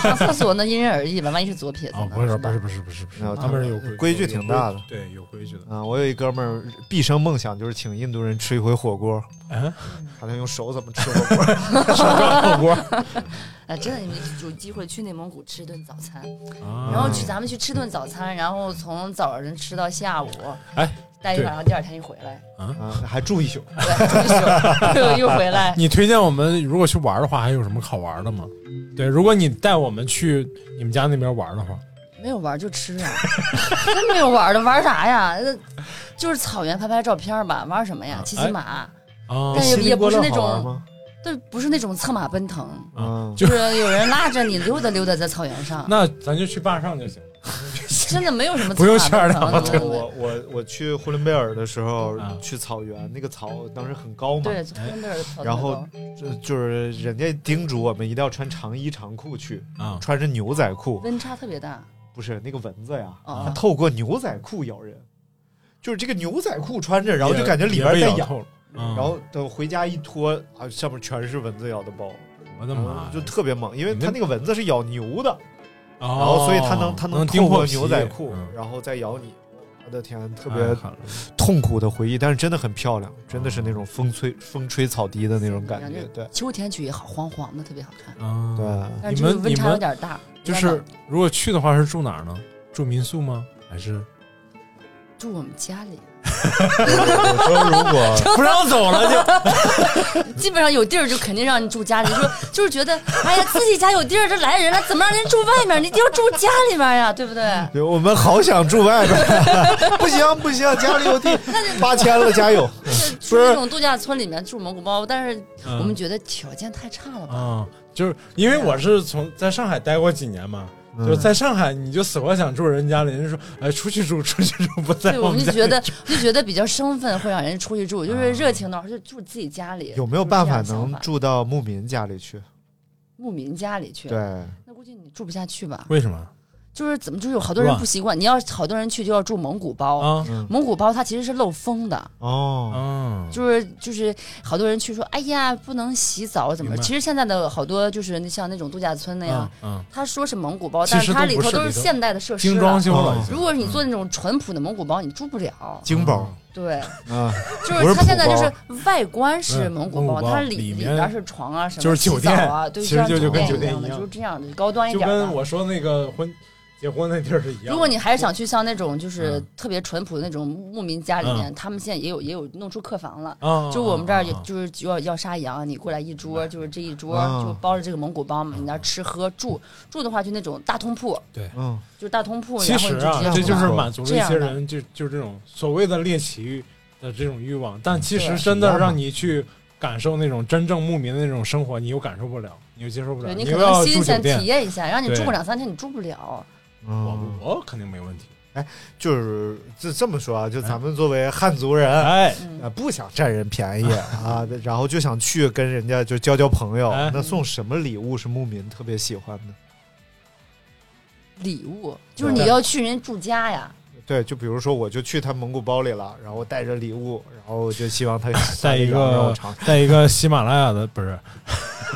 [SPEAKER 4] 上厕所呢，因人而异吧，万一是左撇子
[SPEAKER 3] 啊，
[SPEAKER 4] 呢？
[SPEAKER 3] 不是
[SPEAKER 4] 是
[SPEAKER 3] 不
[SPEAKER 4] 吧
[SPEAKER 3] 是不是不是不是
[SPEAKER 2] 没有，
[SPEAKER 3] 他们是有规
[SPEAKER 2] 规矩挺大的，
[SPEAKER 3] 对，有规矩的。
[SPEAKER 2] 啊，我有一哥们儿，毕生梦想就是请印度人吃一回火锅，
[SPEAKER 3] 嗯，
[SPEAKER 2] 看他用手怎么吃火锅。
[SPEAKER 3] 手抓火锅，
[SPEAKER 4] 哎，真的，你们有机会去内蒙古吃一顿早餐，
[SPEAKER 3] 嗯
[SPEAKER 4] 然
[SPEAKER 3] 然
[SPEAKER 4] 后去咱们去吃顿早餐，然后从早上吃到下午，
[SPEAKER 3] 哎，
[SPEAKER 4] 待一晚上，第二天一回来，
[SPEAKER 2] 啊，还住一宿。
[SPEAKER 4] 对，住一宿 又又回来。
[SPEAKER 3] 你推荐我们如果去玩的话，还有什么好玩的吗？对，如果你带我们去你们家那边玩的话，
[SPEAKER 4] 没有玩儿就吃啊，真没有玩儿的，玩儿啥呀？呃就是草原拍拍照片儿吧，玩儿什么呀
[SPEAKER 3] 啊？
[SPEAKER 4] 骑骑马，
[SPEAKER 3] 啊
[SPEAKER 4] 但，是也也不是
[SPEAKER 2] 锡
[SPEAKER 4] 那种
[SPEAKER 2] 林郭勒好玩吗？
[SPEAKER 4] 但不是那种策马奔腾，
[SPEAKER 2] 嗯，
[SPEAKER 4] 就是有人拉着你溜达溜达在草原上，
[SPEAKER 3] 那咱就去坝上就行。
[SPEAKER 4] 真的没有什么
[SPEAKER 3] 不用
[SPEAKER 4] 策马奔
[SPEAKER 3] 圈儿了
[SPEAKER 4] 腾的
[SPEAKER 3] 啊对
[SPEAKER 4] 东西
[SPEAKER 2] 我我我去呼伦贝尔的时候
[SPEAKER 3] 嗯，
[SPEAKER 2] 去草原，那个草当时很高嘛，
[SPEAKER 4] 对，从那儿草
[SPEAKER 2] 然后
[SPEAKER 4] 特高
[SPEAKER 2] 这就是人家叮嘱我们一定要穿长衣长裤去，
[SPEAKER 3] 啊，
[SPEAKER 2] 穿着牛仔裤，
[SPEAKER 4] 温差特别大，
[SPEAKER 2] 不是那个蚊子呀，
[SPEAKER 4] 哦
[SPEAKER 2] 它透过牛仔裤咬人，就是这个牛仔裤穿着，然后就感觉里边
[SPEAKER 3] 也
[SPEAKER 2] 在
[SPEAKER 3] 被嗯
[SPEAKER 2] 痒，
[SPEAKER 3] 透了。然
[SPEAKER 2] 然后等回家一脱啊，上面全是蚊子咬的包，
[SPEAKER 3] 我的妈呀，
[SPEAKER 2] 就特别猛，因为它那个蚊子是咬牛的，
[SPEAKER 3] 然
[SPEAKER 2] 然后所以它能它
[SPEAKER 3] 哦能
[SPEAKER 2] 透
[SPEAKER 3] 破
[SPEAKER 2] 过
[SPEAKER 3] 皮
[SPEAKER 2] 牛仔裤，
[SPEAKER 3] 嗯啊
[SPEAKER 2] 然后再咬你。我的天，特
[SPEAKER 3] 太
[SPEAKER 2] 别
[SPEAKER 3] 狠了
[SPEAKER 2] 痛苦的回忆，但是真的很漂亮，真的是那种风吹风吹草低的那种感觉，对
[SPEAKER 4] 秋天去也好，黄黄的特别好看，
[SPEAKER 3] 啊！
[SPEAKER 2] 对。
[SPEAKER 4] 但是
[SPEAKER 3] 你
[SPEAKER 4] 这
[SPEAKER 3] 们
[SPEAKER 4] 个温
[SPEAKER 3] 你
[SPEAKER 4] 差
[SPEAKER 3] 们
[SPEAKER 4] 有点大，
[SPEAKER 3] 就是如果去的话是住哪儿呢？住民宿吗？还 是
[SPEAKER 4] 住我们家 里，
[SPEAKER 2] 我说如果
[SPEAKER 3] 不让走了就？
[SPEAKER 4] 基本上有地儿就肯定让你住家里，说就是 觉得，哎呀，自己家有地儿，这来人了，怎么让人住外面？你就要住家里面呀， 对不对？
[SPEAKER 2] 对，我们好想住外边儿， 不行不行，家里有地，八千了，加油！
[SPEAKER 4] 住那种度假村里面住蒙古包，但是我们
[SPEAKER 3] 嗯
[SPEAKER 4] 觉得条件太差了吧？
[SPEAKER 3] 啊，就是因为我是从在上海待过几年嘛，就是在上海你就死活想住人家里，人家说哎出去住出去住，不在
[SPEAKER 4] 对，我们
[SPEAKER 3] 家
[SPEAKER 4] 就 觉得就觉得比较生分，会让人出去住，就是热情的话就住自己家里。
[SPEAKER 2] 有没有办法
[SPEAKER 4] 就是这样的想
[SPEAKER 2] 能
[SPEAKER 4] 法
[SPEAKER 2] 住到牧民家里去？
[SPEAKER 4] 牧民家里去？
[SPEAKER 2] 对，
[SPEAKER 4] 那估计你住不下去吧？
[SPEAKER 3] 为什么？
[SPEAKER 4] 就是怎么就是有好多人
[SPEAKER 6] 乱
[SPEAKER 4] 不习惯，你要是好多人去就要住蒙古包，
[SPEAKER 3] 啊
[SPEAKER 4] 蒙古包它其实是漏风的，
[SPEAKER 2] 嗯哦，
[SPEAKER 3] 啊，
[SPEAKER 4] 就是就是好多人去说，哎呀不能洗澡怎么
[SPEAKER 3] 明
[SPEAKER 4] 的？
[SPEAKER 3] 白
[SPEAKER 4] 其实现在的好多就是像那种度假村那样，
[SPEAKER 3] 嗯，
[SPEAKER 4] 他说是蒙古包，
[SPEAKER 3] 其
[SPEAKER 4] 但
[SPEAKER 3] 实
[SPEAKER 4] 它
[SPEAKER 3] 都
[SPEAKER 4] 里
[SPEAKER 3] 不
[SPEAKER 4] 头
[SPEAKER 3] 是
[SPEAKER 4] 都是啊
[SPEAKER 3] 里头
[SPEAKER 4] 现代的设施
[SPEAKER 3] 精
[SPEAKER 4] 了
[SPEAKER 3] 装。修了已经。
[SPEAKER 4] 如果你做那种淳朴的蒙古包，你住不了。
[SPEAKER 2] 京包
[SPEAKER 4] 对，
[SPEAKER 2] 啊，
[SPEAKER 4] 就
[SPEAKER 2] 我
[SPEAKER 4] 是
[SPEAKER 2] 是
[SPEAKER 4] 它现在
[SPEAKER 2] 普包
[SPEAKER 4] 就是外观是
[SPEAKER 3] 嗯
[SPEAKER 4] 蒙古
[SPEAKER 3] 蒙古
[SPEAKER 4] 包，
[SPEAKER 3] 包
[SPEAKER 4] 它里
[SPEAKER 3] 里面
[SPEAKER 4] 边是床啊什么，
[SPEAKER 3] 就是酒店
[SPEAKER 4] 洗澡啊，对，
[SPEAKER 3] 其实
[SPEAKER 4] 像
[SPEAKER 3] 就就跟
[SPEAKER 4] 酒
[SPEAKER 3] 酒店
[SPEAKER 4] 一
[SPEAKER 3] 一
[SPEAKER 4] 的，
[SPEAKER 3] 样
[SPEAKER 4] 就是这样的高端一
[SPEAKER 3] 就
[SPEAKER 4] 点的。
[SPEAKER 3] 跟我说那个婚结婚那地儿是一样的。
[SPEAKER 4] 如果你还是想去像那种就是
[SPEAKER 3] 嗯
[SPEAKER 4] 特别淳朴的那种牧民家里面，他们现在也有也有弄出客房了。
[SPEAKER 3] 啊，
[SPEAKER 4] 就我们这儿也
[SPEAKER 3] 啊
[SPEAKER 4] 就是要要杀羊，你过来一
[SPEAKER 3] 嗯
[SPEAKER 4] 桌，就是这一桌
[SPEAKER 2] 啊
[SPEAKER 4] 就包着这个蒙古包嘛，你那儿吃喝住住的话就那种大通铺，
[SPEAKER 2] 嗯，
[SPEAKER 4] 就是大通铺，
[SPEAKER 3] 其
[SPEAKER 4] 然后
[SPEAKER 3] 实
[SPEAKER 4] 你
[SPEAKER 3] 啊，
[SPEAKER 4] 直
[SPEAKER 3] 这
[SPEAKER 4] 接
[SPEAKER 2] 就
[SPEAKER 3] 就是
[SPEAKER 4] 住
[SPEAKER 3] 是
[SPEAKER 4] 了
[SPEAKER 3] 满足了
[SPEAKER 4] 这
[SPEAKER 3] 一
[SPEAKER 4] 样
[SPEAKER 3] 些
[SPEAKER 4] 的
[SPEAKER 3] 人就就这种所谓的猎奇欲的这种欲望，但其
[SPEAKER 4] 嗯对啊
[SPEAKER 3] 实真的让你去感受那种真正牧民的那种生活，你又感受不了，你又接受不了，
[SPEAKER 4] 对你
[SPEAKER 3] 你
[SPEAKER 4] 可
[SPEAKER 3] 又
[SPEAKER 4] 能
[SPEAKER 3] 要
[SPEAKER 4] 新
[SPEAKER 3] 住酒
[SPEAKER 4] 鲜体
[SPEAKER 3] 店，
[SPEAKER 4] 验一下，让你住个
[SPEAKER 3] 对
[SPEAKER 4] 两三天你住不了。
[SPEAKER 3] 我
[SPEAKER 2] 嗯，
[SPEAKER 3] 我肯定没问题。
[SPEAKER 2] 就是这这么说啊，就咱们作为汉族人。
[SPEAKER 3] 哎，
[SPEAKER 4] 嗯
[SPEAKER 2] 啊，不想占人便宜啊， 然后就想去跟人家就交交朋友
[SPEAKER 3] 哎。
[SPEAKER 2] 那送什么礼物是牧民特别喜欢的？
[SPEAKER 4] 礼物就是
[SPEAKER 2] 对
[SPEAKER 4] 你要去人住 家呀，
[SPEAKER 2] 对，就比如说，我就去他蒙古包里了，然后带着礼物，然后我就希望 他
[SPEAKER 3] 带一个
[SPEAKER 2] 羊让我尝尝
[SPEAKER 3] 在一个喜马拉雅的不是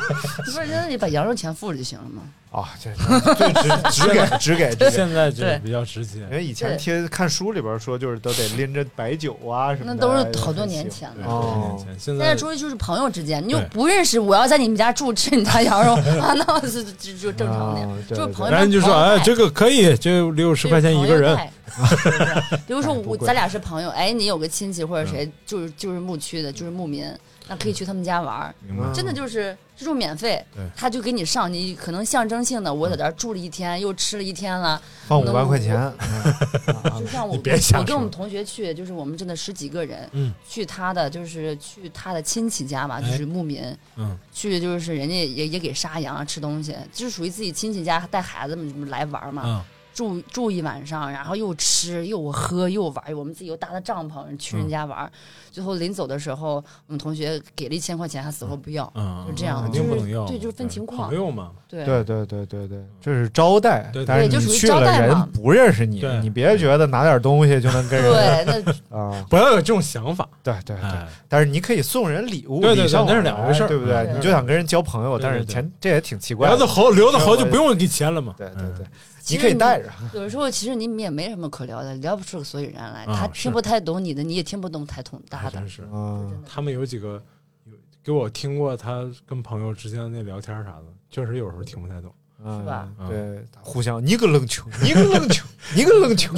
[SPEAKER 4] 你不是那你把羊肉钱付了就行了吗？
[SPEAKER 2] 啊，这对只只给只给只 给。
[SPEAKER 3] 现在就
[SPEAKER 4] 对
[SPEAKER 3] 比较直接
[SPEAKER 2] 因，为以前
[SPEAKER 4] 对
[SPEAKER 2] 听看书里边说，就是都得拎着白酒啊什么
[SPEAKER 4] 那
[SPEAKER 2] 的，
[SPEAKER 4] 都
[SPEAKER 2] 哎
[SPEAKER 4] 是好多年。前
[SPEAKER 3] 对，
[SPEAKER 4] 了。
[SPEAKER 2] 哦
[SPEAKER 3] 多年前现
[SPEAKER 4] 现在
[SPEAKER 3] 在
[SPEAKER 4] 出去就是朋友之间，你又
[SPEAKER 3] 对
[SPEAKER 4] 不认识，我要在你们家住吃你家羊肉 啊，那是就就正常的呀
[SPEAKER 2] 啊。
[SPEAKER 4] 就
[SPEAKER 2] 对
[SPEAKER 4] 是
[SPEAKER 2] 对
[SPEAKER 4] 朋友，
[SPEAKER 3] 然后你就说哎，这个可以，就六十
[SPEAKER 4] 对
[SPEAKER 3] 块钱一个人，。
[SPEAKER 4] 朋友带 比如说
[SPEAKER 2] 哎不
[SPEAKER 4] 我
[SPEAKER 2] 贵
[SPEAKER 4] 咱俩是朋友，哎，你有个亲戚或
[SPEAKER 3] 嗯
[SPEAKER 4] 者谁，就是就是牧区的，就是牧民，那可以去他们家玩儿。
[SPEAKER 3] 明白？
[SPEAKER 4] 真的就是这种免费
[SPEAKER 3] 嗯对，嗯
[SPEAKER 4] 他就给你上，你可能象征性的，我在这儿住了一天，又吃了一天了。
[SPEAKER 2] 放五万块钱，嗯
[SPEAKER 4] 就像我，
[SPEAKER 3] 你别瞎
[SPEAKER 4] 我跟
[SPEAKER 3] 说
[SPEAKER 4] 我们同学去，就是我们真的十几个人，
[SPEAKER 3] 嗯
[SPEAKER 4] 去他的就是去他的亲戚家嘛，就
[SPEAKER 3] 哎
[SPEAKER 4] 是牧民，
[SPEAKER 3] 嗯，
[SPEAKER 4] 去就是人家也也给杀羊啊吃东西，就是属于自己亲戚家带孩子们来玩儿嘛，
[SPEAKER 3] 嗯，
[SPEAKER 4] 住住一晚上，然后又吃又喝又玩，我们自己又搭的帐篷去
[SPEAKER 3] 嗯
[SPEAKER 4] 人家玩儿。最后临走的时候，我们同学给了一千块钱，他死活不要。
[SPEAKER 3] 嗯，
[SPEAKER 4] 就这样
[SPEAKER 3] 肯定不能要，嗯
[SPEAKER 4] 就是对就是分情况
[SPEAKER 3] 朋友嘛，
[SPEAKER 4] 对
[SPEAKER 2] 对对对对对，这是招待
[SPEAKER 3] 对对，
[SPEAKER 2] 但是
[SPEAKER 4] 对就
[SPEAKER 2] 你
[SPEAKER 4] 属于
[SPEAKER 2] 去
[SPEAKER 4] 招
[SPEAKER 2] 了
[SPEAKER 4] 待嘛
[SPEAKER 2] 人不认识你
[SPEAKER 3] 对，
[SPEAKER 2] 你别觉得拿点东西就能跟人
[SPEAKER 4] 对，那
[SPEAKER 2] 啊，
[SPEAKER 3] 不要有这种想法，
[SPEAKER 2] 对对对，
[SPEAKER 3] 哎，
[SPEAKER 2] 但是你可以送人礼物，
[SPEAKER 3] 对对
[SPEAKER 2] 礼尚
[SPEAKER 3] 对那是
[SPEAKER 2] 往来
[SPEAKER 3] 两回事儿嗯
[SPEAKER 2] 对不对？
[SPEAKER 4] 对
[SPEAKER 2] 你就想跟人交朋友，
[SPEAKER 3] 对对
[SPEAKER 2] 但是
[SPEAKER 3] 对
[SPEAKER 2] 钱这也挺奇怪
[SPEAKER 3] 留
[SPEAKER 2] 的
[SPEAKER 3] 的，好，留的好就不用给钱了嘛，嗯
[SPEAKER 2] 对对对，
[SPEAKER 4] 其
[SPEAKER 2] 你
[SPEAKER 4] 实
[SPEAKER 2] 可以带着，
[SPEAKER 4] 有时候其实你们也没什么可聊的，聊不出个所以然来。
[SPEAKER 3] 啊
[SPEAKER 4] 他
[SPEAKER 3] 是
[SPEAKER 4] 听不太懂你的，你也听不懂他懂他
[SPEAKER 3] 还
[SPEAKER 4] 的
[SPEAKER 3] 真。是。
[SPEAKER 2] 嗯
[SPEAKER 4] 真的
[SPEAKER 3] 他们有几个有给我听过他跟朋友之间那聊天啥的，确实有时候听不太懂。
[SPEAKER 2] 是
[SPEAKER 4] 吧
[SPEAKER 3] 嗯
[SPEAKER 2] 嗯对，互相你个愣球， 你个愣球，你个愣球，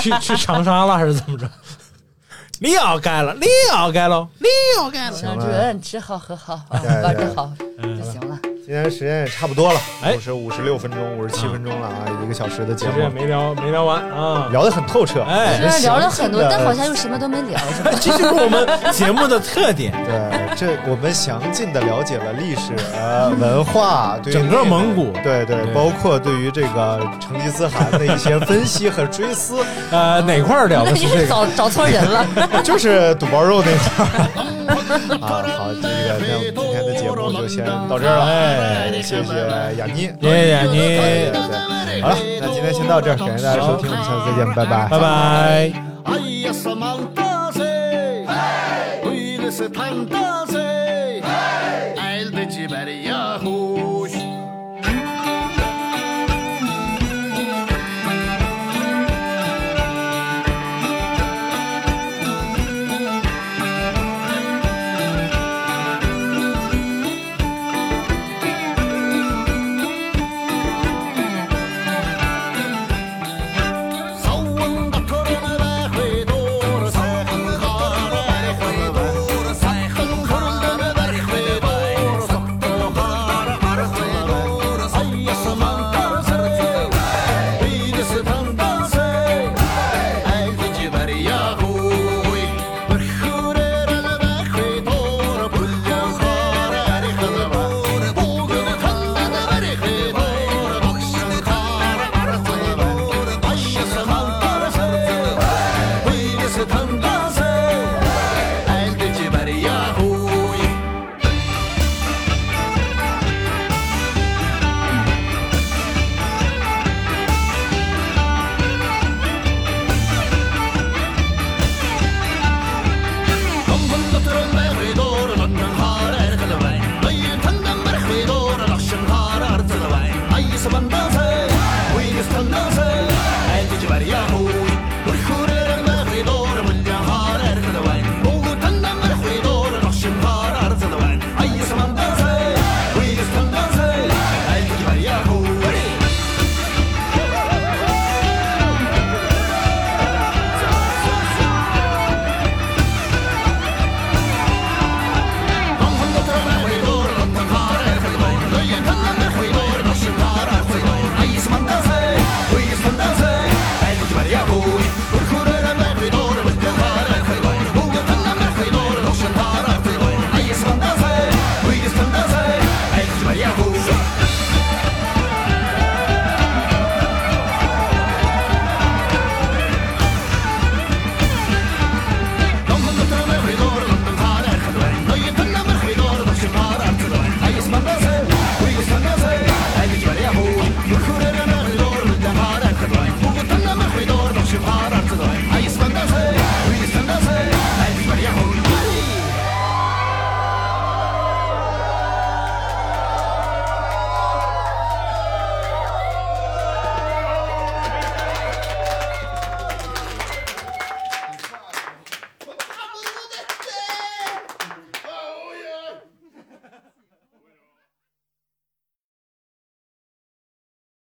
[SPEAKER 3] 去 去长沙了还是怎么着？你要改了，你要改了，你要改了。
[SPEAKER 4] 行
[SPEAKER 2] 了
[SPEAKER 4] 主任吃好喝好，啊
[SPEAKER 2] 对对
[SPEAKER 4] 玩的好
[SPEAKER 3] 嗯
[SPEAKER 4] 就行了。
[SPEAKER 2] 今天时间也差不多了，
[SPEAKER 3] 哎
[SPEAKER 2] 五十五十六分钟，五十七分钟了啊，一个小时的节
[SPEAKER 3] 其实也
[SPEAKER 2] 目，
[SPEAKER 3] 没聊没聊完啊。
[SPEAKER 2] 聊得很透彻，
[SPEAKER 3] 哎
[SPEAKER 4] 虽然聊了很多，
[SPEAKER 2] 详尽地
[SPEAKER 4] 但好像又什么都没聊，是吧？
[SPEAKER 6] 这就是我们节目的特点。
[SPEAKER 2] 对，这我们详尽的了解了历史、 呃、文化，对于
[SPEAKER 3] 整个蒙古
[SPEAKER 2] 对对，
[SPEAKER 3] 对
[SPEAKER 2] 包括对于这个成吉思汗的一些分析和追思，
[SPEAKER 3] 呃，哪块儿聊
[SPEAKER 4] 那
[SPEAKER 3] 的
[SPEAKER 4] 你
[SPEAKER 3] 是这
[SPEAKER 4] 是
[SPEAKER 3] 个？
[SPEAKER 4] 找找错人了。
[SPEAKER 2] 就是肚包肉那块儿啊。好，这个那我们今天的节目就先到这儿了，哎，谢谢雅妮，
[SPEAKER 3] 谢谢雅妮
[SPEAKER 2] 对对对，好了，那今天先到这儿，感谢大家收听，我们下次再见，拜拜，
[SPEAKER 3] 拜拜。
[SPEAKER 7] عيص ملطازي ويلس طنطازي علبة جبل ياهو